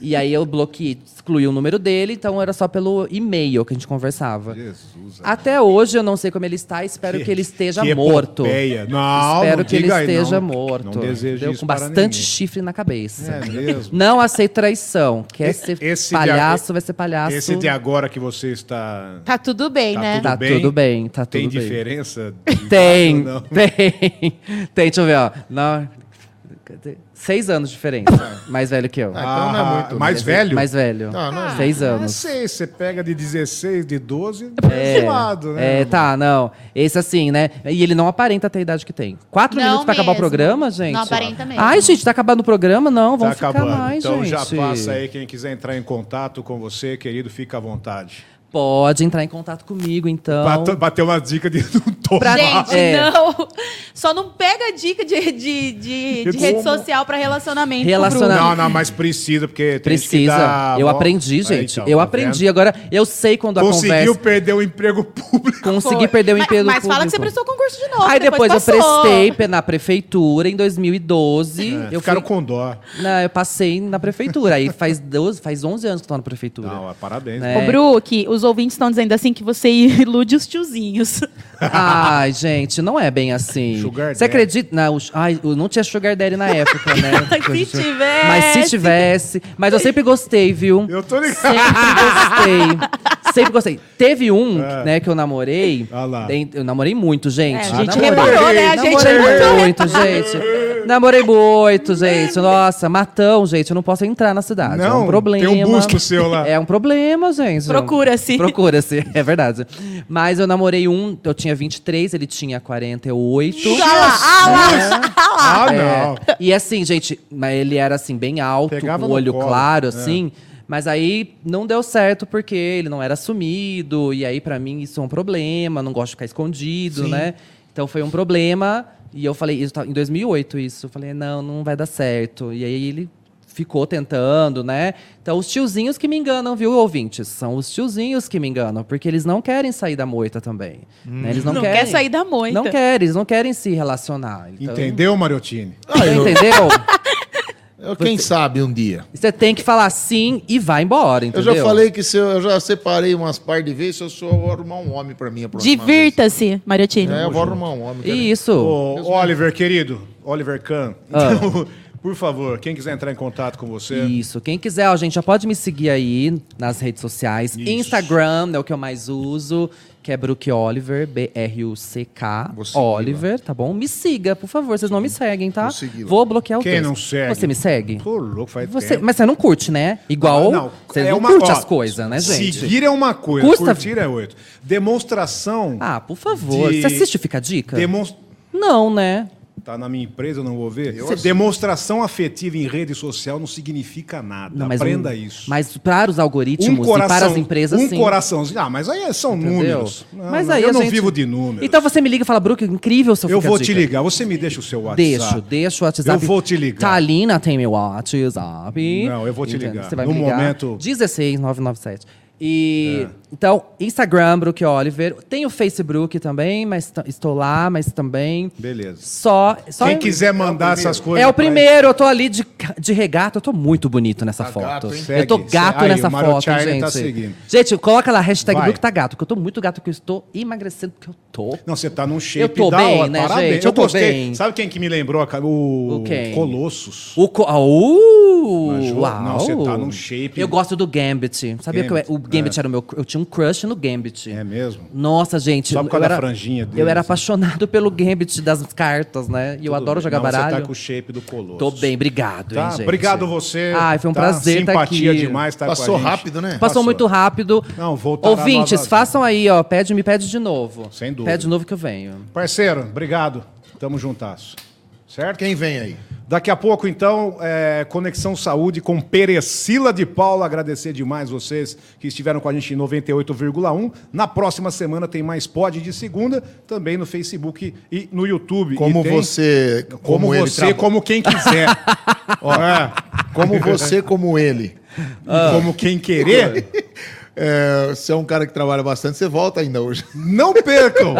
Speaker 4: e aí eu bloqueei, excluí o número dele, então era só pelo e-mail que a gente conversava.
Speaker 2: Jesus.
Speaker 4: Até hoje eu não sei como ele está, espero Ah, que, ele esteja
Speaker 2: É. que
Speaker 4: morto.
Speaker 2: epopeia. Não,
Speaker 4: espero
Speaker 2: não
Speaker 4: que ele
Speaker 2: diga aí,
Speaker 4: esteja
Speaker 2: não.
Speaker 4: morto.
Speaker 2: Não desejo
Speaker 4: entendeu?
Speaker 2: isso
Speaker 4: Com
Speaker 2: para
Speaker 4: bastante
Speaker 2: ninguém.
Speaker 4: chifre na cabeça.
Speaker 2: É mesmo.
Speaker 4: Não aceito traição. Quer
Speaker 2: E-
Speaker 4: ser
Speaker 2: esse de
Speaker 4: palhaço,
Speaker 2: ag-
Speaker 4: vai ser palhaço.
Speaker 2: Esse de agora que você está.
Speaker 1: Tá tudo bem,
Speaker 2: Tá
Speaker 1: né?
Speaker 2: tudo
Speaker 4: Tá
Speaker 2: bem?
Speaker 4: tudo bem, tá tudo
Speaker 2: Tem
Speaker 4: bem.
Speaker 2: diferença?
Speaker 4: Tem,
Speaker 2: Não.
Speaker 4: tem, tem. Deixa eu ver, ó. Não, cadê? seis anos de diferença. mais velho que eu.
Speaker 3: Ah, então não é
Speaker 2: Ah,
Speaker 3: muito.
Speaker 2: Mais velho?
Speaker 4: Mais velho.
Speaker 3: Ah, não.
Speaker 4: Seis
Speaker 2: Tá, Não
Speaker 4: anos.
Speaker 2: sei, você pega de 16, de 12,
Speaker 4: É,
Speaker 2: é, zoado, né?
Speaker 4: é, tá, não. Esse assim, né? E ele não aparenta ter a idade que tem. Quatro
Speaker 1: Não
Speaker 4: minutos pra acabar o
Speaker 1: mesmo.
Speaker 4: programa, gente?
Speaker 1: Não aparenta mesmo.
Speaker 4: Ai, gente, tá acabando o programa? Não,
Speaker 2: Tá
Speaker 4: vamos ficar
Speaker 2: acabando.
Speaker 4: mais,
Speaker 2: então
Speaker 4: gente.
Speaker 2: já passa aí, quem quiser entrar em contato com você, querido, fica à vontade.
Speaker 4: Pode entrar em contato comigo, então.
Speaker 2: Bate- Bateu uma dica de não tomar.
Speaker 1: Gente,
Speaker 4: É.
Speaker 1: não. Só não pega dica de, de, de, de rede social pra relacionamento.
Speaker 4: Relaciona-
Speaker 1: Bruno.
Speaker 2: Não, não, mas precisa, porque tem gente que
Speaker 4: Precisa.
Speaker 2: dá-
Speaker 4: Eu
Speaker 2: Bom,
Speaker 4: aprendi,
Speaker 2: aí,
Speaker 4: gente.
Speaker 2: então,
Speaker 4: eu
Speaker 2: tá
Speaker 4: aprendi.
Speaker 2: vendo?
Speaker 4: Agora, eu sei quando a
Speaker 2: Conseguiu
Speaker 4: conversa...
Speaker 2: perder o emprego público.
Speaker 4: Consegui
Speaker 1: Foi.
Speaker 4: perder o
Speaker 1: Mas-
Speaker 4: emprego
Speaker 1: Mas, fala que
Speaker 4: público.
Speaker 1: você prestou concurso de novo.
Speaker 4: Aí depois, eu
Speaker 1: passou.
Speaker 4: prestei pe- na prefeitura em 2012.
Speaker 2: É,
Speaker 4: eu,
Speaker 2: Ficaram
Speaker 4: fui-
Speaker 2: com dó.
Speaker 4: Não, eu passei na prefeitura. Aí faz, 12, faz 11 anos que eu tô na prefeitura.
Speaker 2: Não, é parabéns.
Speaker 4: Né?
Speaker 1: Ô, Brook, os ouvintes estão dizendo assim que você ilude os tiozinhos.
Speaker 4: Ai, gente, não é bem assim.
Speaker 2: Sugar
Speaker 4: Você
Speaker 2: daddy.
Speaker 4: acredita? Não, o- ai, eu não tinha sugar daddy na época, né?
Speaker 1: se tiver.
Speaker 4: Mas se tivesse. Mas eu sempre gostei, viu?
Speaker 2: Eu tô ligado.
Speaker 4: Sempre gostei. Sempre gostei. Teve um,
Speaker 2: É.
Speaker 4: né, que eu namorei.
Speaker 2: Ah lá.
Speaker 4: Tem- Eu namorei muito, gente.
Speaker 1: É, a gente
Speaker 4: Namorei.
Speaker 1: reparou, né? A gente
Speaker 4: Namorei
Speaker 1: muito
Speaker 4: muito, gente. Namorei muito, gente. Nossa, matão, gente. Eu não posso entrar na cidade. é
Speaker 2: Não,
Speaker 4: um problema.
Speaker 2: tem um busto seu lá.
Speaker 4: É um problema, gente.
Speaker 1: Procura-se.
Speaker 4: Procura-se, é verdade. Mas eu namorei um, eu tinha 23, ele tinha 48.
Speaker 1: Ah lá, ah lá.
Speaker 2: Ah,
Speaker 4: É,
Speaker 2: não.
Speaker 4: E assim, gente, mas ele era assim, bem alto,
Speaker 2: Pegava
Speaker 4: com
Speaker 2: no
Speaker 4: o olho
Speaker 2: colo, É.
Speaker 4: claro, assim. Mas aí não deu certo porque ele não era assumido. E aí, pra mim, isso é um problema. Não gosto de ficar escondido, né? Então foi um problema. E eu falei, isso tá- em 2008, isso. Eu falei, não, não vai dar certo. E aí ele ficou tentando, né? Então os tiozinhos que me enganam, viu, ouvintes? São os tiozinhos que me enganam, porque eles não querem sair da moita também. né? Eles não,
Speaker 1: Não
Speaker 4: querem
Speaker 1: quer sair da moita.
Speaker 4: Não querem, eles não querem se relacionar. Então,
Speaker 2: Entendeu, Mariotini?
Speaker 3: Ah, eu-
Speaker 4: Entendeu?
Speaker 3: eu- quem sabe um dia.
Speaker 4: Você tem que falar sim e vai embora,
Speaker 3: Eu
Speaker 4: entendeu?
Speaker 3: já falei que se eu, eu já separei umas par de vezes, se eu sou, eu vou arrumar um homem pra mim a próxima
Speaker 1: Divirta-se, Mariotini.
Speaker 3: vez. É, eu vou arrumar um homem. cara.
Speaker 4: Isso.
Speaker 2: Ô, Oliver, querido, Oliver Kahn.
Speaker 4: Ah.
Speaker 2: Então, por favor, quem quiser entrar em contato com você.
Speaker 4: Isso. Quem quiser, ó, gente, já pode me seguir aí nas redes sociais.
Speaker 2: Isso.
Speaker 4: Instagram é o que eu mais uso, que é Brook Oliver, B-R-U-C-K
Speaker 3: Vou seguir
Speaker 4: Oliver, tá bom? Me siga, por favor. Vocês não me seguem, tá?
Speaker 3: Vou seguir lá.
Speaker 4: Vou bloquear o
Speaker 2: Quem
Speaker 4: texto.
Speaker 2: não segue?
Speaker 4: Você me segue?
Speaker 2: Pô, louco,
Speaker 3: é.
Speaker 2: faz
Speaker 4: Você,
Speaker 2: tempo.
Speaker 4: mas você não curte, né? Igual. você não curte as coisas, né, gente?
Speaker 2: é Seguir é uma coisa,
Speaker 4: Custa-
Speaker 2: curtir é outra. Demonstração.
Speaker 4: Ah, por favor.
Speaker 2: De-
Speaker 4: Você assiste o Fica a Dica?
Speaker 2: demonstra-
Speaker 4: Não, né?
Speaker 2: Tá na minha empresa, eu não vou ver.
Speaker 3: Eu assisto.
Speaker 2: Demonstração afetiva em rede social não significa nada.
Speaker 4: Não, mas
Speaker 2: Aprenda
Speaker 4: um-
Speaker 2: isso.
Speaker 4: Mas para os algoritmos e para as empresas,
Speaker 2: um
Speaker 4: sim.
Speaker 2: coraçãozinho. Ah, mas aí são
Speaker 4: Entendeu?
Speaker 2: números. Não,
Speaker 4: Mas
Speaker 2: não,
Speaker 4: aí
Speaker 2: eu
Speaker 4: a
Speaker 2: não
Speaker 4: gente-
Speaker 2: vivo de números.
Speaker 4: Então você me liga e fala, Brook, incrível seu
Speaker 2: eu
Speaker 4: Fica a
Speaker 2: vou te
Speaker 4: Dica.
Speaker 2: ligar. Você me deixa o seu WhatsApp.
Speaker 4: Deixo, deixo o WhatsApp.
Speaker 2: Eu vou te ligar.
Speaker 4: Thalina tem meu WhatsApp.
Speaker 2: Não, eu vou te
Speaker 4: Entende?
Speaker 2: ligar.
Speaker 4: Você vai
Speaker 2: No
Speaker 4: me ligar.
Speaker 2: momento- É.
Speaker 4: 16997. E então, Instagram, Brook Oliver. Tem o Facebook também, mas t- estou lá, mas também.
Speaker 2: Beleza.
Speaker 4: Só, só um
Speaker 2: Quem quiser mandar essas coisas.
Speaker 4: É o
Speaker 2: pra-
Speaker 4: primeiro, eu tô ali de, ca- de regata, eu tô muito bonito nessa
Speaker 3: Tá
Speaker 4: foto.
Speaker 3: gato, hein?
Speaker 4: eu tô
Speaker 2: Segue,
Speaker 4: gato
Speaker 2: segue. Aí,
Speaker 4: nessa
Speaker 2: o Mario
Speaker 4: foto,
Speaker 2: China
Speaker 4: gente.
Speaker 2: tá seguindo.
Speaker 4: gente, coloca lá, hashtag
Speaker 2: Vai.
Speaker 4: Brook tá gato, que eu tô muito gato, que eu estou emagrecendo, porque eu tô.
Speaker 2: Não, você tá num shape
Speaker 4: Eu tô
Speaker 2: da
Speaker 4: bem,
Speaker 2: hora.
Speaker 4: né,
Speaker 2: Parabéns.
Speaker 4: gente? Eu tô
Speaker 2: gostei.
Speaker 4: bem.
Speaker 2: Sabe quem que me lembrou? cara? O,
Speaker 4: O quem?
Speaker 2: Colossus.
Speaker 4: O co... Au!
Speaker 2: Mas, Ju,
Speaker 4: Uau!
Speaker 2: não, você tá num shape-
Speaker 4: Eu gosto do Gambit. Sabia que eu- é, o
Speaker 2: Gambit,
Speaker 4: Gambit era o meu. Eu tinha um crush no Gambit.
Speaker 2: É mesmo?
Speaker 4: Nossa, gente.
Speaker 2: Só por causa
Speaker 4: eu
Speaker 2: da
Speaker 4: era-
Speaker 2: franjinha dele,
Speaker 4: Eu era
Speaker 2: assim.
Speaker 4: apaixonado pelo Gambit das cartas, né? E eu adoro jogar
Speaker 2: não,
Speaker 4: baralho.
Speaker 2: Você tá com o shape do Colossus.
Speaker 4: Tô bem, obrigado,
Speaker 2: Tá?
Speaker 4: hein, gente.
Speaker 2: Obrigado você.
Speaker 4: Ai, foi um
Speaker 2: tá?
Speaker 4: prazer estar aqui.
Speaker 2: Simpatia demais tá
Speaker 3: Passou
Speaker 2: com a gente.
Speaker 3: rápido, né?
Speaker 4: Passou, muito rápido.
Speaker 2: Não, voltará
Speaker 4: Ouvintes,
Speaker 2: novamente.
Speaker 4: façam aí, ó. Pede, me pede de novo.
Speaker 2: Sem dúvida.
Speaker 4: Pede de novo que eu venho.
Speaker 2: Parceiro, obrigado. Tamo juntasso. Certo?
Speaker 3: Quem vem aí?
Speaker 2: Daqui a pouco, então, é, Conexão Saúde com Perecila de Paula. Agradecer demais vocês que estiveram com a gente em 98,1. Na próxima semana tem mais pod de segunda, também no Facebook e no YouTube.
Speaker 3: Como
Speaker 2: E tem-
Speaker 3: você, como,
Speaker 2: Como,
Speaker 3: ele
Speaker 2: você,
Speaker 3: traba-
Speaker 2: como quem quiser. Ó, é,
Speaker 3: como você, como ele. Ah.
Speaker 2: Como quem querer.
Speaker 3: É, você é um cara que trabalha bastante, você volta ainda hoje.
Speaker 2: Não percam!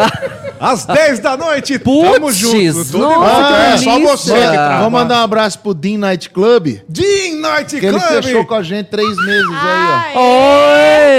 Speaker 2: Às 10 da noite, tamo
Speaker 4: Putz,
Speaker 2: junto! Tudo
Speaker 4: nossa,
Speaker 2: bom,
Speaker 3: que
Speaker 2: é só
Speaker 4: delícia.
Speaker 2: você que trabalha.
Speaker 3: Vamos mandar um abraço pro Dean Night Club.
Speaker 2: Dean Night
Speaker 3: Que ele fechou com
Speaker 2: Club!
Speaker 3: a gente três meses aí, ó.
Speaker 1: Ai,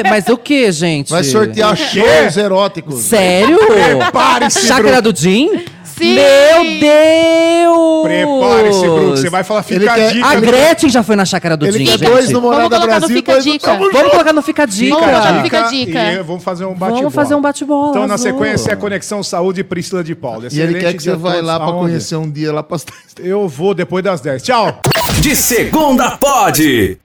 Speaker 4: Oi! Mas o que, gente?
Speaker 3: Vai
Speaker 2: É.
Speaker 3: sortear shows eróticos.
Speaker 4: Sério?
Speaker 2: Prepare-se,
Speaker 4: Chácara do Jim?
Speaker 1: Sim!
Speaker 4: Meu Deus!
Speaker 2: Prepare-se, Bruno, que você vai falar,
Speaker 3: Ele
Speaker 2: fica a
Speaker 3: quer-
Speaker 2: dica.
Speaker 4: A
Speaker 2: do-
Speaker 4: Gretchen já foi na chácara do
Speaker 3: Ele
Speaker 4: Jim,
Speaker 3: quer
Speaker 4: gente.
Speaker 3: dois no
Speaker 1: Vamos
Speaker 3: Morada
Speaker 1: colocar no
Speaker 3: Brasil.
Speaker 1: Fica a
Speaker 3: dois no
Speaker 1: Dica.
Speaker 3: Tamo
Speaker 4: Vamos colocar no Fica a Dica.
Speaker 1: Fica a
Speaker 2: Dica,
Speaker 1: Fica a dica.
Speaker 2: e vamos fazer um bate-bola.
Speaker 4: Vamos fazer um bate-bola.
Speaker 2: Então, na
Speaker 4: arrasou.
Speaker 2: sequência, é Conexão Saúde e Priscila de Paula.
Speaker 3: E ele
Speaker 2: Excelente
Speaker 3: quer que
Speaker 2: dia a
Speaker 3: você vá
Speaker 2: todos.
Speaker 3: lá pra
Speaker 2: Aonde?
Speaker 3: conhecer um dia lá pra
Speaker 2: Eu vou depois das 10. Tchau!
Speaker 5: De segunda pode.